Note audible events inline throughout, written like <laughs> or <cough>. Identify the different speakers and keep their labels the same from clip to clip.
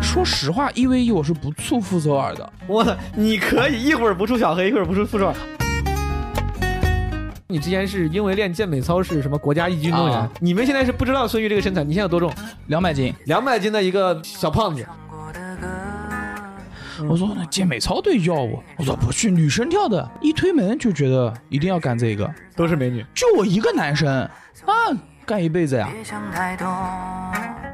Speaker 1: 说实话，一 v 一我是不怵傅首尔的。
Speaker 2: 我操，你可以一会儿不出小黑，一会儿不出傅首尔。你之前是因为练健美操是什么国家一级运动员，
Speaker 1: 啊
Speaker 2: 你们现在是不知道孙玉这个身材，你现在有多重？
Speaker 1: 两百斤，
Speaker 2: 两百斤的一个小胖子，
Speaker 3: 嗯
Speaker 1: 我说那健美操队要我，我说不去，女生跳的，一推门就觉得一定要干这个，
Speaker 2: 都是美女。
Speaker 1: 就我一个男生啊，干一辈子呀。
Speaker 4: 别想太多。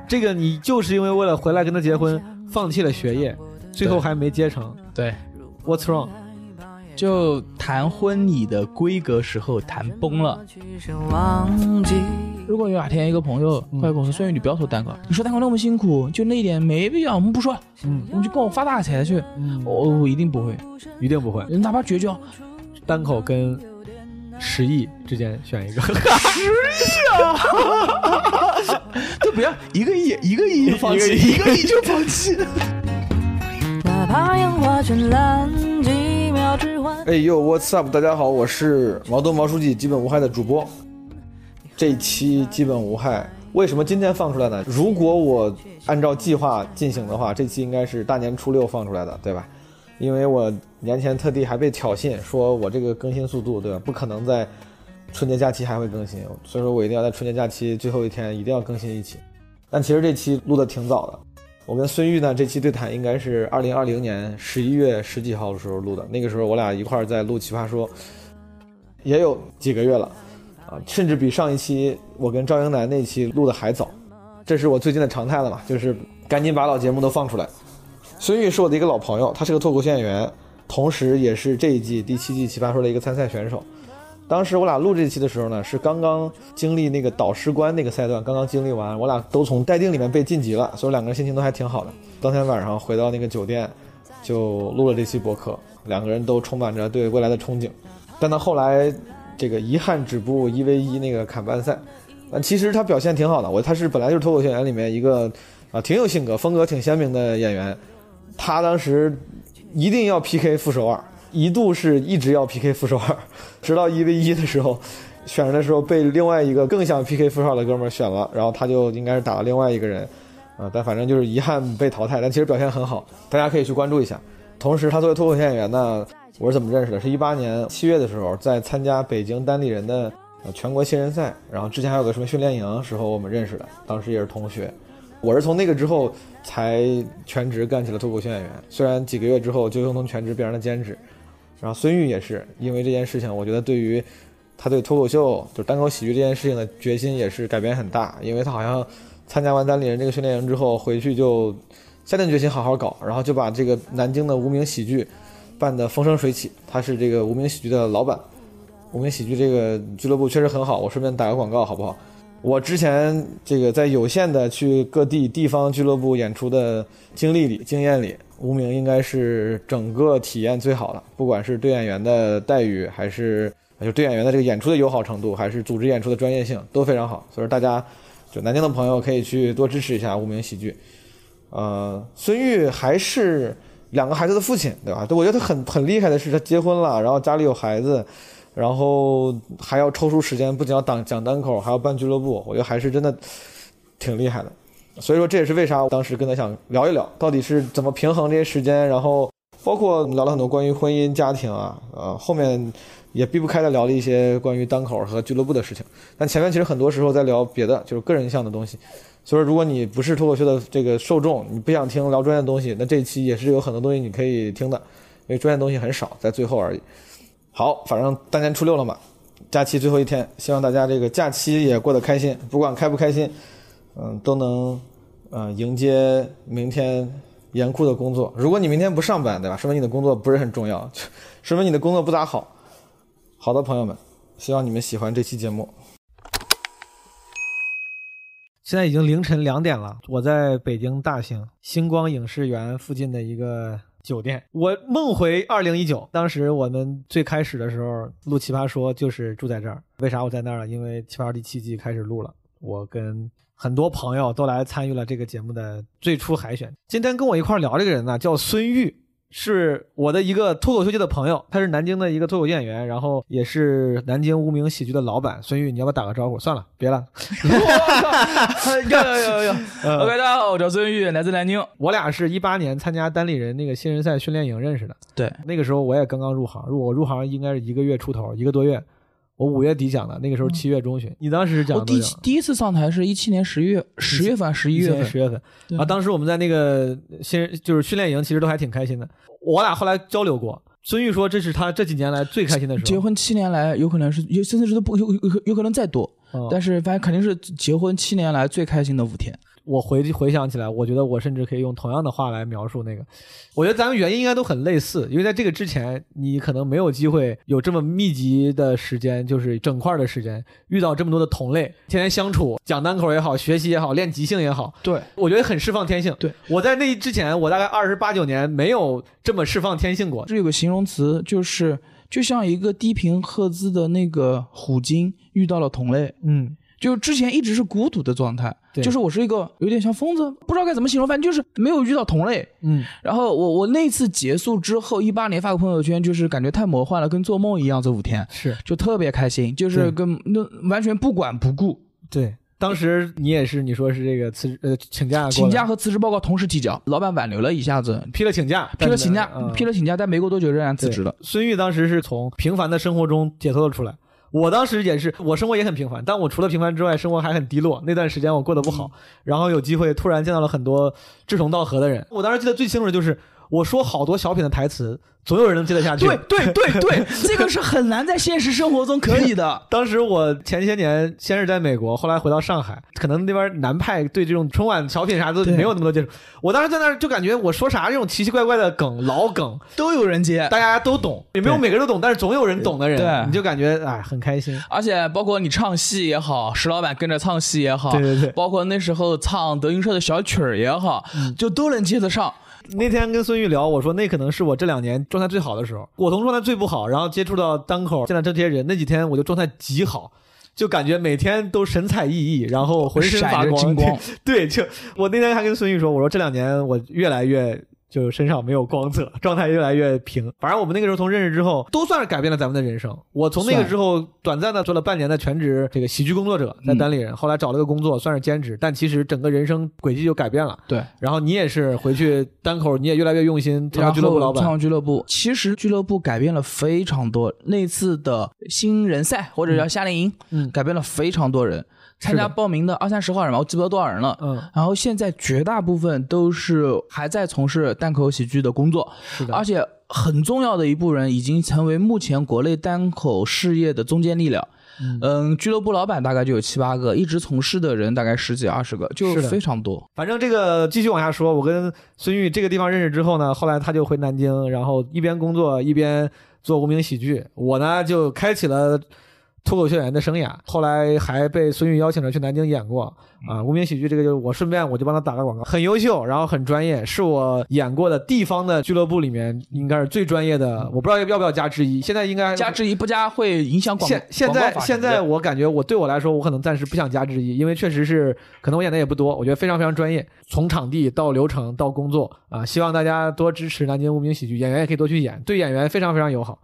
Speaker 2: 这个你就是因为为了回来跟他结婚，放弃了学业，最后还没结成。
Speaker 1: 对，
Speaker 2: What's wrong？
Speaker 3: 就谈婚礼的规格时候谈崩了。
Speaker 4: 其实忘记。
Speaker 1: 如果有哪天一个朋友过来跟我说：“孙宇，你不要说单
Speaker 3: 嗯
Speaker 1: 口，你说单口那么辛苦，就那一点没必要，我们不说，
Speaker 2: 嗯
Speaker 1: 我们就跟我发大财去。
Speaker 3: 嗯
Speaker 2: 哦
Speaker 1: 我我一定不会，
Speaker 2: 一定不会。
Speaker 1: 哪怕绝交，
Speaker 2: 单口跟十亿之间选一个，
Speaker 3: 就不要一个亿，一个亿就放弃，一个亿就放弃。
Speaker 4: 哪怕烟花绚烂，几秒之欢。
Speaker 5: 哎呦，What's up？大家好，我是毛豆毛书记，基本无害的主播。这一期基本无害，为什么今天放出来呢？如果我按照计划进行的话，这期应该是大年初六放出来的，对吧？因为我年前特地还被挑衅，说我这个更新速度，对吧？不可能在春节假期还会更新，所以说我一定要在春节假期最后一天一定要更新一期。但其实这期录的挺早的，我跟孙玉呢，这期对谈应该是二零二零年十一月十几号的时候录的。那个时候我俩一块儿在录《奇葩说》，也有几个月了，啊，甚至比上一期我跟赵英男那期录的还早。这是我最近的常态了嘛，就是赶紧把老节目都放出来。孙玉是我的一个老朋友，他是个脱口秀演员，同时也是这一季第七季《奇葩说》的一个参赛选手。当时我俩录这期的时候呢，是刚刚经历那个导师关那个赛段，刚刚经历完，我俩都从待定里面被晋级了，所以两个人心情都还挺好的。当天晚上回到那个酒店，就录了这期播客，两个人都充满着对未来的憧憬。但到后来，这个遗憾止步一 v 一那个砍半赛，但其实他表现挺好的，我他是本来就是脱口秀演员里面一个啊挺有性格、风格挺鲜明的演员，他当时一定要 PK 傅首尔，一度是一直要 PK 傅首尔。 <laughs> 直到一 v 一的时候，选人的时候被另外一个更想 PK 傅少的哥们儿选了，然后他就应该是打了另外一个人，啊、但反正就是遗憾被淘汰，但其实表现很好，大家可以去关注一下。同时，他作为脱口秀演员呢，我是怎么认识的？是一八年七月的时候，在参加北京单立人的、呃全国新人赛，然后之前还有个什么训练营时候我们认识的，当时也是同学。我是从那个之后才全职干起了脱口秀演员，虽然几个月之后就又从全职变成了兼职，然后孙玉也是因为这件事情，我觉得对于他对脱口秀就是单口喜剧这件事情的决心也是改变很大，因为他好像参加完单立人这个训练营之后，回去就下定决心好好搞，然后就把这个南京的无名喜剧办得风生水起。他是这个无名喜剧的老板，无名喜剧这个俱乐部确实很好，我顺便打个广告好不好？我之前这个在有限的去各地地方俱乐部演出的经历里、经验里，无名应该是整个体验最好的，不管是对演员的待遇，还是哎就对演员的这个演出的友好程度，还是组织演出的专业性，都非常好。所以说大家就南京的朋友呃可以去多支持一下无名喜剧。呃，孙玉还是两个孩子的父亲，对吧？对我觉得他很很厉害的是，他结婚了，然后家里有孩子，然后还要抽出时间，不仅要当讲单口，还要办俱乐部，我觉得还是真的挺厉害的。所以说，这也是为啥我当时跟他想聊一聊，到底是怎么平衡这些时间，然后包括我们聊了很多关于婚姻、家庭啊，呃，后面也避不开的聊了一些关于单口和俱乐部的事情。但前面其实很多时候在聊别的，就是个人向的东西。所以说，如果你不是脱口秀的这个受众，你不想听聊专业的东西，那这一期也是有很多东西你可以听的，因为专业的东西很少，在最后而已。好，反正大年初六了嘛，假期最后一天，希望大家这个假期也过得开心，不管开不开心，嗯，都能嗯、呃迎接明天严酷的工作。如果你明天不上班，对吧？说明你的工作不是很重要， <laughs> 就说明你的工作不咋好。好的，朋友们，希望你们喜欢这期节目。
Speaker 2: 现在已经凌晨两点了，我在北京大兴星光影视园附近的一个酒店。我梦回二零一九，当时我们最开始的时候录《奇葩说》就是住在这儿。为啥我在那儿呢？因为《奇葩说》第七季开始录了，我跟很多朋友都来参与了这个节目的最初海选。今天跟我一块儿聊这个人呢，叫孙玉，是我的一个脱口秀界的朋友，他是南京的一个脱口秀演员，然后也是南京无名喜剧的老板孙玉，你要不要打个招呼？算了，别了，
Speaker 1: <laughs> 要要要要
Speaker 2: <laughs> 呃
Speaker 1: ！OK，大家好，我叫孙玉，来自南京。
Speaker 2: 我俩是一八年参加单立人那个新人赛训练营认识的。
Speaker 1: 对，
Speaker 2: 那个时候我也刚刚入行，入我入行应该是一个月出头，一个多月。我五月底讲的，那个时候七月中旬。嗯哦你当时是讲
Speaker 1: 我
Speaker 2: 的
Speaker 1: 第
Speaker 2: 多
Speaker 1: 一
Speaker 2: 久
Speaker 1: 次？第一次上台是一七年十月十月份十一月份，
Speaker 2: 十月份
Speaker 1: 对
Speaker 2: 啊。当时我们在那个新就是训练营，其实都还挺开心的。我俩后来交流过，孙玉说这是他这几年来最开心的时
Speaker 1: 结
Speaker 2: 候。
Speaker 1: 婚七年来，有可能是有，甚至是都不有有有可能再多，
Speaker 2: 嗯
Speaker 1: 但是反正肯定是结婚七年来最开心的五天。
Speaker 2: 我回回想起来，我觉得我甚至可以用同样的话来描述那个。我觉得咱们原因应该都很类似，因为在这个之前，你可能没有机会有这么密集的时间，就是整块儿的时间，遇到这么多的同类，天天相处，讲单口也好，学习也好，练即兴也好，
Speaker 1: 对，
Speaker 2: 我觉得很释放天性。
Speaker 1: 对，
Speaker 2: 我在那之前，我大概二十八九年没有这么释放天性过。
Speaker 1: 这有个形容词，就是就像一个低频赫兹的那个虎鲸遇到了同类，
Speaker 2: 嗯，
Speaker 1: 就之前一直是孤独的状态，
Speaker 2: 对
Speaker 1: 就是我是一个有点像疯子，不知道该怎么形容，反正就是没有遇到同类。
Speaker 2: 嗯，
Speaker 1: 然后我我那次结束之后，一八年发个朋友圈，就是感觉太魔幻了，跟做梦一样，这五天
Speaker 2: 是
Speaker 1: 就特别开心，就是
Speaker 2: 对
Speaker 1: 跟那完全不管不顾，
Speaker 2: 对。当时你也是，你说是这个辞职呃请假过来，
Speaker 1: 请假和辞职报告同时提交，老板挽留了一下子，
Speaker 2: 批了请假，
Speaker 1: 批了请假，
Speaker 2: 嗯
Speaker 1: 批了请假，但没过多久仍然辞职了。
Speaker 2: 对。孙玉当时是从平凡的生活中解脱了出来。我当时也是，我生活也很平凡，但我除了平凡之外，生活还很低落。那段时间我过得不好，
Speaker 1: 嗯
Speaker 2: 然后有机会突然见到了很多志同道合的人。我当时记得最清楚的就是，我说好多小品的台词，总有人能接得下去。
Speaker 1: 对对对对，这个是很难在现实生活中可以
Speaker 2: <laughs>
Speaker 1: 的。
Speaker 2: 当时我前些年先是在美国，后来回到上海，可能那边南派对这种春晚小品啥的
Speaker 1: 对
Speaker 2: 没有那么多接触。我当时在那儿就感觉我说啥这种奇奇怪怪的梗、老梗，
Speaker 1: 都有人接。
Speaker 2: 大家都懂，也没有
Speaker 1: 对
Speaker 2: 每个人都懂，但是总有人懂的人，
Speaker 1: 对
Speaker 2: 你就感觉哎很开心。
Speaker 1: 而且包括你唱戏也好，石老板跟着唱戏也好，
Speaker 2: 对对对
Speaker 1: 包括那时候唱德云社的小曲儿也好，
Speaker 2: 嗯
Speaker 1: 就都能接得上。
Speaker 2: 那天跟孙玉聊，我说那可能是我这两年状态最好的时候，我从状态最不好，然后接触到单口，见到这些人，那几天我就状态极好。就感觉每天都神采奕奕，然后浑身发
Speaker 1: 闪着
Speaker 2: 光，
Speaker 1: 金光
Speaker 2: <laughs> 对，就我那天还跟孙玉说，我说这两年我越来越就身上没有光泽，状态越来越平。反正我们那个时候从认识之后，都算是改变了咱们的人生。我从那个
Speaker 1: 算
Speaker 2: 之后短暂的做了半年的全职这个喜剧工作者，在
Speaker 1: 嗯
Speaker 2: 单立人，后来找了个工作，算是兼职，但其实整个人生轨迹就改变了。
Speaker 1: 对，
Speaker 2: 然后你也是回去单口，你也越来越用心，成
Speaker 1: 然后
Speaker 2: 为俱乐部老板
Speaker 1: 唱。俱乐部，其实俱乐部改变了非常多。那次的新人赛或者叫夏令营，
Speaker 2: 嗯
Speaker 1: 改变了非常多人。参加报名的二三十号人吧，我记不得多少人了。
Speaker 2: 嗯，
Speaker 1: 然后现在绝大部分都是还在从事单口喜剧的工作，
Speaker 2: 是的，
Speaker 1: 而且很重要的一部人已经成为目前国内单口事业的中坚力量。嗯，俱乐部老板大概就有七八个，一直从事的人大概十几二十个，就是
Speaker 2: 的
Speaker 1: 非常多。
Speaker 2: 反正这个继续往下说，我跟孙玉这个地方认识之后呢，后来他就回南京，然后一边工作一边做无名喜剧，我呢就开启了脱口秀演员的生涯，后来还被孙玉邀请着去南京演过啊。无名喜剧这个就我顺便我就帮他打个广告，很优秀，然后很专业，是我演过的地方的俱乐部里面应该是最专业的，我不知道要不要加之一，现在应该
Speaker 1: 加之一不加会影响广
Speaker 2: 现现
Speaker 1: 广
Speaker 2: 在
Speaker 1: 告法
Speaker 2: 现在
Speaker 1: 什么
Speaker 2: 我感觉我对我来说，我可能暂时不想加之一，因为确实是可能我演的也不多，我觉得非常非常专业，从场地到流程到工作啊，希望大家多支持南京无名喜剧，演员也可以多去演，对演员非常非常友好。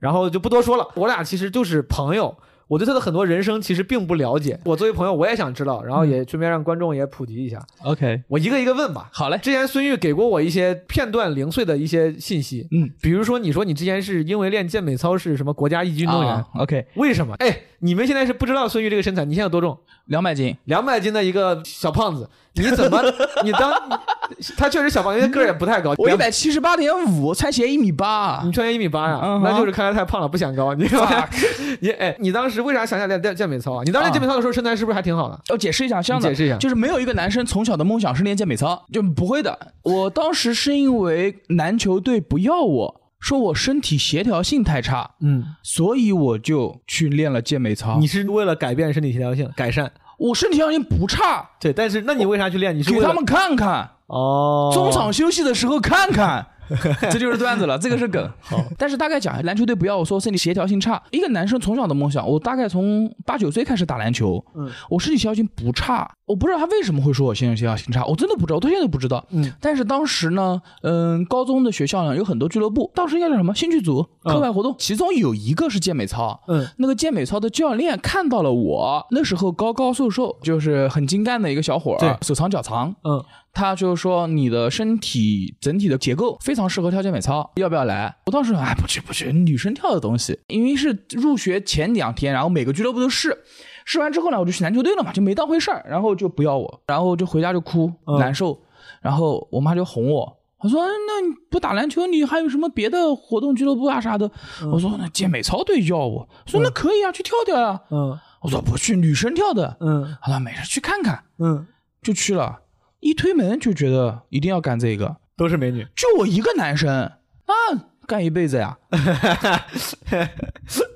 Speaker 2: 然后就不多说了，我俩其实就是朋友。我对他的很多人生其实并不了解，我作为朋友我也想知道，然后也
Speaker 1: 嗯
Speaker 2: 顺便让观众也普及一下，
Speaker 1: 的 OK，
Speaker 2: 我一个一个问吧。
Speaker 1: 好嘞，
Speaker 2: 之前孙玉给过我一些片段零碎的一些信息，
Speaker 1: 嗯，
Speaker 2: 比如说你说你之前是因为练健美操是什么国家一级运动员，
Speaker 1: 啊 OK，
Speaker 2: 为什么？哎，你们现在是不知道孙玉这个身材，你现在有多重？
Speaker 1: 两百斤，
Speaker 2: 两百斤的一个小胖子，你
Speaker 1: <laughs>
Speaker 2: 怎么？你当他确实小胖，因为个儿也不太高，
Speaker 1: 我一
Speaker 2: 200
Speaker 1: 百七十八点五，穿鞋一米八
Speaker 2: 你。穿一米八呀、
Speaker 1: 嗯哼
Speaker 2: 那就是看来太胖了，不想高。你
Speaker 1: <laughs>
Speaker 2: <laughs> 你哎，你当时为啥想想练健健美操啊？你当时
Speaker 1: 啊
Speaker 2: 健美操的时候身材是不是还挺好的？
Speaker 1: 要解释一下，这样
Speaker 2: 你
Speaker 1: 的
Speaker 2: 解释一下
Speaker 1: 就是没有一个男生从小的梦想是练健美操，就不会的。我当时是因为篮球队不要我，说我身体协调性太差，
Speaker 2: 嗯，
Speaker 1: 所以我就去练了健美操。
Speaker 2: 你是为了改变身体协调性，改善
Speaker 1: 我身体条件不差，
Speaker 2: 对，但是那你为啥去练？你是
Speaker 1: 给
Speaker 2: 为了
Speaker 1: 他们看看，
Speaker 2: 哦，
Speaker 1: 中场休息的时候看看， <laughs> 这就是段子了，这个是梗。好，但是大概讲，篮球队不要说身体协调性差。一个男生从小的梦想，我大概从八九岁开始打篮球，
Speaker 2: 嗯，
Speaker 1: 我身体协调性不差，我不知道他为什么会说我身体协调性差，我真的不知道，我到现在都不知道。
Speaker 2: 嗯，
Speaker 1: 但是当时呢，嗯，高中的学校呢有很多俱乐部，当时应该叫什么兴趣组、课外活动，其中有一个是健美操。
Speaker 2: 嗯
Speaker 1: 那个健美操的教练看到了我，那时候高高瘦瘦，就是很精干的一个小伙
Speaker 2: 对
Speaker 1: 儿，手长脚长，
Speaker 2: 嗯
Speaker 1: 他就说你的身体整体的结构非常适合跳健美操，要不要来？我当时说哎不去不去，女生跳的东西，因为是入学前两天，然后每个俱乐部都试，试完之后呢，我就去篮球队了嘛，就没当回事儿，然后就不要我，然后就回家就哭、
Speaker 2: 嗯
Speaker 1: 难受，然后我妈就哄我。她说：“哎那你不打篮球，你还有什么别的活动、俱乐部啊啥的？”
Speaker 2: 嗯
Speaker 1: 我说：“那健美操队要我。”说：“那可以啊，去跳跳呀、
Speaker 2: 嗯
Speaker 1: 我说：“不去，女生跳的。
Speaker 2: 嗯”
Speaker 1: 她说：“没事，去看看。”
Speaker 2: 嗯，
Speaker 1: 就去了。一推门就觉得一定要干这个，
Speaker 2: 都是美女。
Speaker 1: 就我一个男生，啊，干一辈子 <laughs> 呀。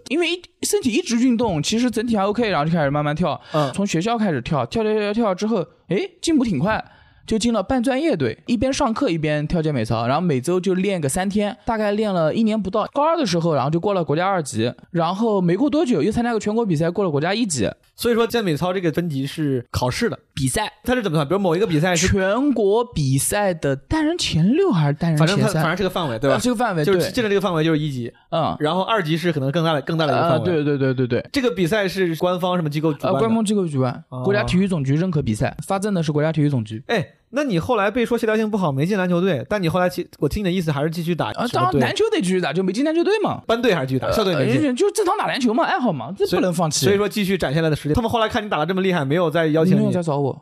Speaker 1: 因为一身体一直运动，其实整体还 OK，然后就开始慢慢跳，
Speaker 2: 嗯
Speaker 1: 从学校开始跳，跳跳跳跳跳之后，诶，进步挺快，就进了半专业队，一边上课一边跳健美操，然后每周就练个三天，大概练了一年不到。高二的时候，然后就过了国家二级，然后没过多久又参加个全国比赛，过了国家一级
Speaker 2: 所以说健美操这个分级是考试的，
Speaker 1: 比赛，
Speaker 2: 它是怎么算？比如某一个比赛是，
Speaker 1: 全国比赛的单人前六还是单人
Speaker 2: 反
Speaker 1: 前
Speaker 2: 正
Speaker 1: 三？
Speaker 2: 它反正是个范围，对吧
Speaker 1: 呃？这个范围
Speaker 2: 就
Speaker 1: 对，
Speaker 2: 是进了这个范围就是一级，
Speaker 1: 嗯，
Speaker 2: 然后二级是可能更大的更大的一个
Speaker 1: 呃，
Speaker 2: 范围。
Speaker 1: 对对对对对。
Speaker 2: 这个比赛是官方什么机构举办
Speaker 1: 呃，
Speaker 2: 的？
Speaker 1: 官方机构举办，
Speaker 2: 哦
Speaker 1: 国家体育总局认可比赛，发证的是国家体育总局。
Speaker 2: 哎，那你后来被说协调性不好没进篮球队，但你后来其我听你的意思还是继续打
Speaker 1: 啊，
Speaker 2: 什
Speaker 1: 当
Speaker 2: 么
Speaker 1: 然篮
Speaker 2: 队？
Speaker 1: 球得继续打，就没进篮球队嘛，
Speaker 2: 班队还是继续打，校队
Speaker 1: 呃
Speaker 2: 没进。
Speaker 1: 就就正常打篮球嘛，爱好嘛，这
Speaker 2: 所以
Speaker 1: 不能放弃。
Speaker 2: 所以说继续展现了的实力。他们后来看你打的这么厉害，没有再邀请
Speaker 1: 没有
Speaker 2: 你哦
Speaker 1: 再。找我，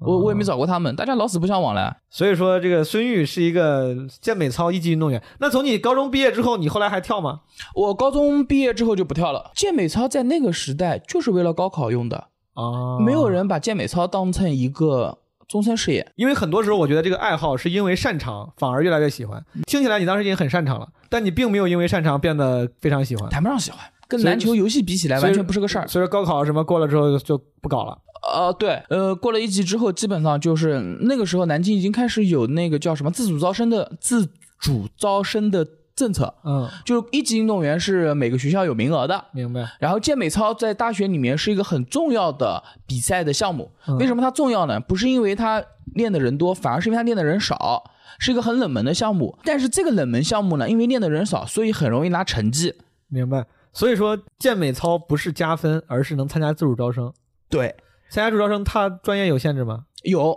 Speaker 1: 我我也没找过他们，大家老死不相往来。
Speaker 2: 所以说这个孙玉是一个健美操一级运动员。那从你高中毕业之后，你后来还跳吗？
Speaker 1: 我高中毕业之后就不跳了，健美操在那个时代就是为了高考用的，
Speaker 2: 啊
Speaker 1: 没有，人把健美操当成一个终身事业。
Speaker 2: 因为很多时候我觉得这个爱好是因为擅长，反而越来越喜欢。听起来你当时已经很擅长了，但你并没有因为擅长变得非常喜欢。
Speaker 1: 谈不上喜欢，跟
Speaker 2: 所以
Speaker 1: 篮球游戏比起来
Speaker 2: 所以
Speaker 1: 完全不是个事儿。
Speaker 2: 所以说高考什么过了之后就不搞了。
Speaker 1: 呃，对，呃，过了一级之后，基本上就是那个时候南京已经开始有那个叫什么自主招生的自主招生的政策，
Speaker 2: 嗯，
Speaker 1: 就是一级运动员是每个学校有名额的。
Speaker 2: 明白。
Speaker 1: 然后健美操在大学里面是一个很重要的比赛的项目，
Speaker 2: 嗯
Speaker 1: 为什么它重要呢？不是因为它练的人多，反而是因为它练的人少，是一个很冷门的项目。但是这个冷门项目呢，因为练的人少，所以很容易拿成绩。
Speaker 2: 明白。所以说，健美操不是加分，而是能参加自主招生。
Speaker 1: 对，
Speaker 2: 参加自主招生，它专业有限制吗？
Speaker 1: 有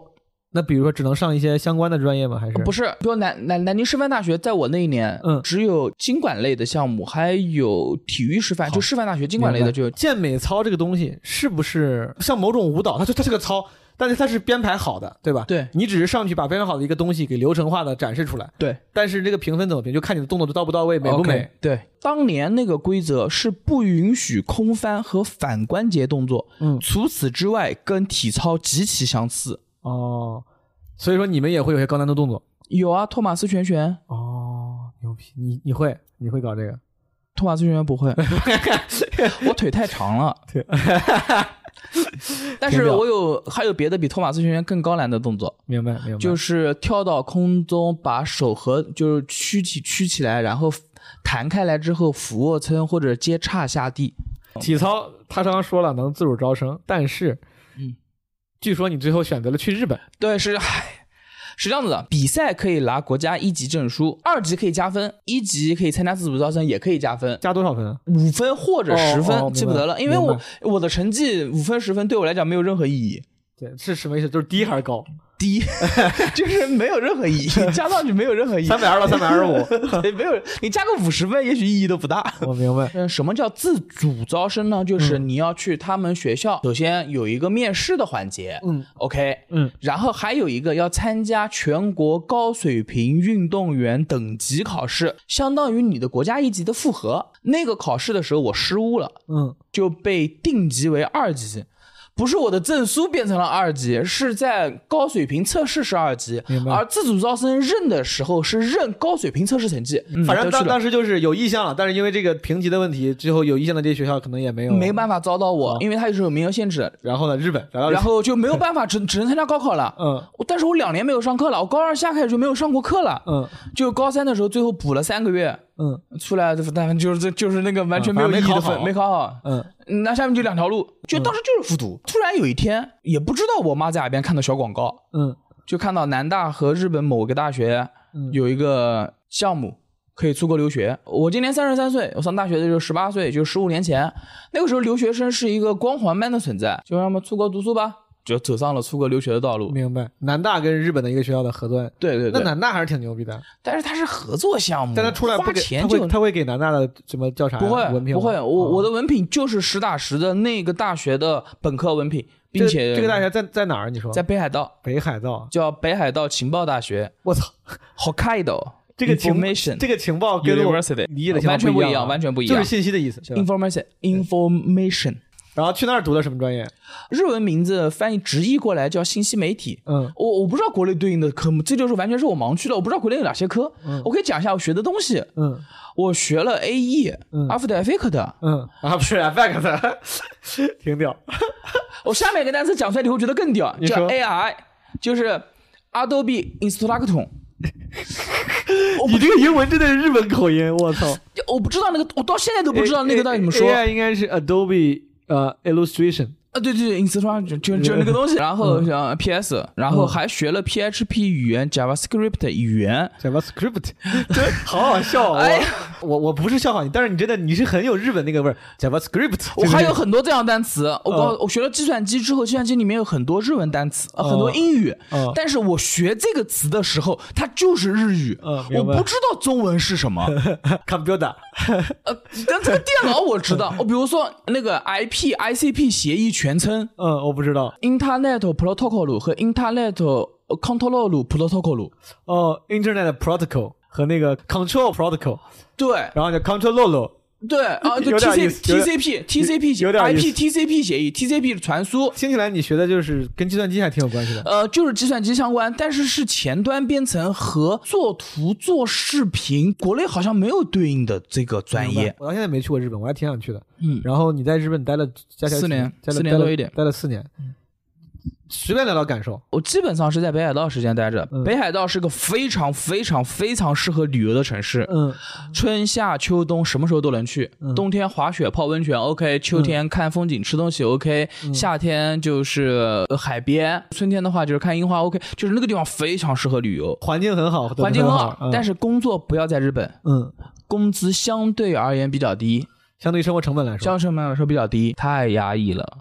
Speaker 2: 那比如说，只能上一些相关的专业吗？还是
Speaker 1: 呃不是，比如南南南京师范大学，在我那一年，
Speaker 2: 嗯
Speaker 1: 只有经管类的项目，还有体育师范，就师范大学经管类的就有。
Speaker 2: 健美操这个东西是不是像某种舞蹈？它就它是个操，但是它是编排好的，对吧？
Speaker 1: 对
Speaker 2: 你只是上去把编排好的一个东西给流程化的展示出来，
Speaker 1: 对，
Speaker 2: 但是这个评分怎么评，就看你的动作到不到位，美不
Speaker 1: OK，
Speaker 2: 美。
Speaker 1: 对，当年那个规则是不允许空翻和反关节动作，
Speaker 2: 嗯
Speaker 1: 除此之外跟体操极其相似。
Speaker 2: 哦，所以说你们也会有些高难度动作。
Speaker 1: 有啊，托马斯全旋，
Speaker 2: 哦，牛逼！你你会你会搞这个？
Speaker 1: 托马斯全旋不
Speaker 2: <laughs>
Speaker 1: 会，我腿太长了。
Speaker 2: 对 <laughs>
Speaker 1: 但是我有还有别的比托马斯全旋更高难的动作，
Speaker 2: 明白明白。
Speaker 1: 就是是跳到空中，把手和就是躯体曲起来，然后弹开来之后俯卧撑或者接叉下地。
Speaker 2: 体操，他刚刚说了能自主招生，但是，
Speaker 1: 嗯，
Speaker 2: 据说你最后选择了去日本。
Speaker 1: 对，是，唉，是这样子的。比赛可以拿国家一级证书，二级可以加分，一级可以参加自主招生，也可以加分。
Speaker 2: 加多少分啊？
Speaker 1: 五分或者十分，
Speaker 2: 哦哦
Speaker 1: 记不得了，因
Speaker 2: 明
Speaker 1: 为我
Speaker 2: 白明
Speaker 1: 我的成绩五分十分对我来讲没有任何意义， <laughs>
Speaker 2: 对，是什么意思？就是低还是高？
Speaker 1: 低，就是没有任何意义，加上去没有任何意义，
Speaker 2: <laughs> 三百二到三百二十五。
Speaker 1: 对没有你加个五十分，也许意义都不大。
Speaker 2: <laughs> 我明白。
Speaker 1: 嗯，什么叫自主招生呢？
Speaker 2: 嗯
Speaker 1: 就是你要去他们学校，首先有一个面试的环节，
Speaker 2: 嗯
Speaker 1: ，OK，
Speaker 2: 嗯，
Speaker 1: 然后还有一个要参加全国高水平运动员等级考试，相当于你的国家一级的复核。那个考试的时候我失误了，
Speaker 2: 嗯，
Speaker 1: 就被定级为二级。不是我的证书变成了二级，是在高水平测试是二级
Speaker 2: 明，白
Speaker 1: 而自主招生认的时候是认高水平测试成绩。
Speaker 2: 嗯反正
Speaker 1: 就
Speaker 2: 当
Speaker 1: 是
Speaker 2: 当时就是有意向了，但是因为这个评级的问题，最后有意向的这些学校可能也没有
Speaker 1: 没。办法招到
Speaker 2: 哦
Speaker 1: 我，因为它是有名额限制的，
Speaker 2: 然后呢，日本，然后
Speaker 1: 然后就没有办法，只
Speaker 2: <laughs>
Speaker 1: 只能参加高考了。
Speaker 2: 嗯
Speaker 1: 我但是我两年没有上课了，我高二下开始就没有上过课了，
Speaker 2: 嗯
Speaker 1: 就高三的时候最后补了三个月，
Speaker 2: 嗯
Speaker 1: 出来就但就是这就是那个完全没有
Speaker 2: 嗯
Speaker 1: 意
Speaker 2: 反正没
Speaker 1: 义的
Speaker 2: 考
Speaker 1: 分，
Speaker 2: 好
Speaker 1: 没考好。
Speaker 2: 嗯，
Speaker 1: 那下面就两条路，就当时就是复读。突然有一天，也不知道我妈在哪边看到小广告，
Speaker 2: 嗯
Speaker 1: 就看到南大和日本某个大学
Speaker 2: 嗯
Speaker 1: 有一个项目可以出国留学。我今年三十三岁，我上大学的时候十八岁，就十五年前。那个时候留学生是一个光环般的存在，就让他们出国读书吧，就走上了出国留学的道路。
Speaker 2: 明白。南大跟日本的一个学校的合作，
Speaker 1: 对对嗯
Speaker 2: 那
Speaker 1: 对，
Speaker 2: 南大还是挺牛逼的，
Speaker 1: 但是它是合作项目，
Speaker 2: 但他出来
Speaker 1: 花
Speaker 2: 不给，
Speaker 1: 钱
Speaker 2: 他
Speaker 1: 就
Speaker 2: 会他会给南大的什么叫啥呀
Speaker 1: 不会
Speaker 2: 文凭吗？
Speaker 1: 不会，我
Speaker 2: 哦
Speaker 1: 我的文凭就是实打实的那个大学的本科文凭，
Speaker 2: 这
Speaker 1: 并
Speaker 2: 个
Speaker 1: 且
Speaker 2: 这个大学在在哪儿？你说
Speaker 1: 在北海道。
Speaker 2: 北海道？
Speaker 1: 叫北海道情报大学
Speaker 2: 我操，
Speaker 1: （Hokkaido）。
Speaker 2: 这个情
Speaker 1: information
Speaker 2: 这个情报跟我
Speaker 1: University
Speaker 2: 理解的情
Speaker 1: 完全
Speaker 2: 况
Speaker 1: 不
Speaker 2: 不
Speaker 1: 一
Speaker 2: 一啊
Speaker 1: 样，完全不一
Speaker 2: 就
Speaker 1: 样
Speaker 2: 是。信息的意思。是吧
Speaker 1: information information
Speaker 2: 然后去那儿读的什么专业？
Speaker 1: 日文名字翻译直译过来叫信息媒体。
Speaker 2: 嗯
Speaker 1: 我我不知道国内对应的科目，这就是完全是我盲区了。我不知道国内有哪些科，我可以讲一下我学的东西。
Speaker 2: 嗯
Speaker 1: 我学了 AE、
Speaker 2: 嗯
Speaker 1: After Effects。
Speaker 2: 嗯啊，不是 effect，挺 <laughs> 屌。
Speaker 1: 我下面一个单词讲出来，你会觉得更屌，
Speaker 2: 你
Speaker 1: 叫
Speaker 2: 说
Speaker 1: AI，就是 Adobe Instructor。
Speaker 2: 你这个英文真的是日本口音，我操！
Speaker 1: 就我不知道那个，我到现在都不知道那个到底怎么说。
Speaker 2: AI 应该是 Adobe 呃 Illustration。
Speaker 1: 啊，对对对，Instructor 就就就那个东
Speaker 2: <laughs>
Speaker 1: 西，然
Speaker 2: 嗯
Speaker 1: 后像 PS，然后还学了 PHP 语言、JavaScript 语言。 <laughs>
Speaker 2: JavaScript，真好好笑！啊
Speaker 1: 哎
Speaker 2: 我我我不是笑话你，但是你真的你是很有日本那个味儿。JavaScript，
Speaker 1: 我还有
Speaker 2: 这个嗯
Speaker 1: 很多这样的单词，我告我学了计算机之后，计算机里面有很多日文单词，呃很多英语
Speaker 2: 嗯，
Speaker 1: 但是我学这个词的时候，它就是日语，
Speaker 2: 嗯
Speaker 1: 我
Speaker 2: 明白
Speaker 1: 不知道中文是
Speaker 2: <laughs>
Speaker 1: 什么。
Speaker 2: <laughs> computer，
Speaker 1: 呃，但这个电脑我知道，哦我比如说那个 IP、ICP 协议全称
Speaker 2: 嗯，我不知道。
Speaker 1: Internet Protocol 和 Internet Control Protocol，
Speaker 2: 哦，Internet Protocol 和那个 Control Protocol，
Speaker 1: 对，
Speaker 2: 然后叫 Control Lolo，
Speaker 1: 对啊，就
Speaker 2: 有点意
Speaker 1: TC
Speaker 2: 思有
Speaker 1: TCP
Speaker 2: 点
Speaker 1: TCP
Speaker 2: 有点意
Speaker 1: IP
Speaker 2: 思
Speaker 1: TCP 协议 TCP 传输，
Speaker 2: 听起来你学的就是跟计算机还挺有关系的。
Speaker 1: 呃，就是计算机相关，但是是前端编程和做图做视频，国内好像没有对应的这个专
Speaker 2: 明
Speaker 1: 业
Speaker 2: 白。我到现在没去过日本，我还挺想去的。
Speaker 1: 嗯
Speaker 2: 然后你在日本待了加起来
Speaker 1: 四年
Speaker 2: 待了
Speaker 1: 四年多一点嗯
Speaker 2: 待了四年。随便聊聊感受，
Speaker 1: 我基本上是在北海道时间待着，
Speaker 2: 嗯
Speaker 1: 北海道是个非常非常非常适合旅游的城市。
Speaker 2: 嗯，
Speaker 1: 春夏秋冬什么时候都能去，
Speaker 2: 嗯
Speaker 1: 冬天滑雪泡温泉 OK，秋天看风景吃东西 OK，、夏
Speaker 2: 嗯
Speaker 1: 天就是呃海边，春天的话就是看樱花 OK，就是那个地方非常适合旅游，
Speaker 2: 环境很好，
Speaker 1: 环境
Speaker 2: 很
Speaker 1: 很
Speaker 2: 好
Speaker 1: 好，，
Speaker 2: 嗯
Speaker 1: 但是工作不要在日本，
Speaker 2: 嗯，
Speaker 1: 工资相对而言比较低，
Speaker 2: 相对于生活成本来说，
Speaker 1: 教授们来说比较低，太压抑了。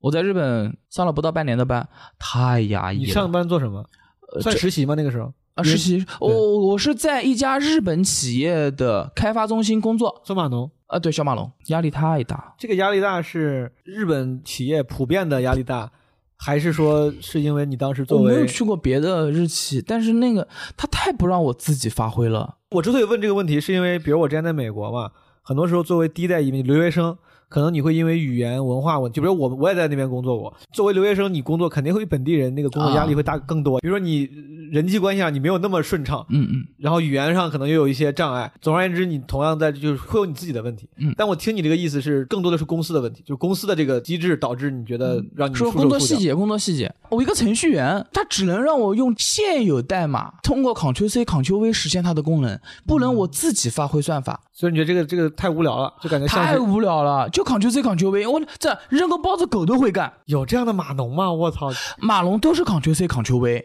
Speaker 1: 我在日本上了不到半年的班，太压抑
Speaker 2: 你
Speaker 1: 了。
Speaker 2: 上班做什么？
Speaker 1: 呃
Speaker 2: 算实习吗？那个时候
Speaker 1: 啊，实习，我、我是在一家日本企业的开发中心工作。
Speaker 2: 做码农，
Speaker 1: 啊，对，小马龙压力太大，
Speaker 2: 这个压力大是日本企业普遍的压力大，还是说是因为你当时
Speaker 1: 我
Speaker 2: 作
Speaker 1: 没有
Speaker 2: 为？
Speaker 1: 去过别的日企，但是那个他太不让我自己发挥了。
Speaker 2: 我之所以问这个问题，是因为比如我之前在美国嘛，很多时候作为第一代移民留学生，可能你会因为语言文化问题，就比如我我也在那边工作过，作为留学生，你工作肯定会比本地人那个工
Speaker 1: 啊
Speaker 2: 作压力会大更多。比如说你人际关系啊上你没有那么顺畅，
Speaker 1: 嗯嗯，
Speaker 2: 然后语言上可能又有一些障碍。总而言之，你同样在就是会有你自己的问题。
Speaker 1: 嗯
Speaker 2: 但我听你这个意思是，更多的是公司的问题，就是公司的这个机制导致你觉得嗯让你
Speaker 1: 嗯
Speaker 2: 束
Speaker 1: 说
Speaker 2: 手
Speaker 1: 工作
Speaker 2: 束
Speaker 1: 细
Speaker 2: 脚。
Speaker 1: 节，工作细节。我一个程序员，他只能让我用现有代码通过 Ctrl C、Ctrl V 实现它的功能，不
Speaker 2: 嗯
Speaker 1: 能我自己发挥算法，
Speaker 2: 所以你觉得这个这个太无聊了，就感觉像
Speaker 1: 太
Speaker 2: 是
Speaker 1: 无聊了。就 Ctrl C、Ctrl V，我这扔个包子狗都会干。
Speaker 2: 有这样的码农吗？我操，
Speaker 1: 马龙都是 Ctrl C、Ctrl V，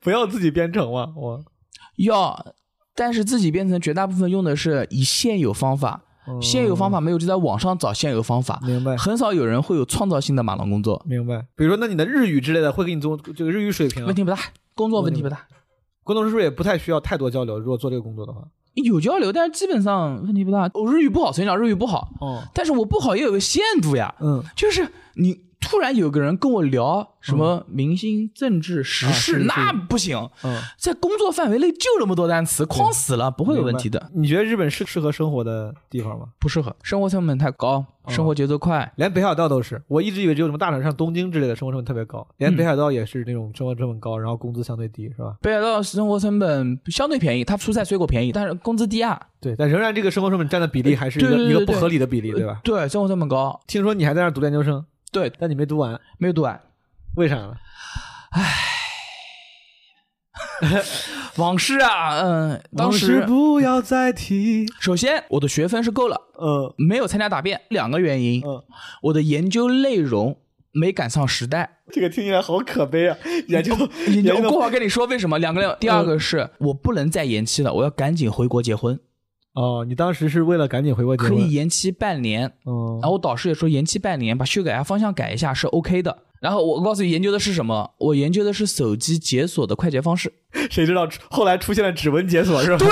Speaker 2: 不要自己编程嘛！我
Speaker 1: 要，但是自己编程绝大部分用的是以现有方法，现有方法没有就在网上找现有方法，
Speaker 2: 嗯明白
Speaker 1: 很少有人会有创造性的马龙工作，
Speaker 2: 明白。比如说，那你的日语之类的会给你做这个日语水平啊、
Speaker 1: 问题不大，工作问题不大。
Speaker 2: 工作室是不是也不太需要太多交流？如果做这个工作的话，
Speaker 1: 有交流，但是基本上问题不大。我日语不好，从小日语不好，
Speaker 2: 哦，
Speaker 1: 但是我不好也有个限度呀，
Speaker 2: 嗯，
Speaker 1: 就是你突然有个人跟我聊什么明星、政治、时
Speaker 2: 啊是
Speaker 1: 事，
Speaker 2: 是
Speaker 1: 那不行，
Speaker 2: 嗯，
Speaker 1: 在工作范围内就那么多单词，框死了，不会有问题的。
Speaker 2: 你觉得日本是适合生活的地方吗？
Speaker 1: 不适合，生活成本太高，
Speaker 2: 嗯
Speaker 1: 生活节奏快。
Speaker 2: 连北海道都是，我一直以为只有什么大阪、像东京之类的生活成本特别高，连
Speaker 1: 嗯
Speaker 2: 北海道也是那种生活成本高，然后工资相对低，是吧？
Speaker 1: 北海道生活成本相对便宜，它蔬菜水果便宜，但是工资低啊。
Speaker 2: 对，但仍然这个生活成本占的比例还是一个
Speaker 1: 呃对对对
Speaker 2: 一个
Speaker 1: 对
Speaker 2: 不合理的比例，
Speaker 1: 呃
Speaker 2: 对吧？
Speaker 1: 对，生活成本高。
Speaker 2: 听说你还在那儿读研究生，
Speaker 1: 对，
Speaker 2: 但你没读完，
Speaker 1: 没有读完。
Speaker 2: 为啥呢？
Speaker 1: 往事啊，嗯，当时
Speaker 2: 不要再 <laughs> 提，
Speaker 1: 首先我的学分是够了，
Speaker 2: 呃，
Speaker 1: 没有参加答辩，两个原因。
Speaker 2: 嗯
Speaker 1: 我的研究内容没赶上时代。
Speaker 2: 这个听起来好可悲啊！研究
Speaker 1: 研究我
Speaker 2: 究
Speaker 1: 过会哦儿跟你说为什么。两个两，第二
Speaker 2: 嗯
Speaker 1: 个是、我不能再延期了，我要赶紧回国结婚，
Speaker 2: 哦，你当时是为了赶紧回国结
Speaker 1: 可
Speaker 2: 婚，
Speaker 1: 以延期半年。
Speaker 2: 嗯，
Speaker 1: 然后我导师也说延期半年，把修改下方向改一下是 OK 的。然后我告诉你研究的是什么，我研究的是手机解锁的快捷方式。
Speaker 2: 谁知道出后来出现了指纹解锁是吧？
Speaker 1: 对，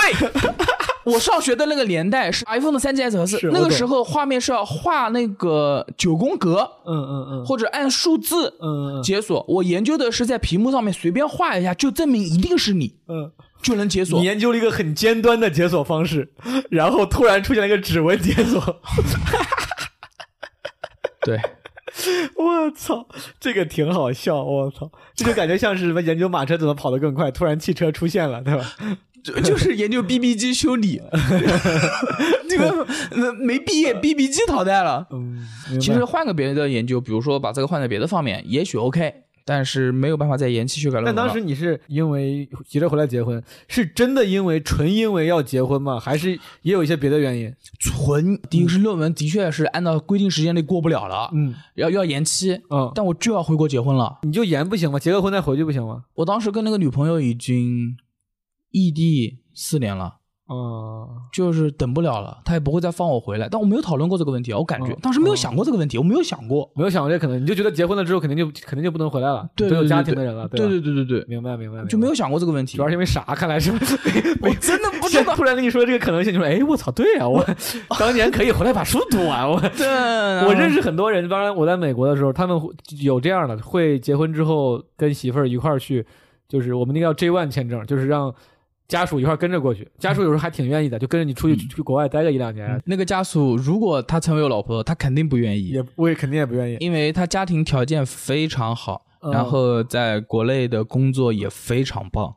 Speaker 1: <laughs> 我上学的那个年代是 iPhone 的 3GS 和
Speaker 2: 是
Speaker 1: 四，
Speaker 2: 我
Speaker 1: 那个
Speaker 2: 懂
Speaker 1: 时候画面是要画那个九宫格
Speaker 2: 嗯嗯嗯
Speaker 1: 或者按数字
Speaker 2: 嗯嗯
Speaker 1: 解锁。我研究的是在屏幕上面随便画一下，就证明一定是你
Speaker 2: 嗯，
Speaker 1: 就能解锁
Speaker 2: 你。研究了一个很尖端的解锁方式， <laughs> 然后突然出现了一个指纹解锁， <laughs>
Speaker 1: 对，
Speaker 2: 我操，这个挺好笑，我操，这就感觉像是什么研究马车怎么跑得更快，突然汽车出现了，对 <laughs> 吧？
Speaker 1: 就就是研究 BB 机修
Speaker 2: <laughs>
Speaker 1: 理，这个呃没毕业 BB 机淘汰了。
Speaker 2: 嗯，明白
Speaker 1: 其实换个别的研究，比如说把这个换在别的方面，也许 OK，但是没有办法再延期修改论
Speaker 2: 但
Speaker 1: 文了。
Speaker 2: 当时你是因为急着回来结婚，是真的因为纯因为要结婚吗？还是也有一些别的原因？
Speaker 1: 纯第一个是论文的确是按照规定时间内过不了了，
Speaker 2: 嗯
Speaker 1: 要要延期，
Speaker 2: 嗯，哦
Speaker 1: 但我就要回国结婚了。
Speaker 2: 你就延不行吗？结个婚再回去不行吗？
Speaker 1: 我当时跟那个女朋友已经异地四年了。
Speaker 2: 啊、
Speaker 1: 就是等不了了，她也不会再放我回来。但我没有讨论过这个问题啊，我感觉、
Speaker 2: 嗯
Speaker 1: 当时没有想过这个问题，我没有想过。
Speaker 2: 没有想过这可能，你就觉得结婚了之后肯定就肯定就不能回来了，
Speaker 1: 对
Speaker 2: 都有
Speaker 1: 对
Speaker 2: 家
Speaker 1: 对
Speaker 2: 庭的人了，
Speaker 1: 对
Speaker 2: 吧？
Speaker 1: 对对对对，
Speaker 2: 明白明白，明白
Speaker 1: 就没有想过这个问题。
Speaker 2: 主要是
Speaker 1: <laughs>
Speaker 2: 因为傻，看来是
Speaker 1: 我真的
Speaker 2: <laughs>
Speaker 1: 不知道。
Speaker 2: 突然跟你说这个可能性，你说哎，我操，对
Speaker 1: <laughs>
Speaker 2: 啊，我当年可以回来把书读完，我我
Speaker 1: 我
Speaker 2: 认识很多人，当然我在美国的时候，他们会有这样的，会结婚之后跟媳妇儿一块儿去，就是我们那个叫 J one 签证，就是让家属一块儿跟着过去。家属有时候还挺愿意的，就跟着你出去、
Speaker 1: 嗯
Speaker 2: 去国外待个一两年，
Speaker 1: 那个家属，如果他成为我老婆，他肯定不愿意，
Speaker 2: 也我也肯定也不愿意。
Speaker 1: 因为他家庭条件非常好，
Speaker 2: 嗯
Speaker 1: 然后在国内的工作也非常棒，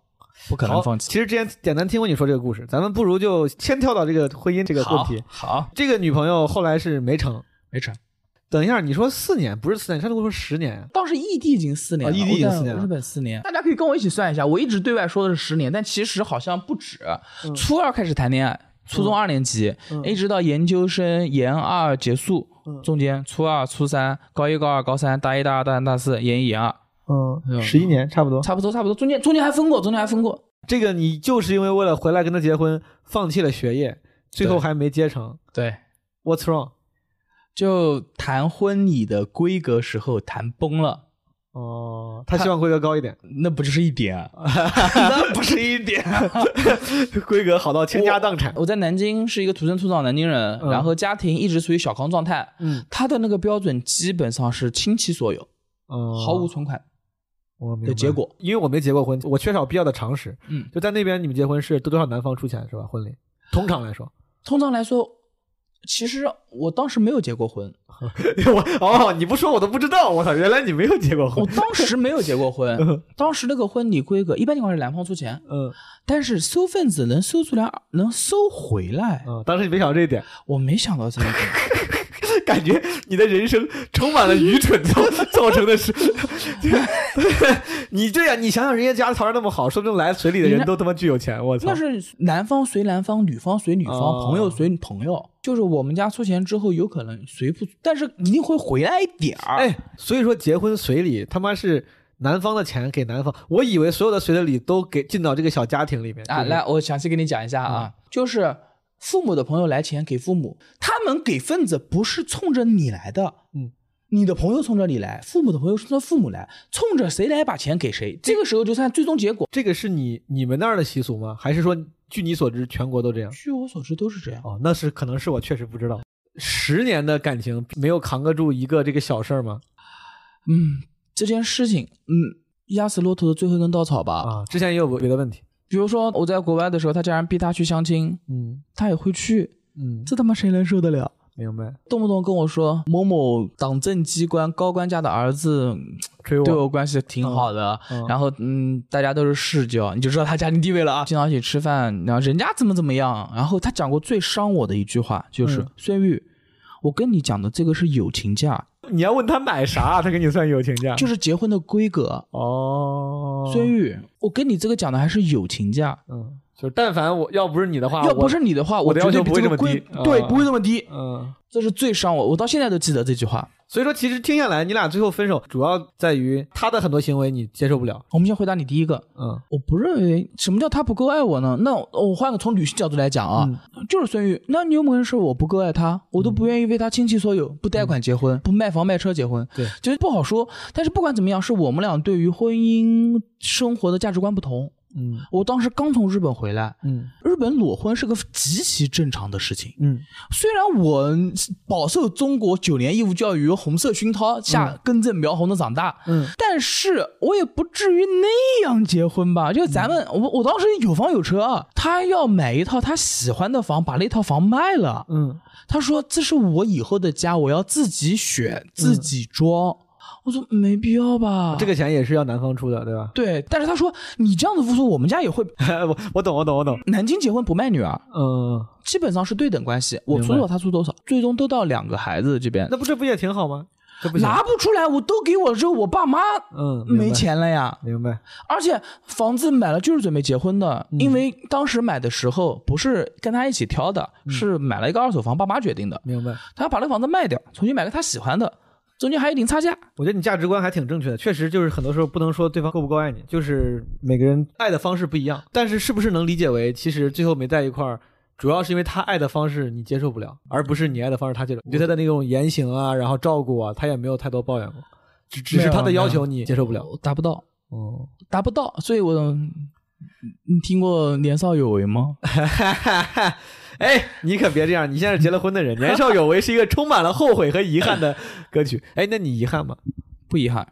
Speaker 1: 不可能
Speaker 2: 好，
Speaker 1: 放弃。
Speaker 2: 其实之前简单听过你说这个故事，咱们不如就先跳到这个婚姻这个问
Speaker 1: 好
Speaker 2: 题。，
Speaker 1: 好，
Speaker 2: 这个女朋友后来是没成。
Speaker 1: 没成。
Speaker 2: 等一下，你说四年不是四年，你上次跟我说十年，啊
Speaker 1: 当时异地已经四年了，
Speaker 2: 啊异地已经四年了
Speaker 1: 我在日本四年。大家可以跟我一起算一下，我一直对外说的是十年，但其实好像不止。初二开始谈恋爱，初中二年级，一直到研究生研二结束，中间初二、初三、高一、高二、高三、大一、大二、大三、大四，研一、研二，
Speaker 2: 嗯，十一年差不多。
Speaker 1: 差不多，差不多。中间中间还分过，中间还分过。
Speaker 2: 这个你就是因为为了回来跟他结婚，放弃了学业，最后
Speaker 1: 对
Speaker 2: 还没结成。
Speaker 1: 对，
Speaker 2: What's wrong？
Speaker 1: 就谈婚礼的规格时候谈崩了，
Speaker 2: 哦，他希望规格高一 <laughs> 点，
Speaker 1: 那不就是一点 <laughs> 啊？那不是一点、啊。
Speaker 2: 规格好到倾家荡产。
Speaker 1: 我在南京是一个土生土长的南京人，
Speaker 2: 嗯
Speaker 1: 然后家庭一直处于小康状态。
Speaker 2: 嗯，
Speaker 1: 他的那个标准基本上是倾其所有，
Speaker 2: 哦
Speaker 1: 毫无存款。
Speaker 2: 我明白
Speaker 1: 的结果，
Speaker 2: 因为我没结过婚，我缺少必要的常识。
Speaker 1: 嗯
Speaker 2: 就在那边，你们结婚是都多少男方出钱是吧？婚礼通常来说，
Speaker 1: 通常来说，其实我当时没有结过
Speaker 2: <laughs>
Speaker 1: 婚，
Speaker 2: <laughs> 我哦，你不说我都不知道。我操，原来你没有结过
Speaker 1: 我。当时没有结过婚。 <laughs> 当时那个婚礼规格，一般情况是男方出钱，
Speaker 2: 嗯
Speaker 1: 但是收份子能收出来，能收回来。
Speaker 2: 嗯，当时你没想到这一点，
Speaker 1: 我没想到
Speaker 2: <laughs>
Speaker 1: 这一点。
Speaker 2: 感觉你的人生充满了愚蠢 <laughs> 造造成的事。你对呀、你想想人家家条件那么好，说不定来随礼的人都他妈巨有钱。我操
Speaker 1: 那！是男方随男方，女方随女方，
Speaker 2: 哦
Speaker 1: 朋友随朋友。就是我们家出钱之后，有可能随不，但是一定会回来一点儿。
Speaker 2: 哎，所以说结婚随礼他妈是男方的钱给男方，我以为所有的随的礼都给进到这个小家庭里面
Speaker 1: 啊，
Speaker 2: 就是
Speaker 1: 来，我详细跟你讲一下啊，
Speaker 2: 嗯
Speaker 1: 就是父母的朋友来钱给父母，他们给份子不是冲着你来的，
Speaker 2: 嗯，
Speaker 1: 你的朋友冲着你来，父母的朋友冲着父母来，冲着谁来把钱给谁，这个时候就算最终结果。
Speaker 2: 这个是你你们那儿的习俗吗？还是说据你所知全国都这样？
Speaker 1: 据我所知都是这样，
Speaker 2: 哦，那是可能是我确实不知道。十年的感情没有扛得住一个这个小事儿吗？
Speaker 1: 嗯，这件事情，嗯，压死骆驼的最后一根稻草吧。
Speaker 2: 啊，之前也有别的问题，
Speaker 1: 比如说我在国外的时候，他家人逼他去相亲，
Speaker 2: 嗯
Speaker 1: 他也会去，
Speaker 2: 嗯，
Speaker 1: 这他妈谁能受得了？
Speaker 2: 明白，
Speaker 1: 动不动跟我说某某党政机关高官家的儿子
Speaker 2: 追
Speaker 1: 对
Speaker 2: 我，
Speaker 1: 我关系挺好的，
Speaker 2: 嗯
Speaker 1: 然后嗯，大家都是世交，你就知道他家庭地位了啊。经常一起吃饭，然后人家怎么怎么样，然后他讲过最伤我的一句话就是、
Speaker 2: 嗯
Speaker 1: 孙玉，我跟你讲的这个是友情价，
Speaker 2: 你要问他买啥，他给你算友情价，
Speaker 1: 就是结婚的规格。
Speaker 2: 哦，
Speaker 1: 孙玉，我跟你这个讲的还是友情价，
Speaker 2: 嗯，就是但凡我要不是你的话，
Speaker 1: 要不
Speaker 2: 啊我
Speaker 1: 是你的话，
Speaker 2: 我的
Speaker 1: 绝
Speaker 2: 要
Speaker 1: 对
Speaker 2: 求
Speaker 1: 比
Speaker 2: 不会
Speaker 1: 这个
Speaker 2: 这么
Speaker 1: 规
Speaker 2: 低啊
Speaker 1: 对，不会这么低。
Speaker 2: 嗯。
Speaker 1: 这是最伤我，我到现在都记得这句话。
Speaker 2: 所以说，其实听下来，你俩最后分手主要在于他的很多行为你接受不了。
Speaker 1: 我们先回答你第一个，
Speaker 2: 嗯
Speaker 1: 我不认为什么叫他不够爱我呢？那我我换个从女性角度来讲啊，就是孙玉，那你有没有说我不够爱他？我都不愿意为他倾其所有，不贷款结婚，不卖房卖车结婚，
Speaker 2: 对，
Speaker 1: 就是不好说。但是不管怎么样，是我们俩对于婚姻生活的价值观不同。
Speaker 2: 嗯
Speaker 1: 我当时刚从日本回来，
Speaker 2: 嗯
Speaker 1: 日本裸婚是个极其正常的事情。
Speaker 2: 嗯
Speaker 1: 虽然我饱受中国九年义务教育、红色熏陶下根正苗红的长大，
Speaker 2: 嗯，
Speaker 1: 但是我也不至于那样结婚吧？就咱们，
Speaker 2: 嗯
Speaker 1: 我我当时有房有车啊，他要买一套他喜欢的房，把那套房卖了。
Speaker 2: 嗯
Speaker 1: 他说这是我以后的家，我要自己选，自己装。我说没必要吧，
Speaker 2: 嗯这个钱也是要男方出的，对吧？ <laughs>
Speaker 1: 对。但是他说你这样子付出，我们家也会。
Speaker 2: 我我懂，我懂，我懂。
Speaker 1: 南京结婚不卖女儿，
Speaker 2: 嗯，
Speaker 1: 基本上是对等关系，我
Speaker 2: 明
Speaker 1: 出
Speaker 2: 白
Speaker 1: 多少他出多少，最终都到两个孩子这边。
Speaker 2: 那不这不也挺好吗？这不行。
Speaker 1: 拿不出来，我都给我之后，我爸妈
Speaker 2: 嗯，明白
Speaker 1: 没，钱了呀。
Speaker 2: 明白。
Speaker 1: 而且房子买了就是准备结婚的，因为当时买的时候不是跟他一起挑的，是买了一个二手房，爸妈决定的。
Speaker 2: 明白，
Speaker 1: 他把那房子卖掉，重新买个他喜欢的，中间还有一点差价。
Speaker 2: 我觉得你价值观还挺正确的，确实就是很多时候不能说对方够不够爱你，就是每个人爱的方式不一样，但是是不是能理解为其实最后没在一块儿，主要是因为他爱的方式你接受不了，而不是你爱的方式他接受。你对他的那种言行啊，然后照顾啊，他也没有太多抱怨过，只只
Speaker 1: 没
Speaker 2: 是
Speaker 1: 有
Speaker 2: 他的要
Speaker 1: 没有
Speaker 2: 求你接受不了。
Speaker 1: 达不到，
Speaker 2: 哦， <laughs>
Speaker 1: 达不到，所以我嗯你听过年少有为吗？
Speaker 2: 哎，你可别这样！你现在是结了婚的人，《年少有为》是一个充满了后悔和遗憾的歌曲。哎，那你遗憾吗？
Speaker 1: <laughs> 不遗憾，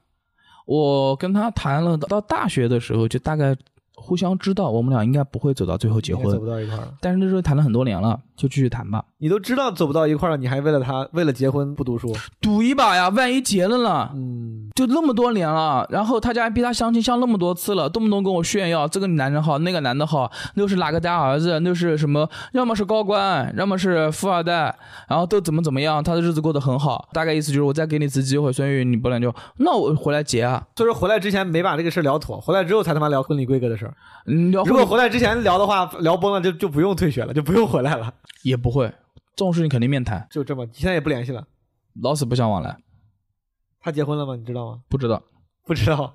Speaker 1: 我跟他谈了到大学的时候，就大概互相知道我们俩应该不会走到最后结
Speaker 2: 你也走
Speaker 1: 婚
Speaker 2: 不，到一块儿了，
Speaker 1: 但是那时候谈了很多年了，就继续谈吧。
Speaker 2: 你都知道走不到一块儿了，你还为了他，为了结婚不读书？
Speaker 1: 赌一把呀，万一结了呢？
Speaker 2: 嗯，
Speaker 1: 就那么多年了，然后他家人逼他相亲相那么多次了，动不动跟我炫耀这个男人好，那个男的好，又是哪个家儿子，又是什么，要么是高官，要么是富二代，然后都怎么怎么样，他的日子过得很好。大概意思就是我再给你一次机会，孙玉，你不能就那我回来结啊。
Speaker 2: 所以说回来之前没把这个事儿聊妥，回来之后才他妈聊婚礼规格的事儿。
Speaker 1: 嗯，要
Speaker 2: 如果
Speaker 1: 会
Speaker 2: 回来之前聊的话，聊崩了就就不用退学了，就不用回来了，
Speaker 1: 也不会，这种事情肯定面谈，
Speaker 2: 就这么。现在也不联系了。
Speaker 1: 老死不相往来。
Speaker 2: 他结婚了吗？你知道吗？
Speaker 1: 不知道，
Speaker 2: 不知道，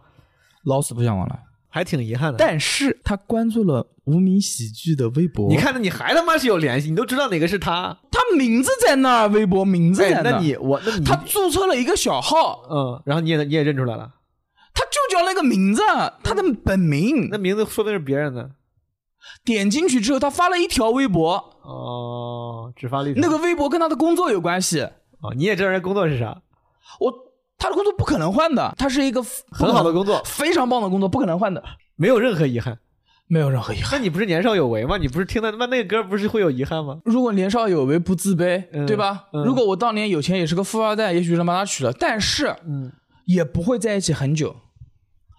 Speaker 1: 老死不相往来。
Speaker 2: 还挺遗憾的。
Speaker 1: 但是他关注了无名喜剧的微博，
Speaker 2: 你看，你还他妈是有联系，你都知道哪个是他。
Speaker 1: 他名字在那儿，微博名字
Speaker 2: 哎
Speaker 1: 在，那儿。
Speaker 2: 那你我那你
Speaker 1: 他注册了一个小号，
Speaker 2: 嗯，然后你也你也认出来了。
Speaker 1: 他就叫那个名字，他的本名
Speaker 2: 那。名字说不定是别人的。
Speaker 1: 点进去之后，他发了一条微博，
Speaker 2: 哦，只发了一条
Speaker 1: 那个微博跟他的工作有关系。
Speaker 2: 哦，你也知道人家工作是啥，
Speaker 1: 我他的工作不可能换的，他是一个
Speaker 2: 很好的工作，
Speaker 1: 非常棒的工作，不可能换的，
Speaker 2: 没有任何遗憾。
Speaker 1: 没有任何遗憾。
Speaker 2: 那你不是年少有为吗？你不是听的那那个歌不是会有遗憾吗？
Speaker 1: 如果年少有为不自卑，
Speaker 2: 嗯
Speaker 1: 对吧？
Speaker 2: 嗯
Speaker 1: 如果我当年有钱，也是个富二代，也许能把他娶了，但是
Speaker 2: 嗯，
Speaker 1: 也不会在一起很久。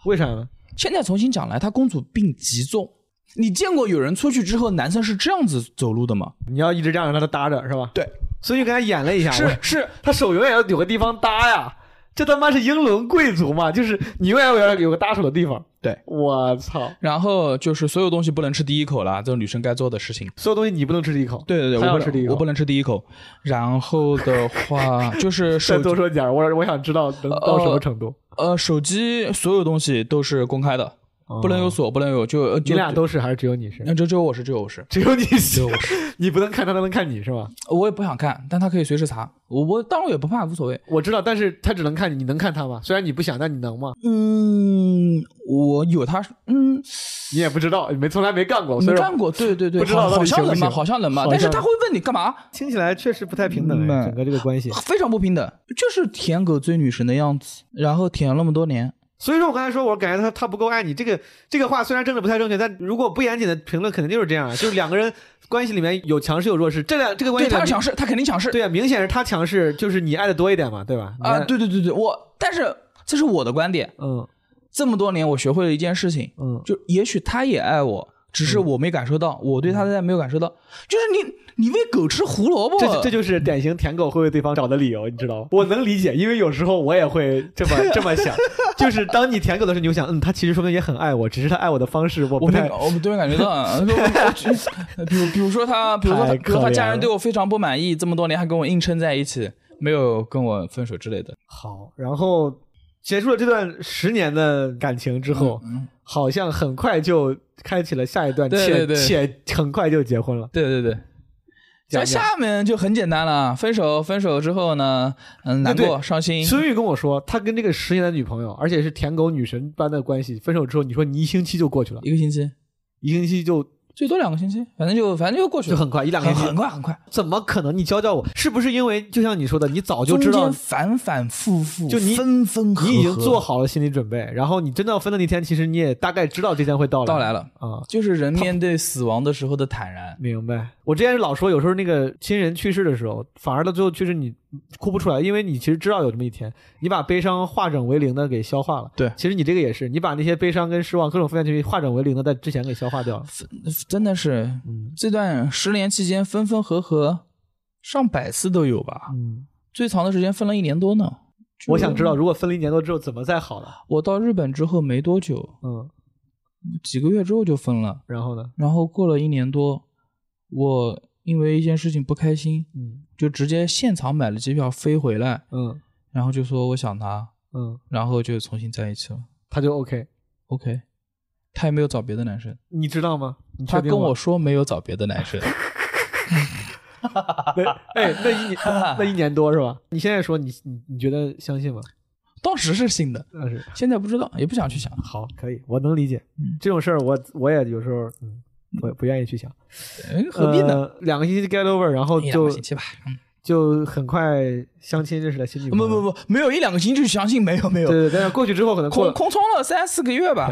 Speaker 2: 为啥呢？
Speaker 1: 现在重新讲来，他公主病极重。你见过有人出去之后，男生是这样子走路的吗？
Speaker 2: 你要一直这样让他搭着是吧？
Speaker 1: 对，
Speaker 2: 所以就给他演了一下，我
Speaker 1: 是是，
Speaker 2: 他手永远要有个地方搭呀。这他妈是英伦贵族嘛？就是你永远有有个搭手的地方。
Speaker 1: 对，
Speaker 2: 我操，
Speaker 1: 然后就是所有东西不能吃第一口了，这是女生该做的事情。
Speaker 2: 所有东西你不能吃第一口，
Speaker 1: 对对对，
Speaker 2: 他
Speaker 1: 我
Speaker 2: 要
Speaker 1: 不
Speaker 2: 吃第一
Speaker 1: 能
Speaker 2: 口，
Speaker 1: 我不能吃第一口。然后的话就是
Speaker 2: 再
Speaker 1: 手
Speaker 2: 多说点儿，我我想知道能到什么程度。
Speaker 1: 呃手机所有东西都是公开的，不能有锁，不能有就呃
Speaker 2: 哦你
Speaker 1: 就
Speaker 2: 俩都是还是只有你是？
Speaker 1: 那这只有我是只有我是
Speaker 2: <laughs> 只有你是
Speaker 1: 只有我是，
Speaker 2: <laughs> 你不能看他，他能看你是吧？
Speaker 1: 我也不想看，但他可以随时查，我我当然我也不怕，无所谓。
Speaker 2: 我知道，但是他只能看你，你能看他吗？虽然你不想，但你能吗？
Speaker 1: 嗯，我有他，嗯，
Speaker 6: 你也不知道，没从来没干过，
Speaker 1: 没
Speaker 6: 所以说
Speaker 1: 干过，对对对，
Speaker 6: 不知道
Speaker 1: 好
Speaker 6: 到
Speaker 1: 好
Speaker 6: 底行
Speaker 1: 像
Speaker 6: 不
Speaker 1: 能吧，
Speaker 6: 行
Speaker 1: 好像能吧，
Speaker 6: 好
Speaker 1: 但是
Speaker 6: 像
Speaker 1: 他会问你干嘛，
Speaker 2: 听起来确实不太平等，
Speaker 1: 嗯
Speaker 2: 哎整个这个关系。
Speaker 1: 非常不平等，就是舔狗追女神的样子，然后舔了那么多年，
Speaker 2: 所以说我刚才说，我感觉他他不够爱你，这个这个话虽然政治不太正确，但如果不严谨的评论，肯定就是这
Speaker 1: <laughs>
Speaker 2: 样，啊就是两个人关系里面有强势有弱势，这两这个关
Speaker 1: 对，
Speaker 2: 系
Speaker 1: 他
Speaker 2: 里
Speaker 1: 要
Speaker 2: 面
Speaker 1: 强势，他肯定强势，
Speaker 2: 对啊，明显是他强势，就是你爱的多一点嘛，对吧？你
Speaker 1: 啊、
Speaker 2: 爱，
Speaker 1: 对对对对，我，但是这是我的观点，
Speaker 2: 嗯
Speaker 1: 这么多年我学会了一件事情，
Speaker 2: 嗯，
Speaker 1: 就也许他也爱我，只是我没感受到，我对他的爱没有感受到，就是你你喂狗吃胡萝卜，
Speaker 2: 这这就是典型舔狗会为对方找的理由，你知道吗？我能理解，因为有时候我也会这么这么想， <laughs> 就是当你舔狗的时候，你就想，嗯，他其实说明也很爱我，只是他爱我的方式我
Speaker 1: 我
Speaker 2: 不
Speaker 1: 没
Speaker 2: 太
Speaker 1: 感，我对我感
Speaker 2: <laughs>
Speaker 1: 觉到啊，我我比如比如说他，比如说他，
Speaker 2: 太
Speaker 1: 比如说他
Speaker 2: 可怜
Speaker 1: 家人
Speaker 2: 了
Speaker 1: 对我非常不满意，这么多年还跟我硬撑在一起，没有跟我分手之类的。
Speaker 2: 好。然后结束了这段十年的感情之后，好像很快就开启了下一
Speaker 1: 嗯
Speaker 2: 段，
Speaker 1: 对对对
Speaker 2: 且且很快就结婚了。
Speaker 1: 对对对，在
Speaker 2: 讲讲
Speaker 1: 下面就很简单了，分手分手之后呢，嗯，难
Speaker 2: 对
Speaker 1: 过伤心，
Speaker 2: 孙玉跟我说，他跟这个十年的女朋友，而且是舔狗女神般的关系，分手之后，你说你一星期就过去了，
Speaker 1: 一个星期
Speaker 2: 一星期就
Speaker 1: 最多两个星期，反正就反正就过去
Speaker 2: 就
Speaker 1: 了，
Speaker 2: 很快，一两个
Speaker 1: 很
Speaker 2: 星期
Speaker 1: <laughs> 很快很快，
Speaker 2: 怎么可能？你教教我，是不是因为就像你说的，你早就知
Speaker 1: 中
Speaker 2: 道
Speaker 1: 间反反复复，
Speaker 2: 就你
Speaker 1: 分分合合，
Speaker 2: 你已经做好了心理准备，然后你真的要分的那天，其实你也大概知道这天会到来。
Speaker 1: 到来了，
Speaker 2: 啊、
Speaker 1: 就是人面对死亡的时候的坦然。
Speaker 2: 明白。我之前老说，有时候那个亲人去世的时候，反而到最后确实你哭不出来，因为你其实知道有这么一天，你把悲伤化整为零的给消化了。
Speaker 1: 对
Speaker 2: 其实你这个也是，你把那些悲伤跟失望各种负面情绪化整为零的，在之前给消化掉了。嗯
Speaker 1: 真的是，这段十年期间分分合合上百次都有吧，
Speaker 2: 嗯，
Speaker 1: 最长的时间分了一年多呢。
Speaker 2: 我想知道，如果分了一年多之后怎么再好了？
Speaker 1: 我到日本之后没多久，
Speaker 2: 嗯，
Speaker 1: 几个月之后就分了，
Speaker 2: 然后呢？
Speaker 1: 然后过了一年多，我因为一件事情不开心，
Speaker 2: 嗯
Speaker 1: 就直接现场买了机票飞回来，
Speaker 2: 嗯
Speaker 1: 然后就说我想他，
Speaker 2: 嗯，
Speaker 1: 然后就重新在一起了。
Speaker 2: 他就 OK。
Speaker 1: OK，他也没有找别的男生，
Speaker 2: 你知道吗？你
Speaker 1: 他
Speaker 2: 确定
Speaker 1: 跟
Speaker 2: 吗
Speaker 1: 我说没有找别的男 <laughs> 生。
Speaker 2: 那哎，那一
Speaker 1: <laughs>
Speaker 2: 年那一年多是吧？你现在说你你你觉得相信吗？
Speaker 1: 当时是信的，
Speaker 2: 那是
Speaker 1: 现在不知道，也不想去想。
Speaker 2: 好，可以，我能理解
Speaker 1: 嗯
Speaker 2: 这种事儿，我我也有时候嗯，我不愿意去想，
Speaker 1: 哎何必呢？
Speaker 2: 呃两个星期 get over，然后
Speaker 1: 一两
Speaker 2: 就
Speaker 1: 个星期吧。
Speaker 2: 就很快相亲认识了新
Speaker 1: <laughs>
Speaker 2: 女
Speaker 1: 不
Speaker 2: 朋友。
Speaker 1: 不不，没有一两个星期就相信，没有没有，
Speaker 2: 对对，但是过去之后可能过
Speaker 1: 空
Speaker 2: 了，
Speaker 1: 空窗了三四个月吧。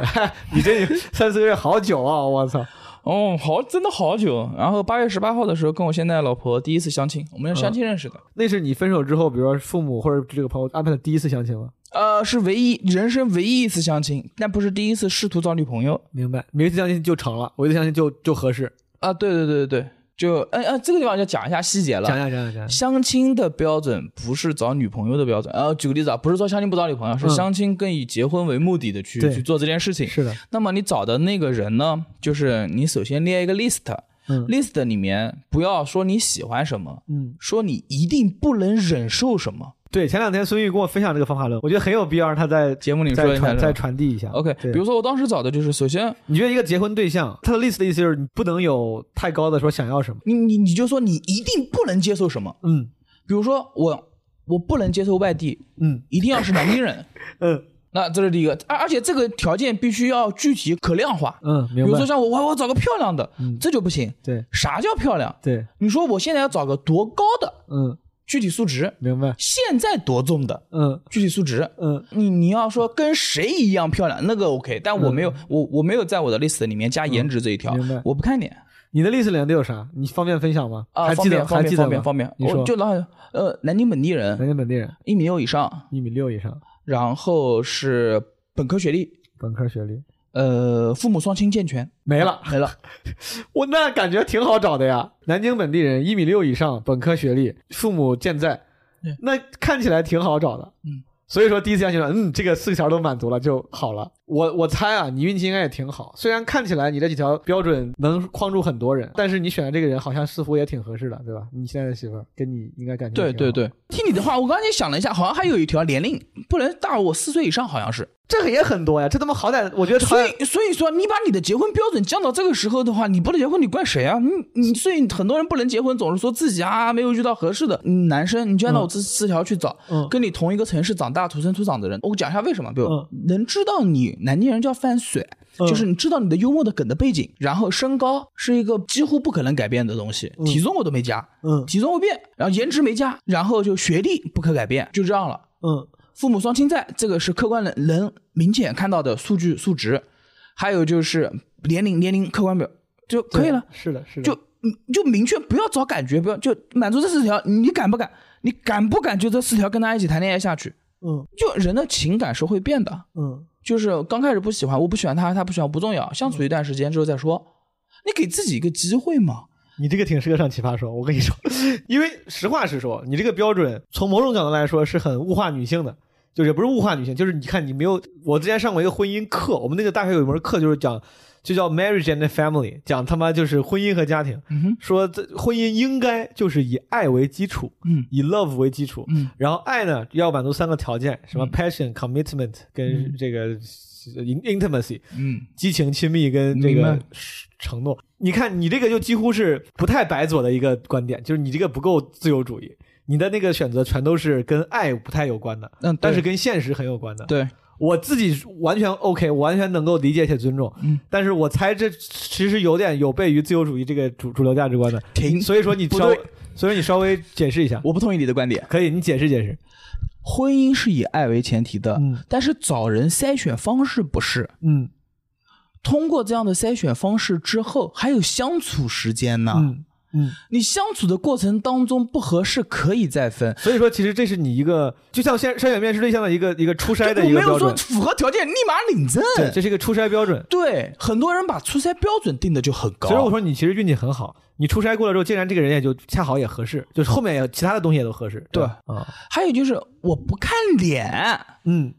Speaker 2: 你这三四个月好久啊！
Speaker 1: <laughs>
Speaker 2: 我操，
Speaker 1: 哦，好，真的好久。然后八月十八号的时候，跟我现在的老婆第一次相亲，我们是相亲认识的。
Speaker 2: 那是你分手之后，比如说父母或者这个朋友安排的第一次相亲吗？
Speaker 1: 呃，是唯一人生唯一一次相亲，但不是第一次试图找女朋友
Speaker 2: 明白，每一次相亲就成了，我一次相亲就就合适。
Speaker 1: 啊。对对对对对，就嗯嗯，这个地方就讲一下细节了。
Speaker 2: 讲讲讲讲讲，
Speaker 1: 相亲的标准不是找女朋友的标准，呃，举个例子啊，不是说相亲不找女朋友，是
Speaker 2: 嗯
Speaker 1: 相亲更以结婚为目的的去
Speaker 2: 对
Speaker 1: 去做这件事情。
Speaker 2: 是的，
Speaker 1: 那么你找的那个人呢，就是你首先列一个 list，list、
Speaker 2: 嗯
Speaker 1: list 里面不要说你喜欢什么，
Speaker 2: 嗯，
Speaker 1: 说你一定不能忍受什么。
Speaker 2: 对，前两天孙玉跟我分享这个方法论，我觉得很有必要让他在
Speaker 1: 节目里说
Speaker 2: 再
Speaker 1: 一下
Speaker 2: 传
Speaker 1: 是吧
Speaker 2: 再传递一下。
Speaker 1: OK，
Speaker 2: 对
Speaker 1: 比如说我当时找的就是，首先
Speaker 2: 你觉得一个结婚对象，他的 list 的意思就是你不能有太高的说想要什么。
Speaker 1: 你你你就说你一定不能接受什么，
Speaker 2: 嗯
Speaker 1: 比如说我我不能接受外地，
Speaker 2: 嗯
Speaker 1: 一定要是南京人， <coughs>
Speaker 2: 嗯
Speaker 1: 那这是第一个，而而且这个条件必须要具体可量化。
Speaker 2: 嗯，
Speaker 1: 比
Speaker 2: 明
Speaker 1: 如
Speaker 2: 白
Speaker 1: 说。像我我我找个漂亮的，
Speaker 2: 嗯
Speaker 1: 这就不行。
Speaker 2: 对
Speaker 1: 啥叫漂亮？
Speaker 2: 对，
Speaker 1: 你说我现在要找个多高的
Speaker 2: 嗯，
Speaker 1: 具体数值，
Speaker 2: 明白。
Speaker 1: 现在多重的
Speaker 2: 嗯
Speaker 1: 具体数值，
Speaker 2: 嗯
Speaker 1: 你你要说跟谁一样漂亮，那个 OK，但我没有，我我没有在我的 list 里面加颜值这一条，
Speaker 2: 嗯明白
Speaker 1: 我不看脸
Speaker 2: 你的 list 里面都有啥？你方便分享吗？
Speaker 1: 啊，
Speaker 2: 还记得
Speaker 1: 方
Speaker 2: 还
Speaker 1: 便
Speaker 2: 记得
Speaker 1: 方
Speaker 2: 吗
Speaker 1: 便方便方
Speaker 2: 你
Speaker 1: 便，
Speaker 2: 说哎
Speaker 1: 我就老呃南京本地
Speaker 2: 南
Speaker 1: 人，
Speaker 2: 京本地人，
Speaker 1: 一米六以上，
Speaker 2: 一米六以上，
Speaker 1: 然后是本科学历，
Speaker 2: 本科学历，
Speaker 1: 呃，父母双亲健全，
Speaker 2: 没了。
Speaker 1: 啊没了，
Speaker 2: <laughs> 我那感觉挺好找的呀，南京本地人，一米六以上，本科学历，父母健在
Speaker 1: 对，
Speaker 2: 那看起来挺好找的。
Speaker 1: 嗯，
Speaker 2: 所以说第一次相亲，嗯，这个四个条都满足了就好了。我我猜啊，你运气应该也挺好，虽然看起来你这几条标准能框住很多人，但是你选的这个人好像似乎也挺合适的，对吧？你现在的媳妇儿跟你应该感觉
Speaker 1: 对
Speaker 2: 挺
Speaker 1: 对
Speaker 2: 好，
Speaker 1: 对。听你的话，我刚才想了一下，好像还有一条年龄不能大我四岁以上，好像是。
Speaker 2: 这个也很多呀，这他妈好歹我觉得好
Speaker 1: 所
Speaker 2: 歹
Speaker 1: 以所以说，你把你的结婚标准降到这个时候的话，你不能结婚，你怪谁啊？你你所以很多人不能结婚，总是说自己啊没有遇到合适的嗯男生，你就按照我这四条去找，
Speaker 2: 嗯
Speaker 1: 跟你同一个城市长大、土生土长的人。我讲一下为什么，比如、
Speaker 2: 嗯
Speaker 1: 能知道你南京人叫犯水，
Speaker 2: 嗯
Speaker 1: 就是你知道你的幽默的梗的背景，然后身高是一个几乎不可能改变的东西，体重我都没加，
Speaker 2: 嗯
Speaker 1: 体重不变，然后颜值没加，然后就学历不可改变，就这样了。
Speaker 2: 嗯
Speaker 1: 父母双亲在，这个是客观能能明显看到的数据数值，还有就是年龄年龄客观表就可以了，
Speaker 2: 是的，是的，
Speaker 1: 就嗯就明确不要找感觉，不要就满足这四条，你敢不敢？你敢不敢就这四条跟他一起谈恋爱下去？
Speaker 2: 嗯
Speaker 1: 就人的情感是会变的，
Speaker 2: 嗯
Speaker 1: 就是刚开始不喜欢，我不喜欢他，他不喜欢我不重要，相处一段时间之后再说。你给自己一个机会嘛，
Speaker 2: 你这个挺适合上奇葩说，我跟你说， <laughs> 因为实话实说，你这个标准从某种角度来说是很物化女性的，就也不是物化女性，就是你看你没有，我之前上过一个婚姻课，我们那个大学有一门课就是讲，就叫 marriage and family，讲他妈就是婚姻和家庭，
Speaker 1: 嗯哼，
Speaker 2: 说这婚姻应该就是以爱为基础，
Speaker 1: 嗯
Speaker 2: 以 love 为基础，
Speaker 1: 嗯，
Speaker 2: 然后爱呢要满足三个条件，什么 passion、commitment 跟
Speaker 1: 嗯
Speaker 2: 这个 in- intimacy，
Speaker 1: 嗯，
Speaker 2: 激情、亲密跟这
Speaker 1: 明
Speaker 2: 个
Speaker 1: 白
Speaker 2: 承诺。你看，你这个就几乎是不太白左的一个观点，就是你这个不够自由主义，你的那个选择全都是跟爱不太有关的，
Speaker 1: 嗯，
Speaker 2: 但
Speaker 1: 对
Speaker 2: 是跟现实很有关的。
Speaker 1: 对，
Speaker 2: 我自己完全 OK，我完全能够理解且尊重，
Speaker 1: 嗯
Speaker 2: 但是我猜这其实有点有悖于自由主义这个主主流价值观的，
Speaker 1: 停，
Speaker 2: 所以说你
Speaker 1: 不
Speaker 2: 稍
Speaker 1: 对，
Speaker 2: 所以说你稍微解释一下，
Speaker 1: 我不同意你的观点。
Speaker 2: 可以，你解释解释，
Speaker 1: 婚姻是以爱为前提的，
Speaker 2: 嗯
Speaker 1: 但是找人筛选方式不是。
Speaker 2: 嗯
Speaker 1: 通过这样的筛选方式之后，还有相处时间呢。
Speaker 2: 嗯嗯，
Speaker 1: 你相处的过程当中不合适可以再分。
Speaker 2: 所以说其实这是你一个就像现筛选面试对象的一个一个初筛的
Speaker 1: 我
Speaker 2: 一个
Speaker 1: 没
Speaker 2: 标
Speaker 1: 有说
Speaker 2: 准，
Speaker 1: 符合条件立马领证。
Speaker 2: <laughs> 对，这是一个初筛标准。
Speaker 1: 对很多人把初筛标准定的就很高。
Speaker 2: 所以我说你其实运气很好，你初筛过了之后，竟然这个人也就恰好也合适，就是后面也其他的东西也都合适。
Speaker 1: 对
Speaker 2: 吧啊，
Speaker 1: 还有就是我不看脸
Speaker 2: 嗯，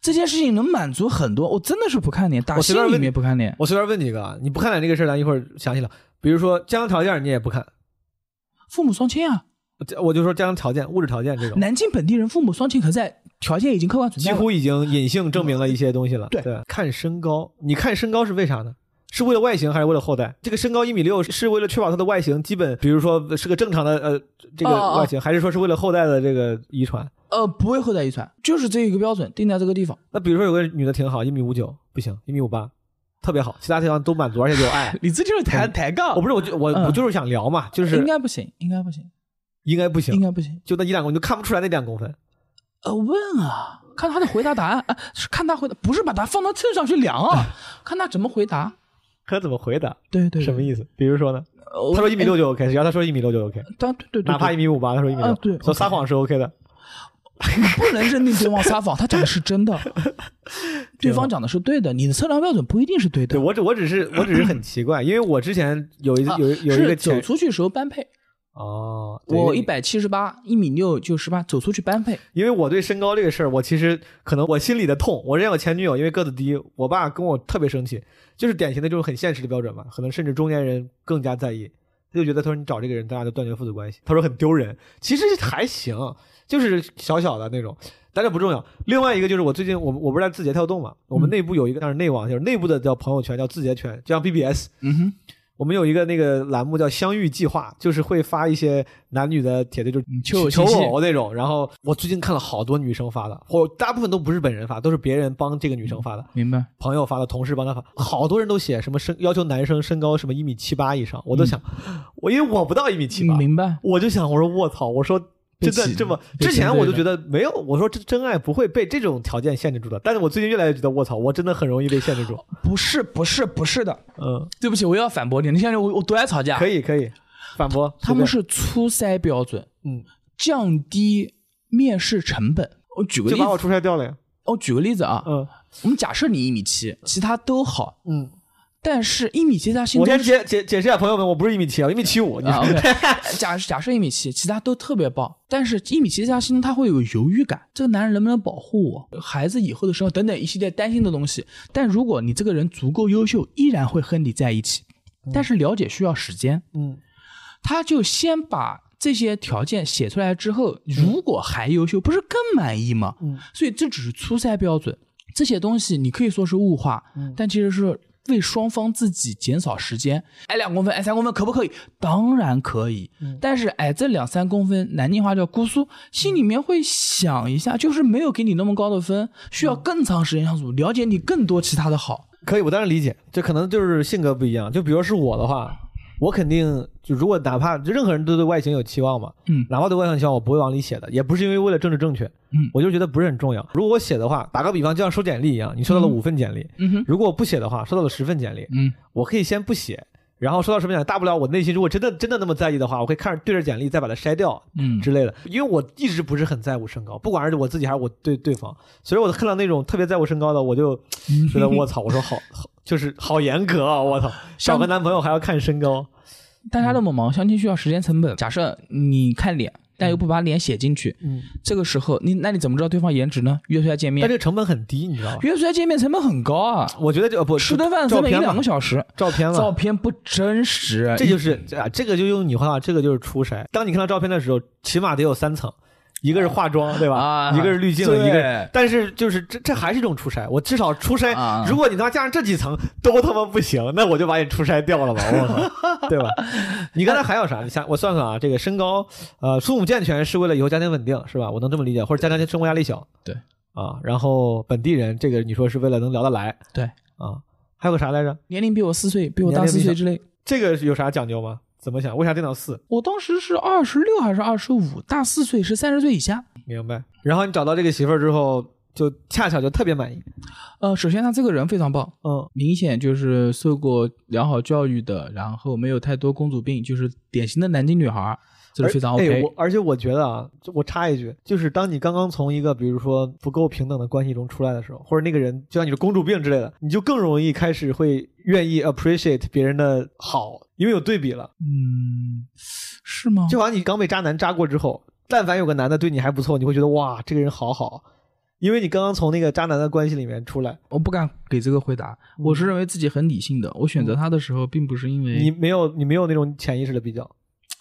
Speaker 1: 这件事情能满足很多，我真的是不看脸，打
Speaker 2: 我随
Speaker 1: 心
Speaker 2: 便
Speaker 1: 里
Speaker 2: 问你
Speaker 1: 面不看脸。
Speaker 2: 我随便问你一个啊，你不看脸这个事儿，咱一会儿详细聊。比如说家庭条件，你也不看，
Speaker 1: 父母双亲啊，
Speaker 2: 我我就说家庭条件、物质条件这种，
Speaker 1: 南京本地人父母双亲可在条件已经客观存
Speaker 2: 几
Speaker 1: 在了。
Speaker 2: 乎已经隐性证明了一些东西了。
Speaker 1: 对
Speaker 2: 看身高，你看身高是为啥呢？是为了外形还是为了后代？这个身高一米六是为了确保他的外形基本，比如说是个正常的呃这
Speaker 1: 哦
Speaker 2: 个
Speaker 1: 哦
Speaker 2: 外形，还是说是为了后代的这个遗传？
Speaker 1: 呃，不会后代遗传，就是这一个标准定在这个地方。
Speaker 2: 那比如说有个女的挺好，一米五九不行，一米五八特别好，其他地方都满足，而且有爱
Speaker 1: <laughs> 。你这就是抬抬杠
Speaker 2: 我不是，我就我我
Speaker 1: 嗯
Speaker 2: 就是想聊嘛，就是
Speaker 1: 应该不行，应该不行，
Speaker 2: 应该不
Speaker 1: 应
Speaker 2: 行，
Speaker 1: 该不行。
Speaker 2: 就那一两公分就看不出来那两公分。
Speaker 1: 呃，问啊，看他的回答答案，啊、 <laughs> 是看他回答，不是把他放到秤上去量
Speaker 2: <laughs>
Speaker 1: 啊，看他怎么回答。
Speaker 2: 可怎么回答？
Speaker 1: 对对，
Speaker 2: 什么意思？比如说呢？
Speaker 1: 思？呃、
Speaker 2: 他说一米
Speaker 1: 哎，
Speaker 2: 六就 OK，只要他说一米六就 OK，
Speaker 1: 但对对对，
Speaker 2: 哪怕一米五八，他说一米六
Speaker 1: 啊，对
Speaker 2: 说
Speaker 1: OK
Speaker 2: 撒谎是 OK 的。
Speaker 1: 不能认定对方撒谎，他讲的是
Speaker 2: <laughs>
Speaker 1: 真的，对方讲的是对的，你的测量标准不一定是对的。
Speaker 2: 对我只我只是我只是很奇怪，因为我之前有一
Speaker 1: 啊
Speaker 2: 有一有一个
Speaker 1: 是走
Speaker 2: 前
Speaker 1: 出去时候般配，
Speaker 2: 哦，对
Speaker 1: 我一百七十八，一米六就十八，走出去般配。
Speaker 2: 因为我对身高这个事儿，我其实可能我心里的痛。我之前我前女友因为个子低，我爸跟我特别生气，就是典型的这种很现实的标准嘛，可能甚至中年人更加在意。他就觉得他说你找这个人，大家就断绝父子关系，他说很丢人。其实还行，就是小小的那种，但这不重要。另外一个就是我最近我们我不是在字节跳动嘛，我
Speaker 1: 嗯
Speaker 2: 们内部有一个但是内网，就是内部的叫朋友圈，叫字节圈，就像 BBS，
Speaker 1: 嗯哼，
Speaker 2: 我们有一个那个栏目叫“相遇计划”，就是会发一些男女的帖子，就是
Speaker 1: 嗯求偶
Speaker 2: 求
Speaker 1: 信息
Speaker 2: 偶那种。然后我最近看了好多女生发的，我大部分都不是本人发，都是别人帮这个女生发的，
Speaker 1: 明白。
Speaker 2: 朋友发的，同事帮她发。好多人都写什么身要求男生身高什么一米七八以上，我都想，我因为我不到一米七八，
Speaker 1: 嗯明白。
Speaker 2: 我就想我说我操，我说
Speaker 1: 被
Speaker 2: 真的
Speaker 1: 挤
Speaker 2: 这么，
Speaker 1: 被
Speaker 2: 之前
Speaker 1: 针对
Speaker 2: 我就
Speaker 1: 了
Speaker 2: 觉得没有，我说这真爱不会被这种条件限制住的，但是我最近越来越觉得我操，我真的很容易被限制
Speaker 1: <laughs>
Speaker 2: 住。
Speaker 1: 不是，不是，不是的。
Speaker 2: 嗯，
Speaker 1: 对不起，我又要反驳你。你现在我我多爱吵架。
Speaker 2: 可以可以，反驳
Speaker 1: 他们
Speaker 2: 随便
Speaker 1: 是初筛标准，
Speaker 2: 嗯。
Speaker 1: 降低面试成本。我举个
Speaker 2: 就
Speaker 1: 例
Speaker 2: 把我
Speaker 1: 子，
Speaker 2: 出差掉了呀。
Speaker 1: 我举个例子啊，
Speaker 2: 嗯
Speaker 1: 我们假设你一米七，其他都好，
Speaker 2: 嗯，
Speaker 1: 但是一米七在他心
Speaker 2: 我
Speaker 1: 中
Speaker 2: 先解解解释一下，朋友们，我不是一米七啊，一米七五。你
Speaker 1: 啊，OK，假 <laughs> 假设一米七，其他都特别棒，但是一米七在他心中他会有犹豫感，这个男人能不能保护我，孩子以后的生活等等一系列担心的东西。但如果你这个人足够优秀，依然会和你在一起，但是了解需要时间。
Speaker 2: <laughs> 嗯
Speaker 1: 他就先把这些条件写出来之后，如果还优秀，不是更满意吗？
Speaker 2: 嗯嗯
Speaker 1: 所以这只是初筛标准，这些东西你可以说是物化，但其实是为双方自己减少时间。矮两公分，哎矮三公分可不可以？当然可以，
Speaker 2: 嗯
Speaker 1: 但是矮这两三公分，南京话叫姑苏，心里面会想一下，就是没有给你那么高的分，需要更长时间相处，了解你更多其他的好。
Speaker 2: 可以，我当然理解，这可能就是性格不一样。就比如是我的话，我肯定就如果哪怕就任何人都对外形有期望嘛，
Speaker 1: 嗯
Speaker 2: 哪怕对外形有期望，我不会往里写的，也不是因为为了政治正确，
Speaker 1: 嗯
Speaker 2: 我就觉得不是很重要。如果我写的话，打个比方，就像收简历一样，你收到了五份简历，
Speaker 1: 嗯哼，
Speaker 2: 如果我不写的话，收到了十份简历，
Speaker 1: 嗯
Speaker 2: 我可以先不写，然后收到什么奖，大不了我内心如果真的真的那么在意的话，我可以看着对着简历再把它筛掉
Speaker 1: 嗯
Speaker 2: 之类的，因为我一直不是很在乎身高，不管是我自己还是我对对方，所以我看到那种特别在乎身高的，我就
Speaker 1: <laughs>
Speaker 2: 觉得我操，我说好好就是好严格啊，我操，找个男朋友还要看身高，
Speaker 1: 大
Speaker 2: 嗯
Speaker 1: 家那么忙，相亲需要时间成本。假设你看脸，但又不把脸写进去，
Speaker 2: 嗯，
Speaker 1: 这个时候你那你怎么知道对方颜值呢？约出来见
Speaker 2: 但
Speaker 1: 面，
Speaker 2: 这个成本很低，你知道吧？
Speaker 1: 约出来见面成本很高啊，
Speaker 2: 我觉得这不
Speaker 1: 吃顿饭成
Speaker 2: 照
Speaker 1: 本一
Speaker 2: 片
Speaker 1: 两个，
Speaker 2: 嘛
Speaker 1: 小时，
Speaker 2: 照片嘛
Speaker 1: 照，片不真实，
Speaker 2: 这就是这啊，这个就用你话，这个就是初筛。当你看到照片的时候，起码得有三层，一个是化妆，对吧？
Speaker 1: 啊
Speaker 2: 一个是滤镜，
Speaker 1: 对
Speaker 2: 一个。但是就是这这还是一种初筛。我至少初筛，
Speaker 1: 啊
Speaker 2: 如果你他妈加上这几层都他妈不行，那我就把你初筛掉了吧，我
Speaker 1: <laughs>
Speaker 2: 操，对吧？你刚才还有啥？你想我算算啊，这个身高，呃，父母健全是为了以后家庭稳定，是吧？我能这么理解，或者家庭生活压力小，
Speaker 1: 对
Speaker 2: 啊。然后本地人，这个你说是为了能聊得来，
Speaker 1: 对
Speaker 2: 啊。还有个啥来着？
Speaker 1: 年龄比我四岁，比我
Speaker 2: 年
Speaker 1: 大
Speaker 2: 龄比
Speaker 1: 四岁
Speaker 2: 小
Speaker 1: 之类。
Speaker 2: 这个有啥讲究吗？怎么想？为啥电脑四？
Speaker 1: 我当时是二十六还是二十五，大四岁是三十岁以下。
Speaker 2: 明白。然后你找到这个媳妇儿之后，就恰巧就特别满意。
Speaker 1: 呃，首先他这个人非常棒，
Speaker 2: 嗯，
Speaker 1: 明显就是受过良好教育的，然后没有太多公主病，就是典型的南京女孩儿，这是非常
Speaker 2: 而哎
Speaker 1: OK
Speaker 2: 我。而且我觉得啊，就我插一句，就是当你刚刚从一个比如说不够平等的关系中出来的时候，或者那个人就像你是公主病之类的，你就更容易开始会愿意 appreciate 别人的好，因为有对比了。
Speaker 1: 嗯，是吗？
Speaker 2: 就好像你刚被渣男渣过之后，但凡有个男的对你还不错，你会觉得哇，这个人好好。因为你刚刚从那个渣男的关系里面出来，
Speaker 1: 我不敢给这个回答，我是认为自己很理性的。我选择他的时候，并不是因
Speaker 2: 你
Speaker 1: 为
Speaker 2: 没有你没有那种潜意识的比较，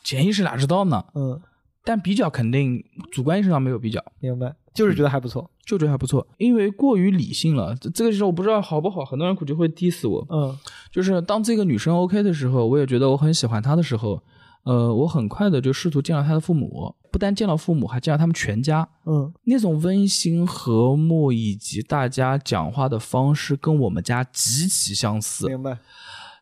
Speaker 1: 潜意识哪知道呢，
Speaker 2: 嗯，
Speaker 1: 但比较肯定，主观意识上没有比较。
Speaker 2: 明白，就是觉得还不错，
Speaker 1: 就觉得还不错，因为过于理性了。这这个时候我不知道好不好，很多人估计会 diss 我。
Speaker 2: 嗯
Speaker 1: 就是当这个女生 OK 的时候，我也觉得我很喜欢她的时候，呃，我很快的就试图见到她的父母，不但见到父母，还见到他们全家。
Speaker 2: 嗯，
Speaker 1: 那种温馨和睦以及大家讲话的方式，跟我们家极其相似。
Speaker 2: 明白。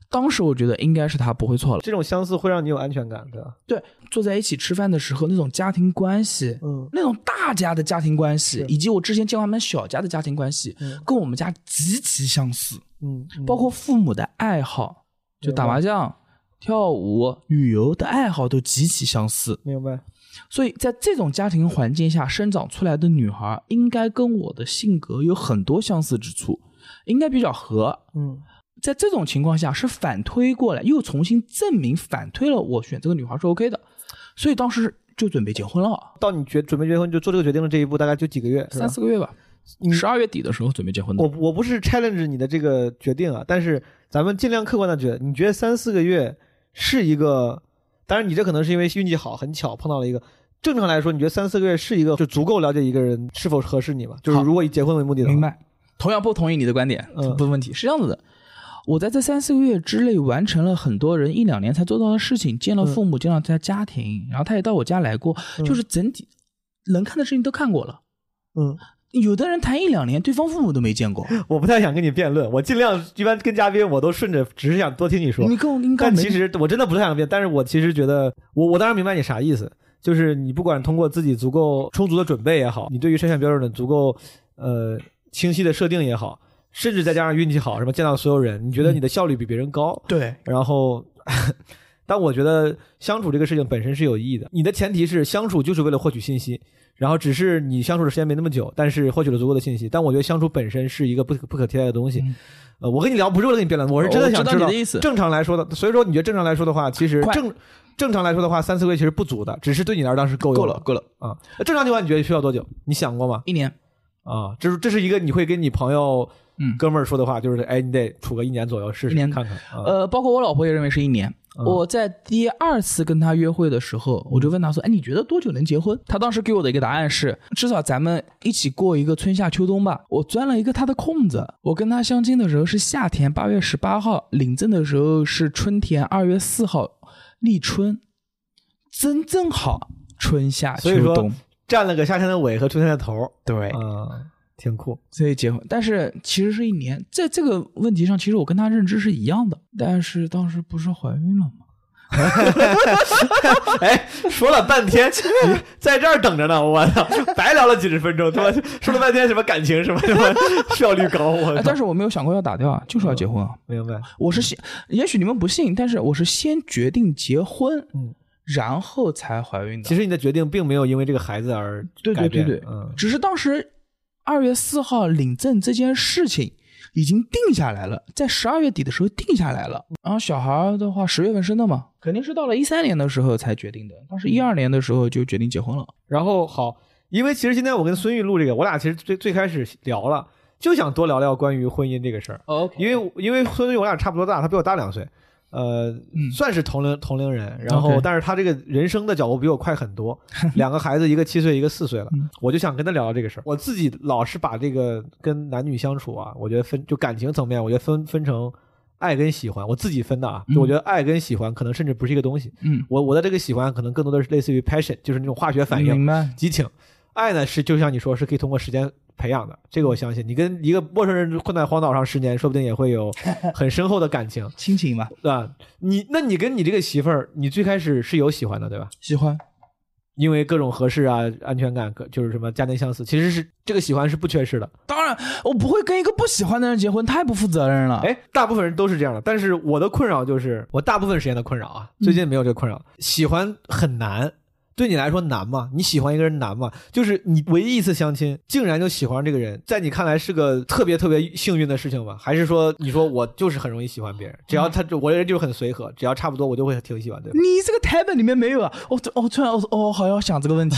Speaker 1: 当时我觉得应该是她不会错了。
Speaker 2: 这种相似会让你有安全感，对吧？
Speaker 1: 对，坐在一起吃饭的时候，那种家庭关系，
Speaker 2: 嗯，
Speaker 1: 那种大家的家庭关系
Speaker 2: 是，
Speaker 1: 以及我之前见过他们小家的家庭关系，
Speaker 2: 嗯
Speaker 1: 跟我们家极其相似，
Speaker 2: 嗯，嗯
Speaker 1: 包括父母的爱好，就
Speaker 2: 明白
Speaker 1: 打麻将、跳舞、旅游的爱好都极其相似。
Speaker 2: 明白，
Speaker 1: 所以在这种家庭环境下生长出来的女孩，应该跟我的性格有很多相似之处，应该比较合。
Speaker 2: 嗯，
Speaker 1: 在这种情况下是反推过来，又重新证明反推了我选这个女孩是 OK 的，所以当时就准备结婚了，啊
Speaker 2: 到你决准备结婚就做这个决定的这一步，大概就几个月，是吧
Speaker 1: 三四个月吧。
Speaker 2: 你
Speaker 1: 十二月底的时候准备结婚的
Speaker 2: 我。我不是 challenge 你的这个决定啊，但是咱们尽量客观的觉得，你觉得三四个月是一个，当然你这可能是因为运气好，很巧碰到了一个。正常来说，你觉得三四个月是一个就足够了解一个人是否合适你吗？就是
Speaker 1: 好
Speaker 2: 如果以结婚为目的的话，
Speaker 1: 明白，同样不同意你的观点，
Speaker 2: 嗯
Speaker 1: 不问题。是这样子的，我在这三四个月之内完成了很多人一两年才做到的事情，见了父母，见到他家庭，然后他也到我家来过，
Speaker 2: 嗯
Speaker 1: 就是整体能看的事情都看过了。
Speaker 2: 嗯， <laughs>
Speaker 1: 有的人谈一两年，对方父母都没见过，
Speaker 2: 我不太想跟你辩论，我尽量一般跟嘉宾我都顺着，只是想多听你说。
Speaker 1: 你跟我应该
Speaker 2: 但
Speaker 1: 没
Speaker 2: 其实我真的不太想变，但是我其实觉得，我我当然明白你啥意思，就是你不管通过自己足够充足的准备也好，你对于筛选标准的足够呃清晰的设定也好，甚至再加上运气好，什么见到所有人，你觉得
Speaker 1: 嗯
Speaker 2: 你的效率比别人高，
Speaker 1: 对，
Speaker 2: 然后。但我觉得相处这个事情本身是有意义的。你的前提是相处就是为了获取信息，然后只是你相处的时间没那么久，但是获取了足够的信息。但我觉得相处本身是一个不可不可替代的东西。
Speaker 1: 嗯
Speaker 2: 呃，我跟你聊不是为了跟你辩论，我是真的
Speaker 1: 我
Speaker 2: 想
Speaker 1: 知道
Speaker 2: 知道
Speaker 1: 你的意思
Speaker 2: 正常来说的，所以说你觉得正常来说的话，其实
Speaker 1: 快
Speaker 2: 正正常来说的话，三四个月其实不足的，只是对你而当是够用
Speaker 1: 够了，够了，
Speaker 2: 啊。那正常情况你觉得需要多久？你想过吗？
Speaker 1: 一年。
Speaker 2: 啊，这是这是一个你会跟你朋友、
Speaker 1: 嗯
Speaker 2: 哥们儿说的话，就是哎，你得处个一年左右试
Speaker 1: 一
Speaker 2: 试
Speaker 1: 年
Speaker 2: 看看。啊、啊
Speaker 1: 呃，包括我老婆也认为是一年。我在第二次跟他约会的时候，我就问他说：“哎，你觉得多久能结婚？”他当时给我的一个答案是：“至少咱们一起过一个春夏秋冬吧。”我钻了一个他的空子。我跟他相亲的时候是夏天八月十八号，领证的时候是春天二月四号，立春，真正好春夏
Speaker 2: 所以
Speaker 1: 秋
Speaker 2: 说
Speaker 1: 冬。
Speaker 2: 占了个夏天的尾和春天的头，
Speaker 1: 对
Speaker 2: 嗯，挺酷。
Speaker 1: 所以结婚，但是其实是一年，在这个问题上，其实我跟他认知是一样的，但是当时不是怀孕了吗？
Speaker 2: 哎，说了半天， <laughs> 你在这儿等着呢，我操，白聊了几十分钟， <laughs> 对吧？说了半天什么感情什么什么， <laughs> 效率高，我
Speaker 1: 哎，
Speaker 2: 操
Speaker 1: 但是我没有想过要打掉啊，就是要结婚啊。
Speaker 2: 明白。
Speaker 1: 我是先，也许你们不信，但是我是先决定结婚，
Speaker 2: 嗯
Speaker 1: 然后才怀孕的。
Speaker 2: 其实你的决定并没有因为这个孩子而
Speaker 1: 对对
Speaker 2: 改
Speaker 1: 对
Speaker 2: 变
Speaker 1: 对，
Speaker 2: 嗯，
Speaker 1: 只是当时二月四号领证这件事情已经定下来了，在十二月底的时候定下来了。然后小孩儿的话，十月份生的嘛，肯定是到了一三年的时候才决定的。当时一二年的时候就决定结婚了。
Speaker 2: 然后好，因为其实今天我跟孙玉录这个，我俩其实最最开始聊了，就想多聊聊关于婚姻这个事儿。
Speaker 1: OK，
Speaker 2: 因为因为孙玉我俩差不多大，他比我大两岁，呃，算是同龄同龄人。然后，
Speaker 1: OK
Speaker 2: 但是他这个人生的脚步比我快很多，两个孩子，一个七岁，一个四岁了。我就想跟他聊聊这个事儿。我自己老是把这个跟男女相处啊，我觉得分就感情层面，我觉得分分成。爱跟喜欢，我自己分的啊，就我觉得爱跟喜欢可能甚至不是一个东西。
Speaker 1: 嗯，
Speaker 2: 我我的这个喜欢可能更多的是类似于 passion，就是那种化学反应。啊
Speaker 1: 明白。
Speaker 2: 激情。爱呢是就像你说，是可以通过时间培养的，这个我相信。你跟一个陌生人困在荒岛上十年，说不定也会有很深厚的感情，
Speaker 1: 亲情吧，
Speaker 2: 对吧？你那你跟你这个媳妇儿，你最开始是有喜欢的，对吧？
Speaker 1: 喜欢。
Speaker 2: 因为各种合适啊、安全感，各就是什么家庭相似，其实是这个喜欢是不缺失的。
Speaker 1: 当然，我不会跟一个不喜欢的人结婚，太不负责任了。
Speaker 2: 哎，大部分人都是这样的，但是我的困扰就是，我大部分时间的困扰啊，最近没有这个困扰。喜欢很难，对你来说难吗？你喜欢一个人难吗？就是你唯一一次相亲，竟然就喜欢上这个人，在你看来是个特别特别幸运的事情吗？还是说你说我就是很容易喜欢别人，只要他我这人就是很随和，只要差不多我就会挺喜欢，对吧？
Speaker 1: 你这个台本里面没有啊？我突我突然我我好像想这个问
Speaker 2: <laughs>
Speaker 1: 题，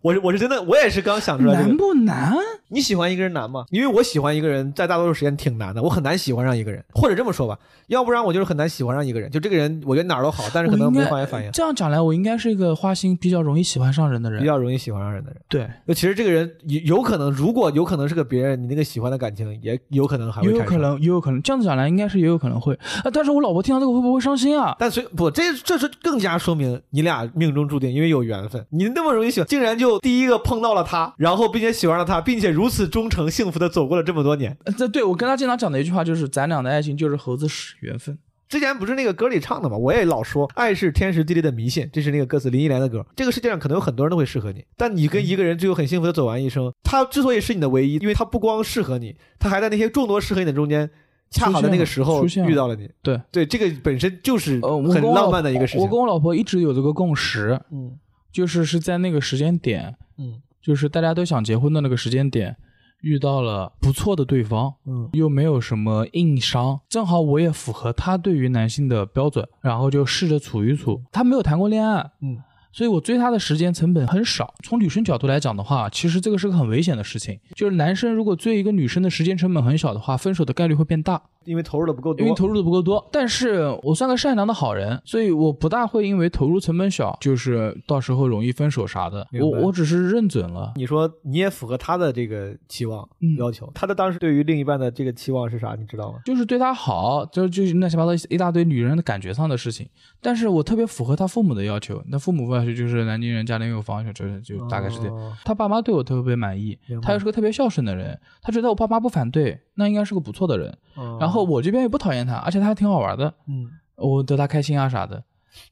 Speaker 2: 我是我是真的，我也是刚想出来这
Speaker 1: 难
Speaker 2: 个。
Speaker 1: 不难？
Speaker 2: 你喜欢一个人难吗？因为我喜欢一个人，在大多数时间挺难的，我很难喜欢上一个人，或者这么说吧，要不然我就是很难喜欢上一个人。就这个人，我觉得哪儿都好，但是可能没有化学反
Speaker 1: <laughs>
Speaker 2: 应。
Speaker 1: 这样讲来，我应该是一个花心比较容易喜欢上人的
Speaker 2: 比
Speaker 1: 人。
Speaker 2: 较容易喜欢上人的人，
Speaker 1: 对，
Speaker 2: 就其实这个人有有可能，如果有可能是个别人，你那个喜欢的感情也有可能还
Speaker 1: 也
Speaker 2: 会
Speaker 1: 有
Speaker 2: 产
Speaker 1: 可
Speaker 2: 生。
Speaker 1: 能，也有可能。这样子讲来，应该是也有可能会啊。但是我老婆听到这个会不会伤心啊？
Speaker 2: 但所以不，这这是更加说明你俩命中注定，因为有缘分。你那么容易喜欢，竟然就第一个碰到了他，然后并且喜欢上他，并且如此忠诚、幸福的走过了这么多年。
Speaker 1: 呃这对我跟她经常讲的一句话就是：咱俩的爱情就是猴子屎缘分。
Speaker 2: 之前不是那个歌里唱的吗？我也老说爱是天时地利的迷信，这是那个歌词林忆莲的歌。这个世界上可能有很多人都会适合你，但你跟一个人最后很幸福的走完一
Speaker 1: 嗯
Speaker 2: 生，他之所以是你的唯一，因为他不光适合你，他还在那些众多适合你的中间，恰好在那个时候
Speaker 1: 出现了
Speaker 2: 遇到了你。
Speaker 1: 对
Speaker 2: 对，这个本身就是
Speaker 1: 呃，我跟
Speaker 2: 很
Speaker 1: 我
Speaker 2: 浪
Speaker 1: 老
Speaker 2: 漫的一个事情。
Speaker 1: 我跟我老婆一直有这个共识，
Speaker 2: 嗯
Speaker 1: 就是是在那个时间点，
Speaker 2: 嗯，
Speaker 1: 就是大家都想结婚的那个时间点，遇到了不错的对方，
Speaker 2: 嗯，
Speaker 1: 又没有什么硬伤，正好我也符合他对于男性的标准，然后就试着处一处。他没有谈过恋爱，
Speaker 2: 嗯，
Speaker 1: 所以我追他的时间成本很少。从女生角度来讲的话，其实这个是个很危险的事情，就是男生如果追一个女生的时间成本很小的话，分手的概率会变大。
Speaker 2: 因为投入的不够
Speaker 1: 因为
Speaker 2: 多。
Speaker 1: 投入的不够多。但是我算个善良的好人，所以我不大会因为投入成本小，就是到时候容易分手啥的。
Speaker 2: 明白
Speaker 1: 我我只是认准了，
Speaker 2: 你说你也符合他的这个期望
Speaker 1: 嗯
Speaker 2: 要求，他的当时对于另一半的这个期望是啥？你知道吗？
Speaker 1: 就是对他好，就就是乱七八糟一大堆女人的感觉上的事情。但是我特别符合他父母的要求，那父母要求就是南京人，家里有房，就是就大概是这样。
Speaker 2: 哦
Speaker 1: 他爸妈对我特别满意
Speaker 2: 明，白
Speaker 1: 他又是个特别孝顺的人，他觉得我爸妈不反对，那应该是个不错的人。
Speaker 2: 哦
Speaker 1: 然后我这边也不讨厌他，而且他还挺好玩的，
Speaker 2: 嗯。
Speaker 1: 我得他开心啊啥的。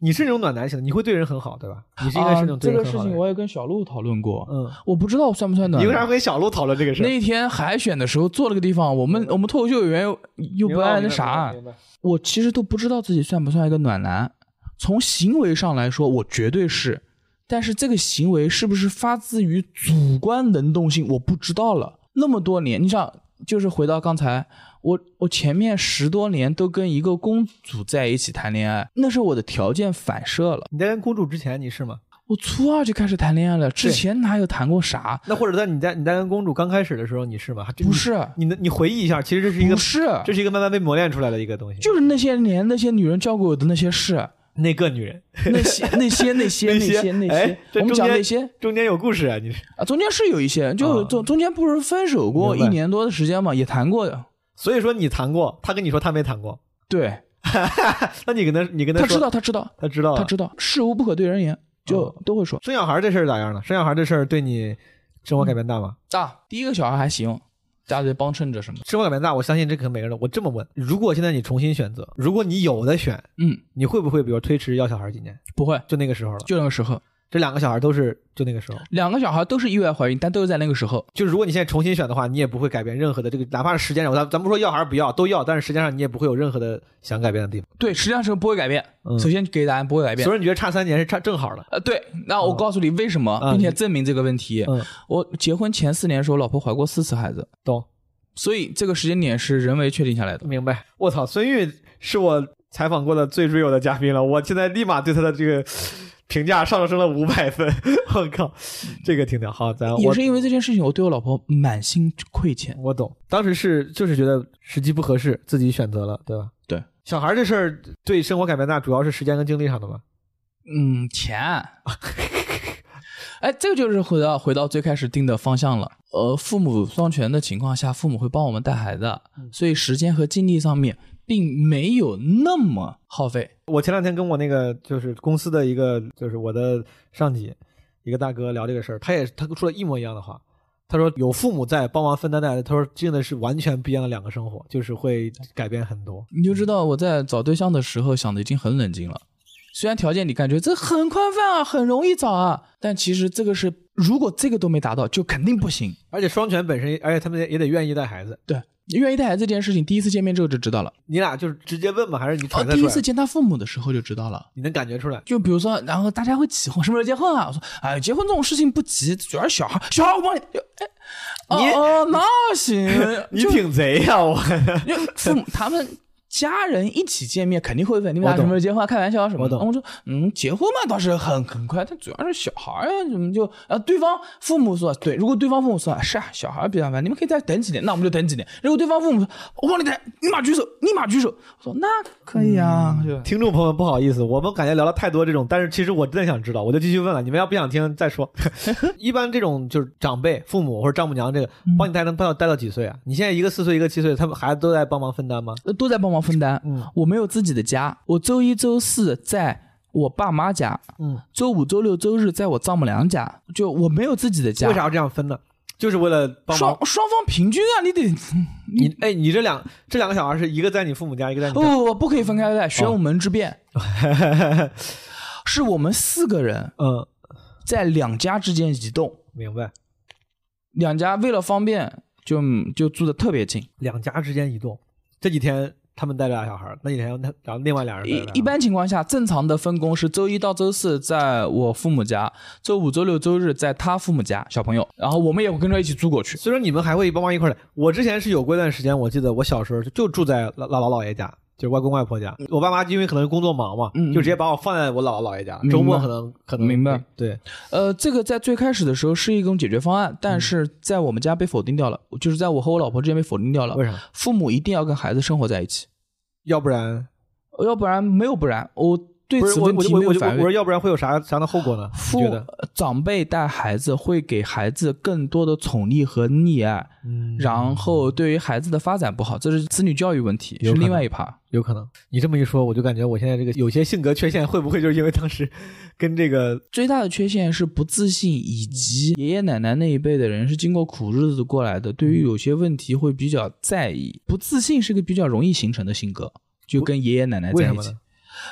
Speaker 2: 你是那种暖男型的，你会对人很好，对吧？你是应该是那种
Speaker 1: 啊
Speaker 2: 对
Speaker 1: 这个
Speaker 2: 人很
Speaker 1: 事
Speaker 2: 好的
Speaker 1: 情，
Speaker 2: 人。
Speaker 1: 我也跟小鹿讨论过。
Speaker 2: 嗯，
Speaker 1: 我不知道算不算暖
Speaker 2: 你
Speaker 1: 男。
Speaker 2: 为啥会跟小鹿讨论这个事儿？
Speaker 1: 那天海选的时候做了个地方，我
Speaker 2: 嗯
Speaker 1: 们我们脱口秀演员又又不爱那啥，啊
Speaker 2: 明白明白明白
Speaker 1: 我其实都不知道自己算不算一个暖男。从行为上来说，我绝对是，但是这个行为是不是发自于主观能动性，我不知道了。那么多年，你想，就是回到刚才，我我前面十多年都跟一个公主在一起谈恋爱，那是我的条件反射了。
Speaker 2: 你在跟公主之前你是吗？
Speaker 1: 我初二就开始谈恋爱了，之
Speaker 2: 对
Speaker 1: 前哪有谈过啥？
Speaker 2: 那或者在你在你在跟公主刚开始的时候，你是吗？还真
Speaker 1: 不，是，
Speaker 2: 你你你回忆一下，其实这是一个
Speaker 1: 不，是，
Speaker 2: 这是一个慢慢被磨练出来的一个东西。
Speaker 1: 就是那些年那些女人教给我的那些事，
Speaker 2: 那个女人
Speaker 1: 那些那些那些
Speaker 2: <laughs> 那
Speaker 1: 那
Speaker 2: 些
Speaker 1: 些那
Speaker 2: 哎
Speaker 1: 些，
Speaker 2: 这
Speaker 1: 我们讲
Speaker 2: 中间
Speaker 1: 那些
Speaker 2: 中间有故事啊，你是
Speaker 1: 啊，中间是有一些，就
Speaker 2: 啊
Speaker 1: 中中间不是分手过
Speaker 2: 明白
Speaker 1: 一年多的时间嘛，也谈过的。
Speaker 2: 所以说你谈过，他跟你说他没谈过，
Speaker 1: 对，啊
Speaker 2: 那你跟他你跟
Speaker 1: 他
Speaker 2: 说
Speaker 1: 知，道，他知道，
Speaker 2: 他知道了，
Speaker 1: 他知道，事无不可对人言，就都会说
Speaker 2: 生小孩这事儿咋样了？生小孩这事儿对你生活改变大吗？
Speaker 1: 啊，第一个小孩还行，家里帮衬着什么，
Speaker 2: 生活改变大，我相信这可能每个人都。我这么问：如果现在你重新选择，如果你有的选，
Speaker 1: 嗯，
Speaker 2: 你会不会比如推迟要小孩几年？
Speaker 1: 不会，
Speaker 2: 就那个时候了，
Speaker 1: 就那个时候，
Speaker 2: 这两个小孩都是就那个时候。
Speaker 1: 两个小孩都是意外怀孕，但都是在那个时候。
Speaker 2: 就如果你现在重新选的话，你也不会改变任何的这个，哪怕是时间上，咱咱不说要还是不要都要，但是时间上你也不会有任何的想改变的地方。
Speaker 1: 对，实际上是不会改变。
Speaker 2: 嗯
Speaker 1: 首先给答案不会改变
Speaker 2: 所。以你觉得差三年是差正好了？
Speaker 1: 呃，对，那我告诉你为什么，
Speaker 2: 啊
Speaker 1: 并且
Speaker 2: 你
Speaker 1: 证明这个问题。
Speaker 2: 嗯
Speaker 1: 我结婚前四年的时候，老婆怀过四次孩子，
Speaker 2: 懂，
Speaker 1: 所以这个时间点是人为确定下来的。
Speaker 2: 明白。我操，孙玉是我采访过的最 real 的嘉宾了，我现在立马对他的这个评价上升了五百分。 <laughs> 我靠，这个挺屌。好，咱
Speaker 1: 也
Speaker 2: 我
Speaker 1: 是因为这件事啊情，我对我老婆满心愧欠。
Speaker 2: 我懂，当时是就是觉得时机不合适，自己选择了，对吧？
Speaker 1: 对，
Speaker 2: 小孩这事儿对生活改变大，主要是时间跟精力上的嘛。
Speaker 1: 嗯，钱。 <laughs> 哎，这个就是回到回到最开始定的方向了。呃，父母双全的情况下，父母会帮我们带孩子，
Speaker 2: 嗯
Speaker 1: 所以时间和精力上面并没有那么耗费。
Speaker 2: 我前两天跟我那个就是公司的一个就是我的上级一个大哥聊这个事儿，他也他说了一模一样的话。他说有父母在帮忙分担带来的，他说真的是完全不一样的两个生活，就是会改变很多。
Speaker 1: 你就知道我在找对象的时候想的已经很冷静了。虽然条件你感觉这很宽泛啊，很容易找啊，但其实这个是如果这个都没达到，就肯定不行。
Speaker 2: 而且双全本身，而且他们也得愿意带孩子。
Speaker 1: 对，愿意带孩子这件事情，第一次见面之后就知道了。
Speaker 2: 你俩就是直接问吗？还是你
Speaker 1: 我
Speaker 2: 揣测
Speaker 1: 第
Speaker 2: 出
Speaker 1: 一
Speaker 2: 来
Speaker 1: 次
Speaker 2: 的？
Speaker 1: 见他父母的时候就知道了。
Speaker 2: 你能感觉出来？
Speaker 1: 就比如说，然后大家会起哄，什么时候结婚啊？我说，哎，结婚这种事情不急，主要是小孩，小孩我帮你。哎，
Speaker 2: 你
Speaker 1: 哦哦那行，
Speaker 2: 你挺贼呀、我
Speaker 1: 因为父母他们。家人一起见面肯定会问你们俩
Speaker 2: 我懂
Speaker 1: 什么时候结婚啊，开玩笑啊什么的。
Speaker 2: 我懂
Speaker 1: 我说，嗯，结婚嘛倒是很很快，但主要是小孩啊，怎么就啊？对方父母说，对，如果对方父母说是啊，小孩比较烦，你们可以再等几年，那我们就等几年。如果对方父母说，我帮你等，立马举手，立马举手。我说那可以啊，就
Speaker 2: 听众朋友们，不好意思，我们感觉聊了太多这种，但是其实我真的想知道，我就继续问了。你们要不想听再说。 <laughs> 一般这种就是长辈、父母或者丈母娘，这个帮你带
Speaker 1: 嗯
Speaker 2: 能带到带到几岁啊？你现在一个四岁，一个七岁，他们孩子都在帮忙分担吗？
Speaker 1: 呃都在帮忙分担。
Speaker 2: 嗯
Speaker 1: 我没有自己的家，我周一周四在我爸妈家，
Speaker 2: 嗯，
Speaker 1: 周五周六周日在我丈母娘家，就我没有自己的家。
Speaker 2: 为啥要这样分呢？就是为了帮
Speaker 1: 双
Speaker 2: 忙。
Speaker 1: 双方平均啊，你
Speaker 2: <laughs>
Speaker 1: 得
Speaker 2: 你哎，你这两这两个小孩是一个在你父母家，一个在你
Speaker 1: 不
Speaker 2: 家。
Speaker 1: 不不不可以分开带，玄武门之变，
Speaker 2: 哦 <laughs>
Speaker 1: 是我们四个人
Speaker 2: 嗯，
Speaker 1: 在两家之间移动，
Speaker 2: 明白。
Speaker 1: 两家为了方便就就住的特别近。
Speaker 2: 两家之间移动，这几天他们带着俩小孩，那几天他然后另外俩人带着俩小孩
Speaker 1: 一一般情况下，正常的分工是周一到周四在我父母家，周五、周六、周日在他父母家小朋友，然后我们也会跟着一起住过去。
Speaker 2: 所以说你们还会帮忙一块儿来。我之前是有过一段时间，我记得我小时候就住在姥姥姥姥爷家，就是外公外婆家。我爸妈因为可能工作忙嘛，
Speaker 1: 嗯嗯嗯
Speaker 2: 就直接把我放在我姥姥姥爷家。
Speaker 1: 明白
Speaker 2: 周末可能可能
Speaker 1: 明白
Speaker 2: 对，
Speaker 1: 呃，这个在最开始的时候是一种解决方案，
Speaker 2: 嗯
Speaker 1: 但是在我们家被否定掉了，就是在我和我老婆之间被否定掉了
Speaker 2: 为。啥？
Speaker 1: 父母一定要跟孩子生活在一起，呃
Speaker 2: 要不然
Speaker 1: 要不然没有不然。我对
Speaker 2: 不是
Speaker 1: 此
Speaker 2: 我
Speaker 1: 问
Speaker 2: 我
Speaker 1: 题
Speaker 2: 我
Speaker 1: 没有
Speaker 2: 我就我
Speaker 1: 反
Speaker 2: 说
Speaker 1: 应。
Speaker 2: 要不然会有啥啥的后果呢？你
Speaker 1: 父
Speaker 2: 觉得？
Speaker 1: 长辈带孩子会给孩子更多的宠溺和溺爱，
Speaker 2: 嗯
Speaker 1: 然后对于孩子的发展不好，这是子女教育问题，
Speaker 2: 有
Speaker 1: 是
Speaker 2: 可能
Speaker 1: 另外一趴。
Speaker 2: 有可能。你这么一说，我就感觉我现在这个有些性格缺陷，会不会就是因为当时跟这个
Speaker 1: 最大的缺陷是不自信，以
Speaker 2: 嗯
Speaker 1: 及爷爷奶奶那一辈的人是经过苦日子过来的，对
Speaker 2: 嗯
Speaker 1: 于有些问题会比较在意。不自信是个比较容易形成的性格，就跟爷爷奶奶
Speaker 2: 为
Speaker 1: 在
Speaker 2: 什
Speaker 1: 一
Speaker 2: 么
Speaker 1: 起
Speaker 2: 呢，？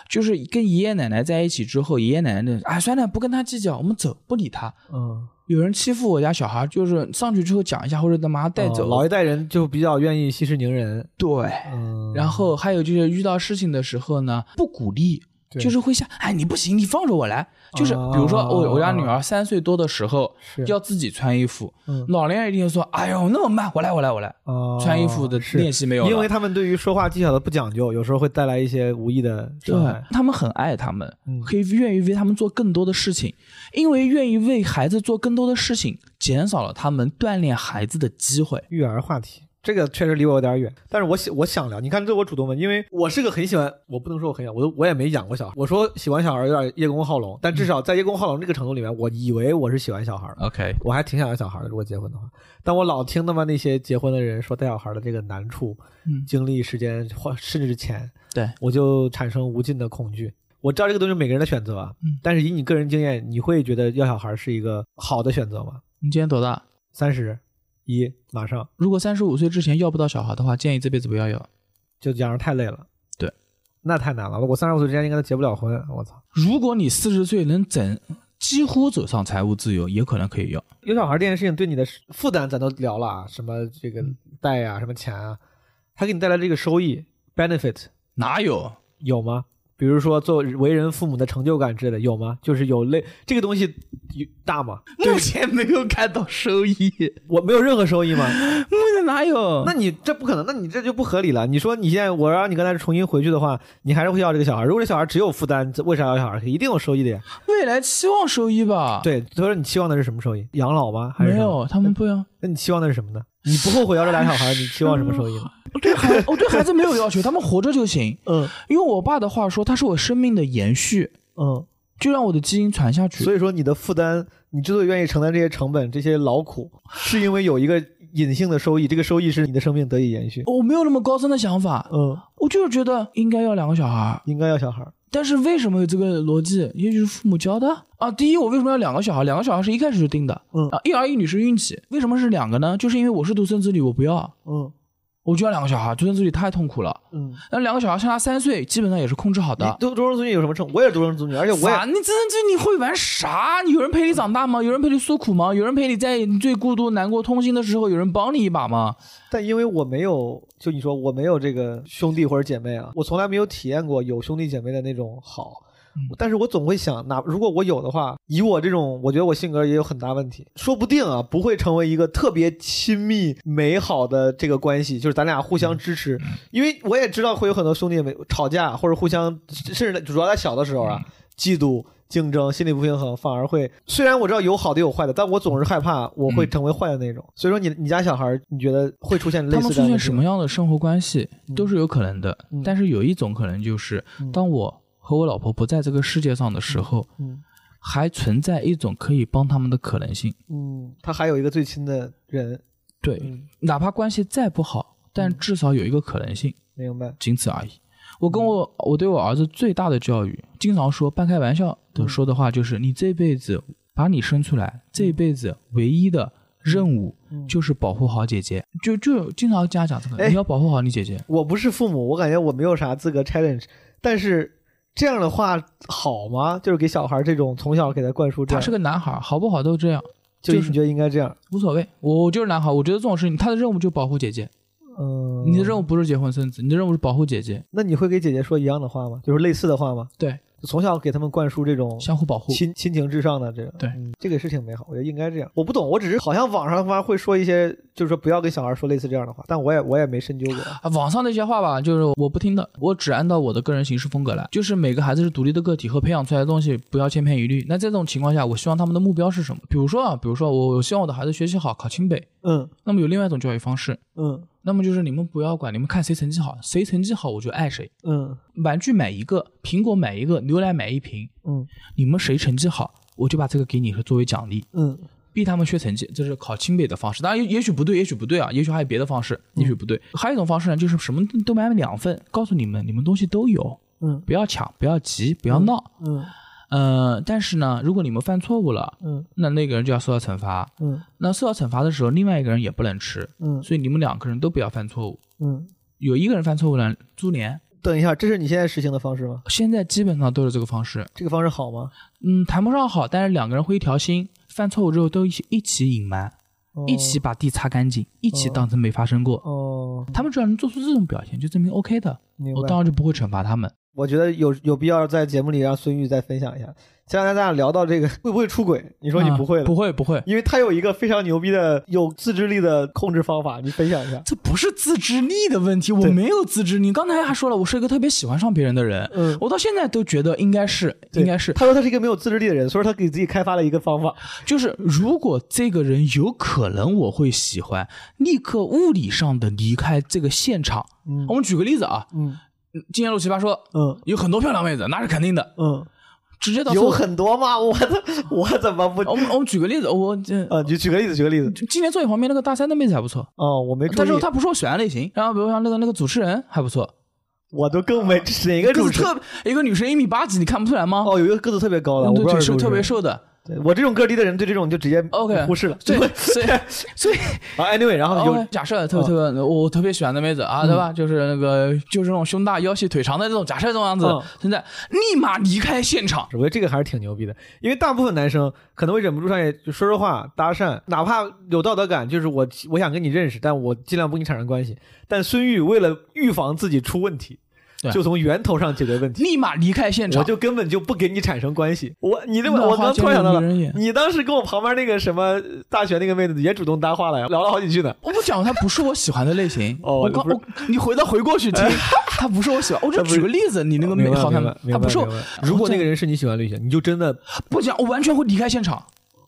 Speaker 1: 就是跟爷爷奶奶在一起之后，爷爷奶奶那啊，算了，不跟他计较，我们走，不理他。
Speaker 2: 嗯，
Speaker 1: 有人欺负我家小孩，就是上去之后讲一下，或者他妈带走。
Speaker 2: 嗯老一代人就比较愿意息事宁人，
Speaker 1: 对，
Speaker 2: 嗯，
Speaker 1: 然后还有就是遇到事情的时候呢，不鼓励，
Speaker 2: 对
Speaker 1: 就是会想，哎，你不行，你放手我来。就是比如说，
Speaker 2: 哦
Speaker 1: 我我家女儿三岁多的时候
Speaker 2: 是
Speaker 1: 要自己穿衣服
Speaker 2: 嗯，
Speaker 1: 老年人一定说，哎呦，那么慢，我来，我来，我来。
Speaker 2: 哦
Speaker 1: 穿衣服的
Speaker 2: 是
Speaker 1: 练习没有了
Speaker 2: 因为他们对于说话技巧的不讲究，有时候会带来一些无意的
Speaker 1: 对
Speaker 2: 伤害。
Speaker 1: 他们很爱他们
Speaker 2: 嗯，
Speaker 1: 可以愿意为他们做更多的事情，因为愿意为孩子做更多的事情，减少了他们锻炼孩子的机会。
Speaker 2: 育儿话题。这个确实离我有点远，但是我想我想聊。你看，这我主动问，因为我是个很喜欢，我不能说我很喜欢，我都我也没养过小孩。我说喜欢小孩有点叶公好龙，但
Speaker 1: 嗯
Speaker 2: 至少在叶公好龙这个程度里面，我以为我是喜欢小孩的，
Speaker 1: OK，
Speaker 2: 我还挺想要小孩的。如果结婚的话，但我老听他妈那些结婚的人说带小孩的这个难处、
Speaker 1: 嗯
Speaker 2: 精力、时间或甚至是钱，
Speaker 1: 对
Speaker 2: 我就产生无尽的恐惧。我知道这个东西是每个人的选择啊，
Speaker 1: 嗯
Speaker 2: 但是以你个人经验，你会觉得要小孩是一个好的选择吗？
Speaker 1: 你今年多大？
Speaker 2: 三十一，马上。
Speaker 1: 如果三十五岁之前要不到小孩的话，建议这辈子不要要。
Speaker 2: 就养着太累了。
Speaker 1: 对，
Speaker 2: 那太难了。我三十五岁之前应该都结不了婚。我操，
Speaker 1: 如果你四十岁能整，几乎走上财务自由，也可能可以要。
Speaker 2: 有小孩这件事情对你的负担咱都聊了啊，什么这个
Speaker 1: 嗯
Speaker 2: 贷啊，什么钱啊，它给你带来这个收益 benefit
Speaker 1: 哪有？
Speaker 2: 有吗？比如说做为人父母的成就感之类的有吗？就是有类这个东西有大吗？
Speaker 1: 目前没有看到收益，
Speaker 2: 我没有任何收益吗？
Speaker 1: 目前哪有
Speaker 2: <laughs> 那？你这不可能，那你这就不合理了。你说你现在我让你刚才重新回去的话，你还是会要这个小孩。如果这小孩只有负担，这为啥要小孩？一定有收益的呀。
Speaker 1: 未来期望收益吧？，
Speaker 2: 对，所以说你期望的是什么收益？养老吗？还是
Speaker 1: 没
Speaker 2: 什么
Speaker 1: 有，他们不要。
Speaker 2: 那你期望的是什么呢？你不后悔要这俩小孩，你期望什么收益呢？
Speaker 1: 我 <laughs> 对孩，我哦对孩子没有要求，他们活着就行。
Speaker 2: 嗯
Speaker 1: 用我爸的话说，他是我生命的延续，
Speaker 2: 嗯，
Speaker 1: 就让我的基因传下去。
Speaker 2: 所以说你的负担，你之所以愿意承担这些成本、这些劳苦，是因为有一个隐性的收益，这个收益是你的生命得以延续。
Speaker 1: 我没有那么高深的想法，
Speaker 2: 嗯，
Speaker 1: 我就是觉得应该要两个小孩儿。
Speaker 2: 应该要小孩。
Speaker 1: 但是为什么有这个逻辑？也就是父母教的啊。第一，我为什么要两个小孩？两个小孩是一开始就定的，
Speaker 2: 嗯
Speaker 1: 啊，一儿一女是运气。为什么是两个呢？就是因为我是独生子女，我不要，
Speaker 2: 嗯
Speaker 1: 我就要两个小孩，独生子女太痛苦了。
Speaker 2: 嗯，
Speaker 1: 那两个小孩相差三岁，基本上也是控制好
Speaker 2: 你
Speaker 1: 的。
Speaker 2: 独独生子女有什么成？我也是独生子女，而且我也
Speaker 1: 烦，你真这你会玩啥？有人陪你长大吗？有人陪你诉苦吗？有人陪你在你最孤独、难过、痛心的时候，有人帮你一把吗？
Speaker 2: 但因为我没有，就你说我没有这个兄弟或者姐妹啊，我从来没有体验过有兄弟姐妹的那种好。但是我总会想，哪如果我有的话，以我这种，我觉得我性格也有很大问题，说不定啊，不会成为一个特别亲密美好的这个关系，就是咱俩互相支持。因为我也知道会有很多兄弟姐妹吵架，或者互相，甚至主要在小的时候啊，嫉妒、竞争、心理不平衡，反而会。虽然我知道有好的有坏的，但我总是害怕我会成为坏的那种。所以说你，你家小孩儿，你觉得会出现类
Speaker 1: 他们
Speaker 2: 似这
Speaker 1: 出
Speaker 2: 样的
Speaker 1: 现什么样的生活关系都是有可能的，
Speaker 2: 嗯
Speaker 1: 但是有一种可能就是，
Speaker 2: 嗯
Speaker 1: 当我和我老婆不在这个世界上的时候，
Speaker 2: 嗯
Speaker 1: 还存在一种可以帮他们的可能性。
Speaker 2: 嗯，他还有一个最亲的人，
Speaker 1: 对，
Speaker 2: 嗯
Speaker 1: 哪怕关系再不好，但至少有一个可能性，
Speaker 2: 明白？
Speaker 1: 仅此而已。我跟我我对我儿子最大的教育，经常说半开玩笑的说的话就是：你这辈子把你生出来，这辈子唯一的任务
Speaker 2: 嗯
Speaker 1: 就是保护好姐姐。就就经常跟他讲这个，
Speaker 2: 哎
Speaker 1: 你要保护好你姐姐。
Speaker 2: 我不是父母，我感觉我没有啥资格 challenge，但是这样的话好吗？就是给小孩这种从小给他灌输这
Speaker 1: 他
Speaker 2: 样，
Speaker 1: 是个男孩，好不好都这样，
Speaker 2: 就
Speaker 1: 就是
Speaker 2: 你觉得应该这样。
Speaker 1: 无所谓。我我就是男孩，我觉得这种事情，他的任务就保护姐姐。
Speaker 2: 嗯，
Speaker 1: 你的任务不是结婚生子，你的任务是保护姐姐，
Speaker 2: 那你会给姐姐说一样的话吗？就是类似的话吗？
Speaker 1: 对，
Speaker 2: 就从小给他们灌输这种
Speaker 1: 相互保护。
Speaker 2: 亲亲情至上的这个，
Speaker 1: 对
Speaker 2: 嗯这个事情美好，我觉得应该这样。我不懂，我只是好像网上他妈会说一些，就是说不要跟小孩说类似这样的话，但我也我也没深究
Speaker 1: <laughs>
Speaker 2: 过。
Speaker 1: 啊，网上那些话吧，就是我不听的，我只按照我的个人行事风格来。就是每个孩子是独立的个体和培养出来的东西不要千篇一律。那这种情况下，我希望他们的目标是什么？比如说啊，比如说我我希望我的孩子学习好，考清北。
Speaker 2: 嗯
Speaker 1: 那么有另外一种教育方式，
Speaker 2: 嗯
Speaker 1: 那么就是你们不要管，你们看谁成绩好，谁成绩好我就爱谁。
Speaker 2: 嗯
Speaker 1: 玩具买一个，苹果买一个，牛奶买一瓶，
Speaker 2: 嗯
Speaker 1: 你们谁成绩好，我就把这个给你作为奖励，
Speaker 2: 嗯
Speaker 1: 逼他们学成绩，这是考清北的方式。当然，也也许不对，也许不对啊，也许还有别的方式，
Speaker 2: 嗯
Speaker 1: 也许不对。还有一种方式呢，就是什么都买两份，告诉你们，你们东西都有，
Speaker 2: 嗯
Speaker 1: 不要抢，不要急，不要闹。
Speaker 2: 嗯
Speaker 1: 呃，但是呢，如果你们犯错误了，
Speaker 2: 嗯
Speaker 1: 那那个人就要受到惩罚。
Speaker 2: 嗯
Speaker 1: 那受到惩罚的时候，另外一个人也不能吃，
Speaker 2: 嗯
Speaker 1: 所以你们两个人都不要犯错误。
Speaker 2: 嗯。
Speaker 1: 有一个人犯错误了，株连。
Speaker 2: 等一下，这是你现在实行的方式吗？
Speaker 1: 现在基本上都是这个方式。
Speaker 2: 这个方式好吗？
Speaker 1: 嗯，谈不上好，但是两个人会一条心，犯错误之后都一起一起隐瞒，
Speaker 2: 哦
Speaker 1: 一起把地擦干净，一起当成没发生过。
Speaker 2: 哦，
Speaker 1: 他们只要能做出这种表现，就证明 OK 的，
Speaker 2: 明
Speaker 1: 我
Speaker 2: 白
Speaker 1: 当。然就不会惩罚他们。
Speaker 2: 我觉得有有必要在节目里让孙玉再分享一下。前两天咱俩聊到这个会不会出轨，你说你不会的，
Speaker 1: 啊不会不会， <laughs>
Speaker 2: 因为他有一个非常牛逼的、有自制力的控制方法，你分享一
Speaker 1: <laughs>
Speaker 2: 下。
Speaker 1: 这不是自制力的问题，我没有自制力。刚才还说了，我是一个特别喜欢上别人的人，
Speaker 2: 嗯
Speaker 1: 我到现在都觉得应该是，应该是，
Speaker 2: 他说他是一个没有自制力的人，所以说他给自己开发了一个方法。
Speaker 1: 就是如果这个人有可能我会喜欢，立刻物理上的离开这个现场。
Speaker 2: 嗯
Speaker 1: 我们举个例子啊，
Speaker 2: 嗯
Speaker 1: 今天路奇葩说
Speaker 2: 嗯
Speaker 1: 有很多漂亮妹子，那是肯定的，
Speaker 2: 嗯，
Speaker 1: 直接到厕
Speaker 2: 有很多吗？我的我怎么不？
Speaker 1: 我们我们举个例子，我这
Speaker 2: 呃，你举个例子，举个例子。
Speaker 1: 今年坐你旁边那个大三的妹子还不错，
Speaker 2: 哦，我没注
Speaker 1: 但是
Speaker 2: 意，
Speaker 1: 她不是我喜欢的类型。然后比如像那个那个主持人还不错，
Speaker 2: 我都更没哪个
Speaker 1: 啊个
Speaker 2: 主
Speaker 1: 子
Speaker 2: 持
Speaker 1: 特一个女生一米八几，你看不出来吗？
Speaker 2: 哦，有一个个子特别高的，
Speaker 1: 嗯
Speaker 2: 我
Speaker 1: 对，
Speaker 2: 不知
Speaker 1: 就
Speaker 2: 道
Speaker 1: 是是
Speaker 2: 不是
Speaker 1: 特别瘦的。
Speaker 2: 对我这种个儿低的人对这种就直接
Speaker 1: OK，
Speaker 2: 忽视了。
Speaker 1: 对，所 <laughs> 以所以
Speaker 2: 啊，anyway，然后有哦嗯
Speaker 1: OK，假设特别特别，我我特别喜欢的妹子啊，对吧？就是那个就是那种胸大腰细腿长的这种，假设这种样子
Speaker 2: 嗯
Speaker 1: 存在，立马离开现场。
Speaker 2: 我觉得这个还是挺牛逼的，因为大部分男生可能会忍不住上去就说说话、搭讪，哪怕有道德感，就是我我想跟你认识，但我尽量不跟你产生关系。但孙玉为了预防自己出问题
Speaker 1: 对，
Speaker 2: 就从源头上解决问题。
Speaker 1: 立马离开现
Speaker 2: 我
Speaker 1: 场，
Speaker 2: 就根本就不跟你产生关系。我你这么，
Speaker 1: 那
Speaker 2: 我刚
Speaker 1: 花
Speaker 2: 突然
Speaker 1: 间
Speaker 2: 想到
Speaker 1: 有迷人
Speaker 2: 了
Speaker 1: 眼，
Speaker 2: 你当时跟我旁边那个什么大学那个妹子也主动搭话了呀，聊了好几句呢。
Speaker 1: 哦我不讲她不是我喜欢的类型。
Speaker 2: <laughs> 哦
Speaker 1: 我刚
Speaker 2: 不是
Speaker 1: 我你回到回过
Speaker 2: <laughs>
Speaker 1: 去听，她不是我喜欢。我就
Speaker 2: 她不是
Speaker 1: 举个例子，你那个美好看
Speaker 2: 明白，
Speaker 1: 她
Speaker 2: 明白
Speaker 1: 不是我
Speaker 2: 明白。如果那个人是你喜欢的类型，你就真的
Speaker 1: 不讲，我完全会离开现场，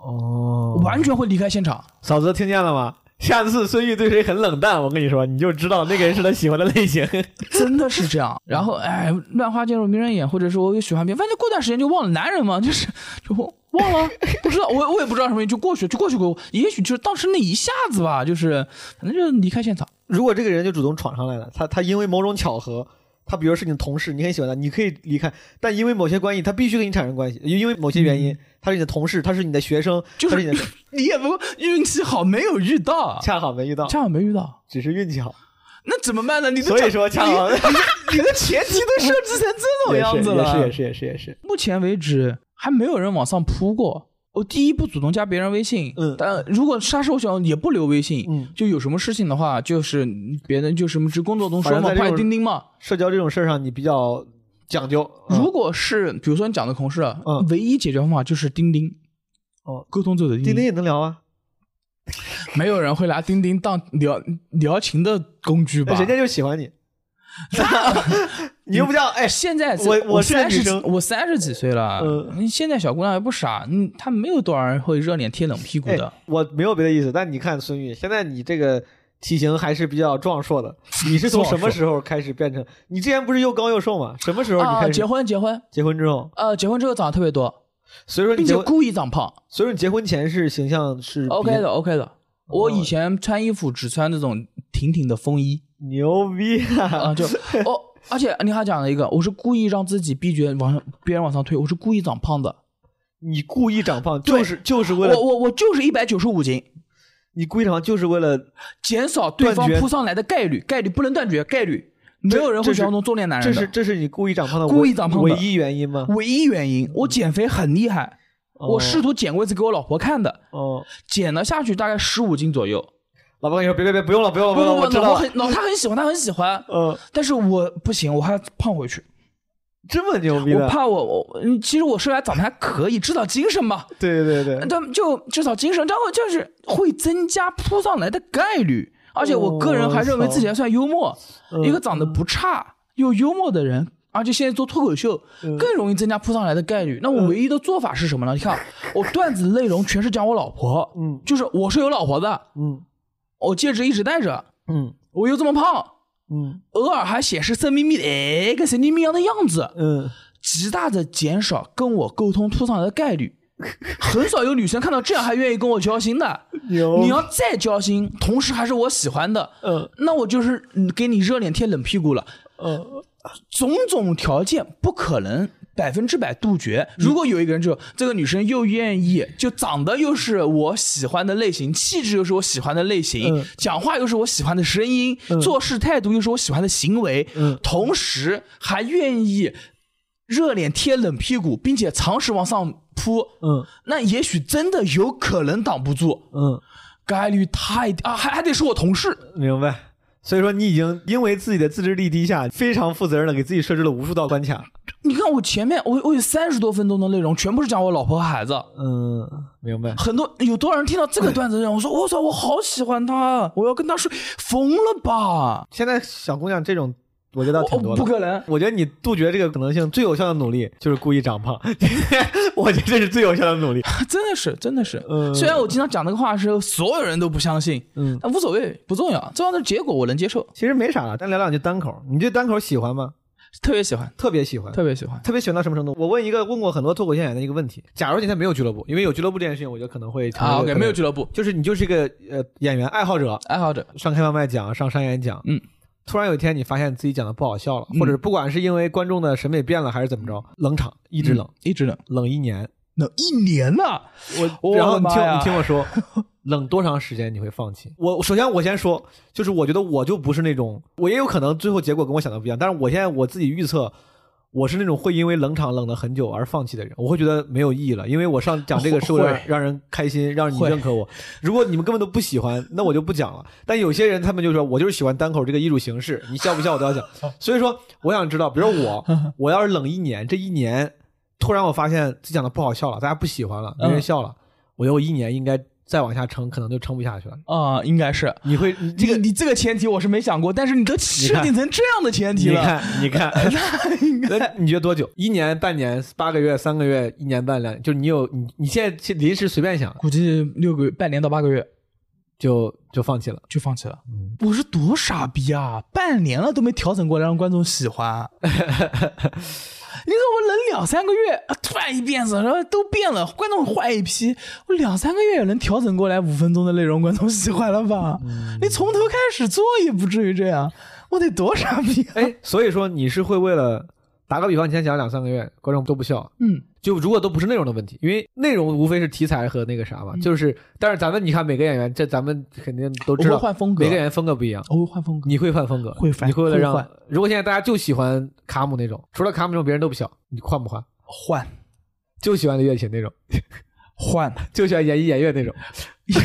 Speaker 2: 哦
Speaker 1: 完全会离开现场。
Speaker 2: 嫂子听见了吗？下次孙玉对谁很冷淡，我跟你说，你就知道那个人是他喜欢的类型。
Speaker 1: <laughs> 真的是这样。然后哎，乱花渐入迷人眼，或者是我有喜欢别人，反正过段时间就忘了。男人嘛，就是就忘了， <laughs> 不知道我我也不知道什么原因，就过去就过去过，也许就是当时那一下子吧，就是反正就离开现场。
Speaker 2: <laughs> 如果这个人就主动闯上来了，他他因为某种巧合，他比如是你的同事，你很喜欢他，你可以离开，但因为某些关系，他必须跟你产生关系，因为某些原因，他是你的同事，他是你的学生，
Speaker 1: 就
Speaker 2: 嗯他是
Speaker 1: 是
Speaker 2: 你的，
Speaker 1: 你也不运气好，没有遇到，
Speaker 2: 恰好没遇到，
Speaker 1: 恰好没遇到，
Speaker 2: 只是运气好。哎
Speaker 1: 那怎么办呢？你都
Speaker 2: <laughs> 所以
Speaker 1: 讲
Speaker 2: 说恰好也
Speaker 1: 你的前提都设置成这种样子了，
Speaker 2: <laughs> 是也是也是也是也是，
Speaker 1: 目前为止还没有人往上扑过。我第一不主动加别人微信，
Speaker 2: 嗯
Speaker 1: 但如果杀手想也不留微信，
Speaker 2: 嗯
Speaker 1: 就有什么事情的话，就是别人就什么只工作中说嘛，
Speaker 2: 反正在这
Speaker 1: 快
Speaker 2: 种
Speaker 1: 钉钉嘛。
Speaker 2: 社交这种事儿上你比较讲究。嗯
Speaker 1: 如果是比如说你讲的同事，啊
Speaker 2: 嗯
Speaker 1: 唯一解决方法就是钉钉，
Speaker 2: 哦，
Speaker 1: 沟通者的钉
Speaker 2: 钉钉也能聊啊，
Speaker 1: 没有人会拿钉钉当聊聊情的工具吧？
Speaker 2: 哎人家就喜欢你， <laughs> 你又不叫哎，
Speaker 1: 现在
Speaker 2: 我我
Speaker 1: 我
Speaker 2: 是个
Speaker 1: 三
Speaker 2: 女
Speaker 1: 十几
Speaker 2: 生
Speaker 1: 我三十几岁了，
Speaker 2: 嗯
Speaker 1: 现在小姑娘也不傻，嗯，她没有多少人会热脸贴冷屁股的。
Speaker 2: 哎。我没有别的意思，但你看孙玉，现在你这个体型还是比较壮
Speaker 1: <laughs>
Speaker 2: 硕的，你是从什么时候开始变成？你之前不是又高又瘦吗？什么哎时候你
Speaker 1: 啊，
Speaker 2: 开
Speaker 1: 结
Speaker 2: 始
Speaker 1: 婚结婚，
Speaker 2: 结婚之后？
Speaker 1: 呃，结婚之后长得特别多，
Speaker 2: 所以说你
Speaker 1: 并
Speaker 2: 结
Speaker 1: 且
Speaker 2: 婚，
Speaker 1: 故意长胖。
Speaker 2: 所以说你结婚前是形象是比较
Speaker 1: OK 的，OK 的。我
Speaker 2: 哦
Speaker 1: 以前穿衣服只穿那种挺挺的风衣
Speaker 2: 牛逼啊！
Speaker 1: 啊，
Speaker 2: <laughs>
Speaker 1: 就哦，而且你还讲了一个，我是故意让自己逼绝往上，别人往上推，我是故意长胖的。
Speaker 2: 你故意长胖
Speaker 1: 对
Speaker 2: 就是就是
Speaker 1: 我
Speaker 2: 为了
Speaker 1: 我我就是一百九十五斤，
Speaker 2: 你故意长胖就是为了，
Speaker 1: 减少对方
Speaker 2: 断绝
Speaker 1: 扑上来的概率，概率不能断绝，概率没有人
Speaker 2: 这
Speaker 1: 会
Speaker 2: 是
Speaker 1: 喜欢那种中年男
Speaker 2: 这
Speaker 1: 人
Speaker 2: 是
Speaker 1: 的。
Speaker 2: 这是你故意长胖的
Speaker 1: 故意
Speaker 2: 唯
Speaker 1: 长胖的
Speaker 2: 唯一原因吗？
Speaker 1: 唯一原因，我减肥很厉害，
Speaker 2: 哦
Speaker 1: 我试图减过一次给我老婆看的，
Speaker 2: 哦，
Speaker 1: 减了下去大概十五斤左右。
Speaker 2: 老婆跟你说别别别不用了不用了
Speaker 1: 不
Speaker 2: 用了，
Speaker 1: 不
Speaker 2: 哦我
Speaker 1: 不，
Speaker 2: 知
Speaker 1: 老婆
Speaker 2: 道了，
Speaker 1: 很老她很喜欢，她很喜欢，
Speaker 2: 嗯，
Speaker 1: 但是我不行，我还要胖回去。
Speaker 2: 这么牛逼
Speaker 1: 我
Speaker 2: 的，
Speaker 1: 怕我我，嗯其实我虽然长得还可以，至少精神吧，
Speaker 2: 对对对，
Speaker 1: 但就至少精神，然后就是会增加扑上来的概率。而且我个人还认为自己还算幽默，
Speaker 2: 嗯
Speaker 1: 一个长得不差又幽默的人，而且现在做脱口秀
Speaker 2: 嗯
Speaker 1: 更容易增加扑上来的概率。那我唯一的做法是
Speaker 2: <laughs>
Speaker 1: 什么呢？你看，我段子内容全是讲我老婆，
Speaker 2: 嗯
Speaker 1: 就是我是有老婆的，
Speaker 2: 嗯
Speaker 1: 我戒指一直戴着，
Speaker 2: 嗯
Speaker 1: 我又这么胖，
Speaker 2: 嗯
Speaker 1: 偶尔还显示色眯眯的，哎，跟神经病一样的样子。
Speaker 2: 嗯，
Speaker 1: 极大的减少跟我沟通突上来的概率。很少有女生看到这样还愿意跟我交心的。
Speaker 2: 牛
Speaker 1: 你要再交心，同时还是我喜欢的，
Speaker 2: 嗯
Speaker 1: 那我就是嗯给你热脸贴冷屁股了。
Speaker 2: 嗯
Speaker 1: 种种条件不可能百分之百杜绝。如果有一个人就这个女生又愿意，就长得又是我喜欢的类型，气质又是我喜欢的类型，
Speaker 2: 嗯
Speaker 1: 讲话又是我喜欢的声音，做事态度又是我喜欢的行为，
Speaker 2: 嗯
Speaker 1: 同时还愿意热脸贴冷屁股，并且常识往上扑，
Speaker 2: 嗯
Speaker 1: 那也许真的有可能挡不住，
Speaker 2: 嗯，
Speaker 1: 概率太啊，还还得是我同事。
Speaker 2: 明白。所以说你已经因为自己的自制力低下，非常负责任的给自己设置了无数道关卡。
Speaker 1: 你看我前面我我有三十多分钟的内容，全部是讲我老婆和孩子。
Speaker 2: 嗯，明白。
Speaker 1: 很多有多少人听到这个段子让我说，我操，我好喜欢他，啊我要跟他睡，疯了吧？
Speaker 2: 现在小姑娘这种，我觉得倒挺多
Speaker 1: 我
Speaker 2: 的。
Speaker 1: 不可 <laughs> 能，
Speaker 2: 我觉得你杜绝这个可能性最有效的努力就是故意长胖， <laughs> 我觉得这是最有效的努力。
Speaker 1: 真的是，真的是。
Speaker 2: 嗯
Speaker 1: 虽然我经常讲那个话的时候，所有人都不相信，啊
Speaker 2: 嗯，
Speaker 1: 但无所谓，不重要，重要的是结果我能接受，
Speaker 2: 其实没啥了，但聊两句单口，你对单口喜欢吗？
Speaker 1: 特别喜欢，
Speaker 2: 特别喜欢，
Speaker 1: 特别喜欢。
Speaker 2: 特别喜欢到什么程度？我问一个问过很多脱口秀演员的一个问题：假如今天没有俱乐部，因为有俱乐部这件事情，我觉得可能会
Speaker 1: 啊，OK，没有
Speaker 2: 就
Speaker 1: 俱乐部，
Speaker 2: 就是你就是一个呃演员爱好者，
Speaker 1: 爱好者，
Speaker 2: 上开放麦讲，上商演讲，
Speaker 1: 嗯。
Speaker 2: 突然有一天，你发现自己讲的不好笑了，
Speaker 1: 嗯
Speaker 2: 或者不管是因为观众的审美变了，还是怎么着，冷场一
Speaker 1: 一
Speaker 2: 直冷，
Speaker 1: 一直冷，
Speaker 2: 冷一年。
Speaker 1: 冷一年呐。我
Speaker 2: 然后
Speaker 1: 的
Speaker 2: 你
Speaker 1: 妈
Speaker 2: 听
Speaker 1: 呀
Speaker 2: 你听我
Speaker 1: <laughs>
Speaker 2: 说，冷多长时间你会放弃？我首先我先说，就是我觉得我就不是那种，我也有可能最后结果跟我想的不一样，但是我现在我自己预测。我是那种会因为冷场冷了很久而放弃的人，我会觉得没有意义了，因为我上讲这个是为了
Speaker 1: 会
Speaker 2: 让人开心，让你
Speaker 1: 会
Speaker 2: 认可
Speaker 1: <laughs>
Speaker 2: 我。如果你们根本都不喜欢，那我就不讲了。但有些人他们就说，我就是喜欢单口这个艺术形式，你笑不笑我
Speaker 1: <laughs>
Speaker 2: 都要讲。所以说，我想知道，比如说我，我要是冷一年，这一年突然我发现自己讲的不好笑了，大家不喜欢了，没
Speaker 1: 嗯
Speaker 2: 人笑了，我觉得我一年应该再往下撑，可能就撑不下去了。
Speaker 1: 啊、应该是
Speaker 2: 你会
Speaker 1: <laughs>
Speaker 2: 你
Speaker 1: 这
Speaker 2: 这个
Speaker 1: 个，你这个前提我是没想过，但是你都设定成这样的前提
Speaker 2: 你
Speaker 1: 了，
Speaker 2: 看
Speaker 1: <laughs>
Speaker 2: 你看，那你觉得多久？一年、半年、八个月、三个月、一年半两，就是你有你你现在去临时随便想
Speaker 1: 估计六个月、半年到八个月
Speaker 2: 就就放弃了。
Speaker 1: 就放弃了。我是多傻逼啊！半年了都没调整过来让观众喜 <laughs> 欢。你说我冷两三个月，啊突然一变色，然后都变了，观众换一批，我两三个月也能调整过来五分钟的内容，观众喜欢了吧？你从头开始做也不至于这样，我得多傻逼、 <laughs> 啊！
Speaker 2: 哎，所以说你是会为了打个比方，你先讲两三个月，观众都不笑，
Speaker 1: 嗯，
Speaker 2: 就如果都不是内容的问题，因为内容无非是题材和那个啥
Speaker 1: 嗯
Speaker 2: 嘛，就是但是咱们你看每个演员，这咱们肯定都
Speaker 1: 我
Speaker 2: 知
Speaker 1: 会
Speaker 2: 道，
Speaker 1: 换风格，
Speaker 2: 每个演员风格不一样。
Speaker 1: 我哦会换风格。
Speaker 2: 你会换风格，
Speaker 1: 会换
Speaker 2: 你会为了
Speaker 1: 会
Speaker 2: 让
Speaker 1: 换
Speaker 2: 如果现在大家就喜欢卡姆那种，除了卡姆那种别人都不笑，你换不换？
Speaker 1: 换
Speaker 2: 就喜欢李雪琴那种，
Speaker 1: <laughs> 换，
Speaker 2: 就喜欢演艺演
Speaker 1: <laughs>
Speaker 2: 乐那种，
Speaker 1: 两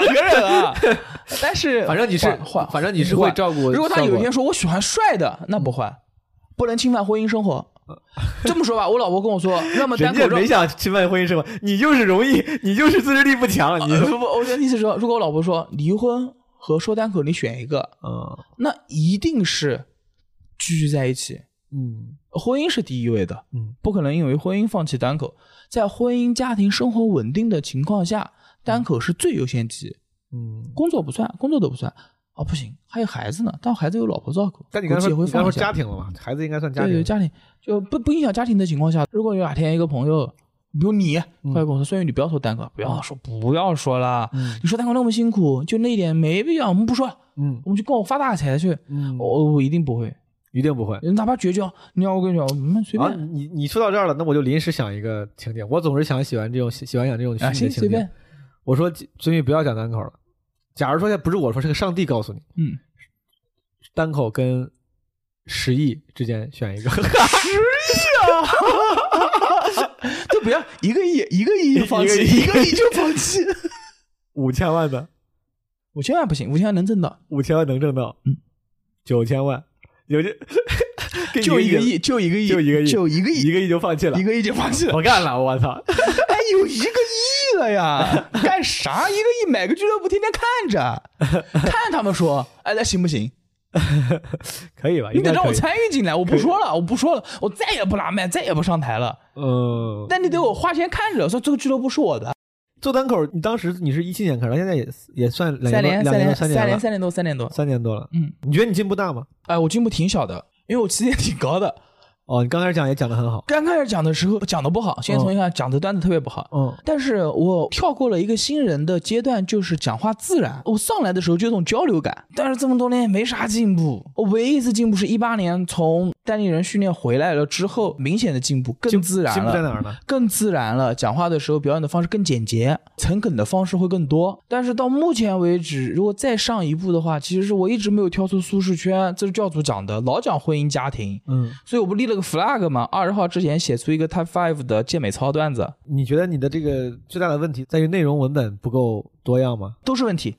Speaker 1: 个人啊， <laughs> 但是
Speaker 2: 反正你是
Speaker 1: 换换
Speaker 2: 反正你是会
Speaker 1: 换
Speaker 2: 照顾效果。
Speaker 1: 如果他有一天说我喜欢帅的，那不换，不能侵犯婚姻生活。这么说吧，我老婆跟我说，要么单口肉。
Speaker 2: 想侵犯婚姻生活，你就是容易， <laughs> 你就是自制力不强，你
Speaker 1: 不不，我的意思是说，如果我老婆说离婚和说单口，你选一个，
Speaker 2: 嗯
Speaker 1: 那一定是继续在一起。
Speaker 2: 嗯
Speaker 1: 婚姻是第一位的，
Speaker 2: 嗯，
Speaker 1: 不可能因为婚姻放弃单口。在婚姻家庭生活稳定的情况下，单口是最优先级，
Speaker 2: 嗯。
Speaker 1: 工作不算，工作都不算。啊、不行，还有孩子呢，但孩子有老婆照顾，
Speaker 2: 但你刚才
Speaker 1: 估计也会
Speaker 2: 说你刚
Speaker 1: 放
Speaker 2: 才说
Speaker 1: 一下
Speaker 2: 家庭了嘛，孩子应该算家
Speaker 1: 对
Speaker 2: 庭
Speaker 1: 对，。家庭就不不影响家庭的情况下，如果有哪天一个朋友，比如你，快跟我说，孙宇，你不要说单口，不要说，不要说了，
Speaker 2: 嗯
Speaker 1: 你说单口那么辛苦，就那一点没必要，我们不说了，
Speaker 2: 嗯
Speaker 1: 我们去跟我发大财去，
Speaker 2: 嗯，
Speaker 1: 我、我一定不会，
Speaker 2: 一定不会。
Speaker 1: 哪怕绝交，你要我跟你讲，我们随
Speaker 2: 啊，
Speaker 1: 便，
Speaker 2: 你你说到这儿了，那我就临时想一个情景，我总是想喜欢这种喜喜欢想这种虚
Speaker 1: 啊，
Speaker 2: 拟
Speaker 1: 行，
Speaker 2: 的
Speaker 1: 随
Speaker 2: 情景
Speaker 1: 便。，
Speaker 2: 我说孙宇不要讲单口了，假如说现在不是我说，是个上帝告诉你，
Speaker 1: 嗯，
Speaker 2: 单口跟十亿之间选一个， <laughs>
Speaker 3: 就不要一个亿一个
Speaker 1: <laughs>
Speaker 3: 亿就放弃，一个亿就放弃。
Speaker 2: 五千万的，
Speaker 1: 五千万不行，五千万能挣到，
Speaker 2: 五千万能挣到，
Speaker 1: 嗯，
Speaker 2: 九千万，有
Speaker 1: <laughs>
Speaker 2: 这给你
Speaker 1: 就一个
Speaker 2: 例子，
Speaker 1: 亿，就一个亿，
Speaker 2: 就一个亿
Speaker 1: 就一个亿，
Speaker 2: 一个亿就放弃了
Speaker 1: 一，个亿就放弃了，
Speaker 2: 不干了，我操！
Speaker 1: 哎，有一个亿了
Speaker 2: <laughs>
Speaker 1: 呀，干啥？一个亿买个俱乐部，天天看着，
Speaker 2: <laughs>
Speaker 1: 看他们说，哎，那行不行？
Speaker 2: 可以吧？
Speaker 1: 你
Speaker 2: 应
Speaker 1: 得
Speaker 2: 该
Speaker 1: 让
Speaker 2: 可
Speaker 1: 我
Speaker 2: 以。
Speaker 1: 参与进来，我不说了，我不说了，我再也不拉麦，再也不上台了。
Speaker 2: 嗯，
Speaker 1: 但你得我花钱看着，说这个俱乐部是我的，
Speaker 2: 做单口，你当时你是一七年开始，到现在也也算两
Speaker 1: 三
Speaker 2: 年
Speaker 1: 年
Speaker 2: 多
Speaker 1: 三年
Speaker 2: 两
Speaker 1: 三年
Speaker 2: 年多年了，
Speaker 1: 三年多三年多。
Speaker 2: 三年多了。
Speaker 1: 嗯，
Speaker 2: 你觉得你进步大吗？
Speaker 1: 哎，我进步挺小的，因为我起点挺高的。
Speaker 2: 哦，你刚开始讲也讲的很好。
Speaker 1: 刚开始讲的时候讲的不好，现在重新看讲的段子特别不好。
Speaker 2: 嗯
Speaker 1: 但是我跳过了一个新人的阶段，就是讲话自然。我上来的时候就有种交流感，但是这么多年也没啥进步。我唯一一次进步是一八年从单立人训练回来了之后，明显的进步，更自然
Speaker 2: 进步在
Speaker 1: 了。
Speaker 2: 哪儿呢？
Speaker 1: 更自然了，讲话的时候表演的方式更简洁，诚恳的方式会更多。但是到目前为止，如果再上一步的话，其实是我一直没有跳出舒适圈。这是教主讲的，老讲婚姻家庭，
Speaker 2: 嗯，
Speaker 1: 所以我不立了个 flag 嘛，二十号之前写出一个 Type Five 的健美操段子，
Speaker 2: 你觉得你的这个最大的问题在于内容文本不够多样吗？
Speaker 1: 都是问题。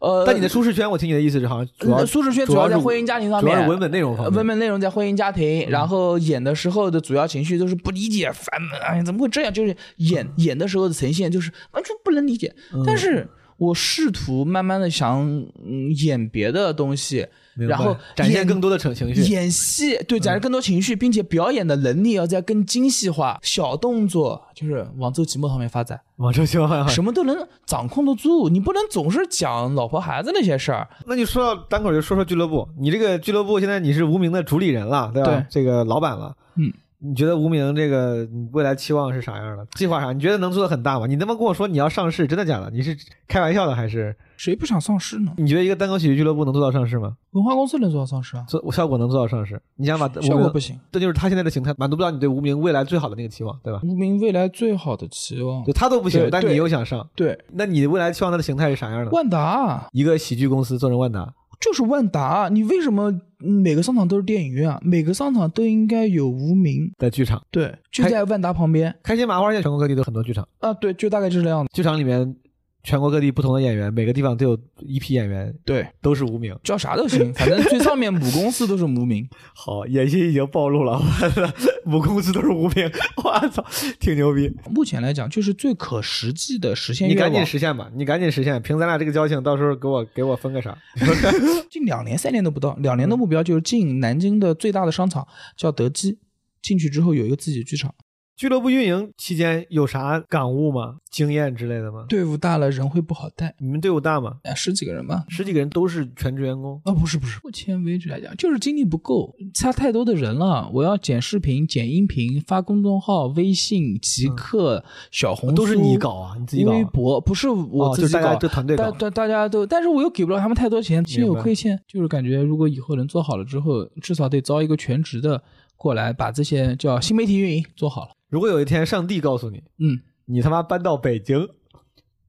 Speaker 1: 呃，
Speaker 2: 但你的舒适圈，我听你的意思是好像主要
Speaker 1: 呃苏志轩主
Speaker 2: 主要
Speaker 1: 要
Speaker 2: 是
Speaker 1: 在婚姻家庭上
Speaker 2: 主要
Speaker 1: 面
Speaker 2: 是。文本内容
Speaker 1: 呃
Speaker 2: 方
Speaker 1: 文
Speaker 2: 面。嗯
Speaker 1: 本内容在婚姻家庭，然后演的时候的主要情绪都是不理解、烦闷，哎呀，怎么会这样？就是演
Speaker 2: 嗯
Speaker 1: 演的时候的呈现就是完全不能理解。但是我试图慢慢的想、嗯、演别的东西，
Speaker 2: 明白
Speaker 1: 然后
Speaker 2: 展现
Speaker 1: 演
Speaker 2: 更多的情情绪，嗯
Speaker 1: 演戏对展示更多情绪，并且表演的能力要再更精细化，小动作就是往周奇墨方面发展，
Speaker 2: 往这情况。
Speaker 1: 什么都能掌控得住。你不能总是讲老婆孩子那些事儿，
Speaker 2: 那你说到单口，就说说俱乐部。你这个俱乐部现在你是无名的主理人了，对吧？
Speaker 1: 对
Speaker 2: 这个老板了。
Speaker 1: 嗯，
Speaker 2: 你觉得无名这个你未来期望是啥样的？计划啥？你觉得能做的很大吗？你他妈跟我说你要上市，真的假的？你是开玩笑的还是？
Speaker 1: 谁不想上市呢？
Speaker 2: 你觉得一个单口喜剧俱乐部能做到上市吗？
Speaker 1: 文化公司能做到上市啊？
Speaker 2: 做效果能做到上市？你想把
Speaker 1: 效
Speaker 2: 无
Speaker 1: 果
Speaker 2: 名
Speaker 1: 不行。
Speaker 2: 这就是他现在的形态，满足不了你对无名未来最好的那个期望，对吧？
Speaker 1: 无名未来最好的期望
Speaker 2: 就，他都不行
Speaker 1: 对，
Speaker 2: 但
Speaker 1: 对
Speaker 2: 你又想上，
Speaker 1: 对，
Speaker 2: 那你未来期望它的形态是啥样的？
Speaker 1: 万达啊
Speaker 2: 一个喜剧公司做成万达，
Speaker 1: 就是万达，啊你为什么每个商场都是电影院啊？每个商场都应该有无名，
Speaker 2: 的剧场，
Speaker 1: 对，就在万达旁边
Speaker 2: 开心麻花现在全国各地都有很多剧场。
Speaker 1: 啊，对，就大概就是这样的，
Speaker 2: 剧场里面全国各地不同的演员，每个地方都有一批演员，
Speaker 1: 对，
Speaker 2: 都是无名。
Speaker 1: 叫啥都 <laughs> 行，反正最上面母公司都是无名。
Speaker 2: 好，野心已经暴露了，完了，母公司都是无名，我操，挺牛逼！
Speaker 1: 目前来讲，就是最可实际的实现
Speaker 2: <laughs> 你
Speaker 1: 愿
Speaker 2: 赶紧
Speaker 1: 望。
Speaker 2: 实现吧，你赶紧实现，凭咱俩这个交情，到时候给我给我分个啥？
Speaker 1: 近两年、三年都不到，两年的目标就是进南京的最大的商场，叫德基。进去之后有一个自己的剧场，
Speaker 2: 俱乐部运营期间有啥感悟吗？经验之类的吗？
Speaker 1: 队伍大了人会不好带，
Speaker 2: 你们队伍大吗？
Speaker 1: 啊，十几个人吧。
Speaker 2: 十几个人都是全职员工，
Speaker 1: 啊、不是不是，目前为止来讲，就是精力不够，差太多的人了。我要剪视频、剪音频、发公众号、微信、极客、小红书，
Speaker 2: 都是你搞嗯啊，你自己搞啊、
Speaker 1: 微博不是我
Speaker 2: 哦
Speaker 1: 自
Speaker 2: 就
Speaker 1: 己
Speaker 2: 是
Speaker 1: 搞，
Speaker 2: 大家这团队搞
Speaker 1: 但但大家都，但是我又给不了他们太多钱，心有
Speaker 2: 明白
Speaker 1: 亏欠。就是感觉如果以后能做好了之后，至少得招一个全职的过来，把这些叫新媒体运营做好了。
Speaker 2: 如果有一天上帝告诉你，
Speaker 1: 嗯，
Speaker 2: 你他妈搬到北京，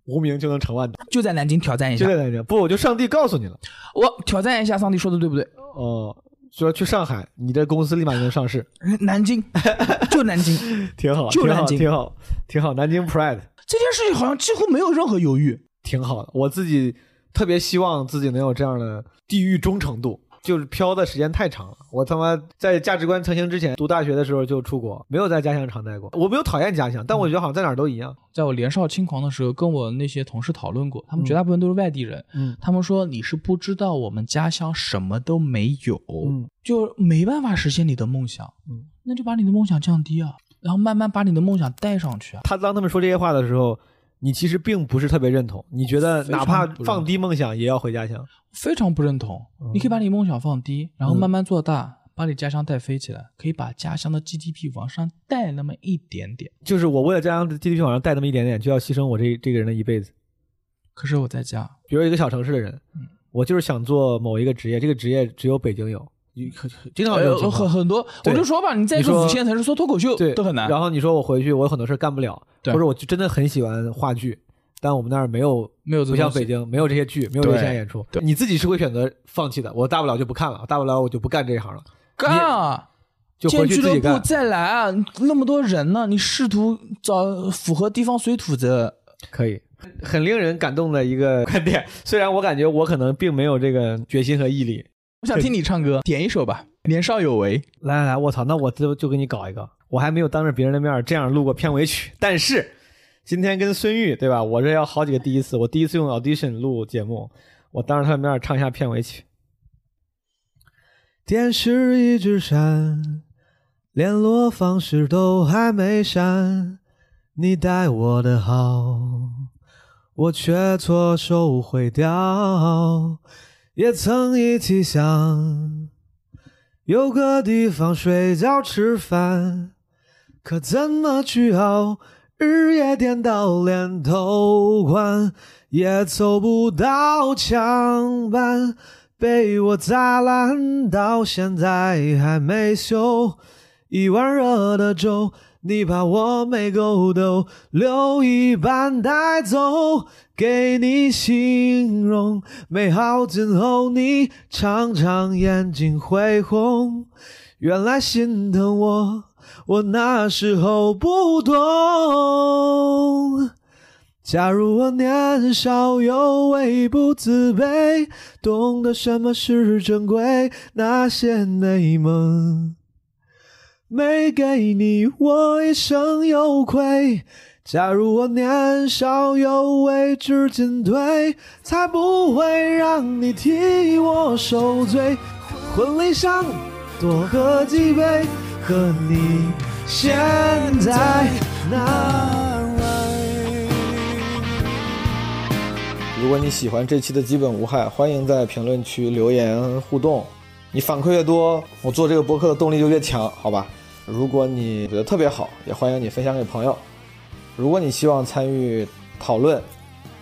Speaker 2: 无名就能成万达，
Speaker 1: 就在南京挑战一
Speaker 2: <laughs> 就
Speaker 1: 下，
Speaker 2: 在南京。不，我就上帝告诉你了。
Speaker 1: 我挑战一下，上帝说的对不对？
Speaker 2: 哦，说去上海，你这公司立马就能上 <laughs> 市，
Speaker 1: 南京， <laughs> 就南京，
Speaker 2: 挺好，
Speaker 1: 就
Speaker 2: 挺
Speaker 1: 南
Speaker 2: 好，
Speaker 1: 京
Speaker 2: 挺好，挺好。南京 Pride
Speaker 1: 这件事情好像几乎没有任何犹豫。
Speaker 2: 挺好的，我自己特别希望自己能有这样的地域忠诚度。就是飘的时间太长了，我他妈在价值观成型之前，读大学的时候就出国，没有在家乡常待过。我没有讨厌家乡，但我觉得好像在哪儿都一样。
Speaker 1: 在我年少轻狂的时候，跟我那些同事讨论过，他们绝大部分都是外地人，
Speaker 2: 嗯，
Speaker 1: 他们说你是不知道我们家乡什么都没有，
Speaker 2: 嗯，
Speaker 1: 就没办法实现你的梦想，
Speaker 2: 嗯，
Speaker 1: 那就把你的梦想降低啊，然后慢慢把你的梦想带上去啊。
Speaker 2: 他当他们说这些话的时候，你其实并不是特别认同，你觉得
Speaker 1: 非常
Speaker 2: 哪怕
Speaker 1: 不认同
Speaker 2: 放低梦想也要回家乡。
Speaker 1: 非常不认同，
Speaker 2: 嗯
Speaker 1: 你可以把你梦想放低，然后慢慢做大，把你家乡带飞起来，可以把家乡的 GDP 往上带那么一点点。
Speaker 2: 就是我为了家乡的 GDP 往上带那么一点点，就要牺牲我这这个人的一辈子。
Speaker 1: 可是我在家，
Speaker 2: 比如一个小城市的人，
Speaker 1: 嗯
Speaker 2: 我就是想做某一个职业，这个职业只有北京有，你可经常有这种情
Speaker 1: 呃
Speaker 2: 况
Speaker 1: 很很多，我
Speaker 2: 对
Speaker 1: 就说吧，你在一
Speaker 2: 你
Speaker 1: 个
Speaker 2: 说
Speaker 1: 五线城市说脱口秀
Speaker 2: 对
Speaker 1: 都很难。
Speaker 2: 然后你说我回去，我有很多事儿干不了，
Speaker 1: 对
Speaker 2: 或者我就真的很喜欢话剧，但我们那儿没有，
Speaker 1: 没有这
Speaker 2: 不像
Speaker 1: 东西
Speaker 2: 北京没有这些剧，没有这
Speaker 1: 对
Speaker 2: 些演出
Speaker 1: 对，
Speaker 2: 你自己是会选择放弃的。我大不了就不看了，大不了我就不干这一行了，
Speaker 1: 干啊！
Speaker 2: 就
Speaker 1: 建
Speaker 2: 回
Speaker 1: 俱
Speaker 2: 去自
Speaker 1: 乐
Speaker 2: 己
Speaker 1: 部
Speaker 2: 干。
Speaker 1: 再来啊！那么多人呢，你试图找符合地方水土的，
Speaker 2: 可以，很令人感动的一个观点。 <laughs> 虽然我感觉我可能并没有这个决心和毅力。
Speaker 1: 我想听你唱歌，点一首吧，《年少有为》。
Speaker 2: 来来来，我操，那我就就给你搞一个。我还没有当着别人的面儿这样录过片尾曲， <laughs> 但是今天跟孙玉对吧？我这要好几个第一次，我第一次用 Audition 录节目，我当着他的面儿唱一下片尾曲。电视一直闪，联络方式都还没删，你待我的好，我却错手毁掉。也曾一起想。有个地方睡觉吃饭，可怎么去熬？日夜颠倒，连头款也凑不到墙板，被我砸烂，到现在还没修。一碗热的粥，你怕我没够斗，留一半带走，给你形容美好。今后你常常眼睛会红，原来心疼我，我那时候不懂。假如我年少有为不自卑，懂得什么是珍贵，那些美梦没给你，我一生有愧。假如我年少有为，知进退，才不会让你替我受罪。婚礼上多喝几杯，和你现在那位。
Speaker 5: 如果你喜欢这期的基本无害，欢迎在评论区留言互动。你反馈越多，我做这个播客的动力就越强，好吧？如果你觉得特别好，也欢迎你分享给朋友。如果你希望参与讨论，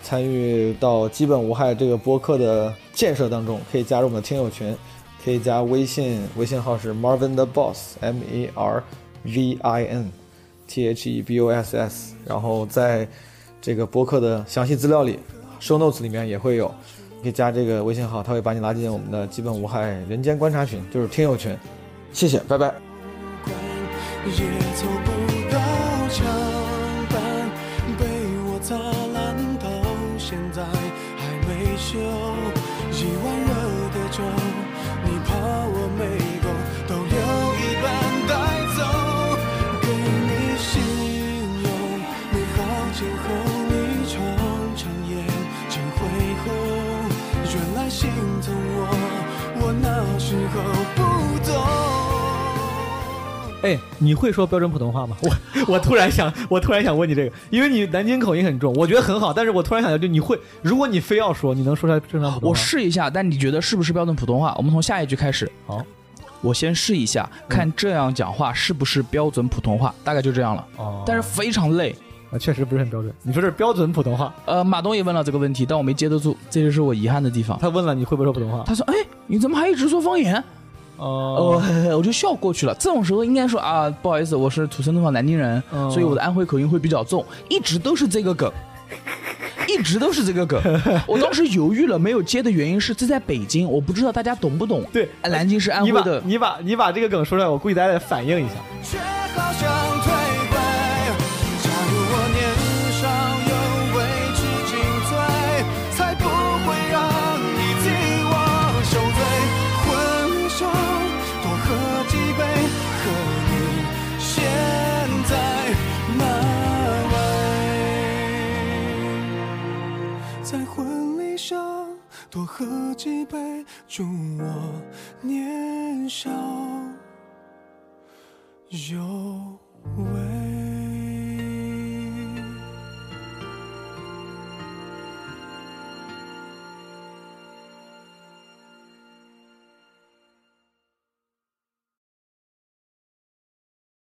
Speaker 5: 参与到基本无害这个播客的建设当中，可以加入我们的听友群，可以加微信，微信号是 Marvin the Boss M A R V I N T H E B O S S，然后在这个播客的详细资料里，show notes 里面也会有，你可以加这个微信号，他会把你拉进我们的基本无害人间观察群，就是听友群。谢谢，拜拜。
Speaker 7: 也凑不到墙板，被我砸烂到现在还没修。一碗热的粥，你怕我没够，都留一半带走。给你信用，美好今后你常常眼睛会红。原来心疼我，我那时候不懂。
Speaker 2: 哎，你会说标准普通话 <laughs> 吗？我我突然想，我突然想问你这个，因为你南京口音很重，我觉得很好，但是我突然想到，就你会，如果你非要说，你能说出来正常普通话？
Speaker 1: 我试一下，但你觉得是不是标准普通话？我们从下一句开始。
Speaker 2: 好，嗯
Speaker 1: 我先试一下，看这样讲话是不是标准普通话，大概就这样了。
Speaker 2: 哦，
Speaker 1: 但是非常累。
Speaker 2: 啊确实不是很标准。你说这是标准普通话？
Speaker 1: 呃，马东也问了这个问题，但我没接得住，这就是我遗憾的地方。
Speaker 2: 他问了你会不会说普通话？
Speaker 1: 他说：“哎，你怎么还一直说方言？”
Speaker 2: 哦
Speaker 1: 哦，我就笑过去了。这种时候应该说啊，不好意思，我是土生土长南京人，
Speaker 2: 哦
Speaker 1: 所以我的安徽口音会比较重，一直都是这个梗，一直都是这个梗。我当时犹豫了没有接的原因是这在北京，我不知道大家懂不懂。
Speaker 2: 对
Speaker 1: 南京是安徽
Speaker 2: 你把
Speaker 1: 的，
Speaker 2: 你把你把这个梗说出来，我估计大家得反应一下。
Speaker 7: 却好想退回。假如我年少有为，知进退，才不会让你替我受罪。婚手多喝几杯，和你现在那位，在婚礼上多喝几杯，祝我年少。有为。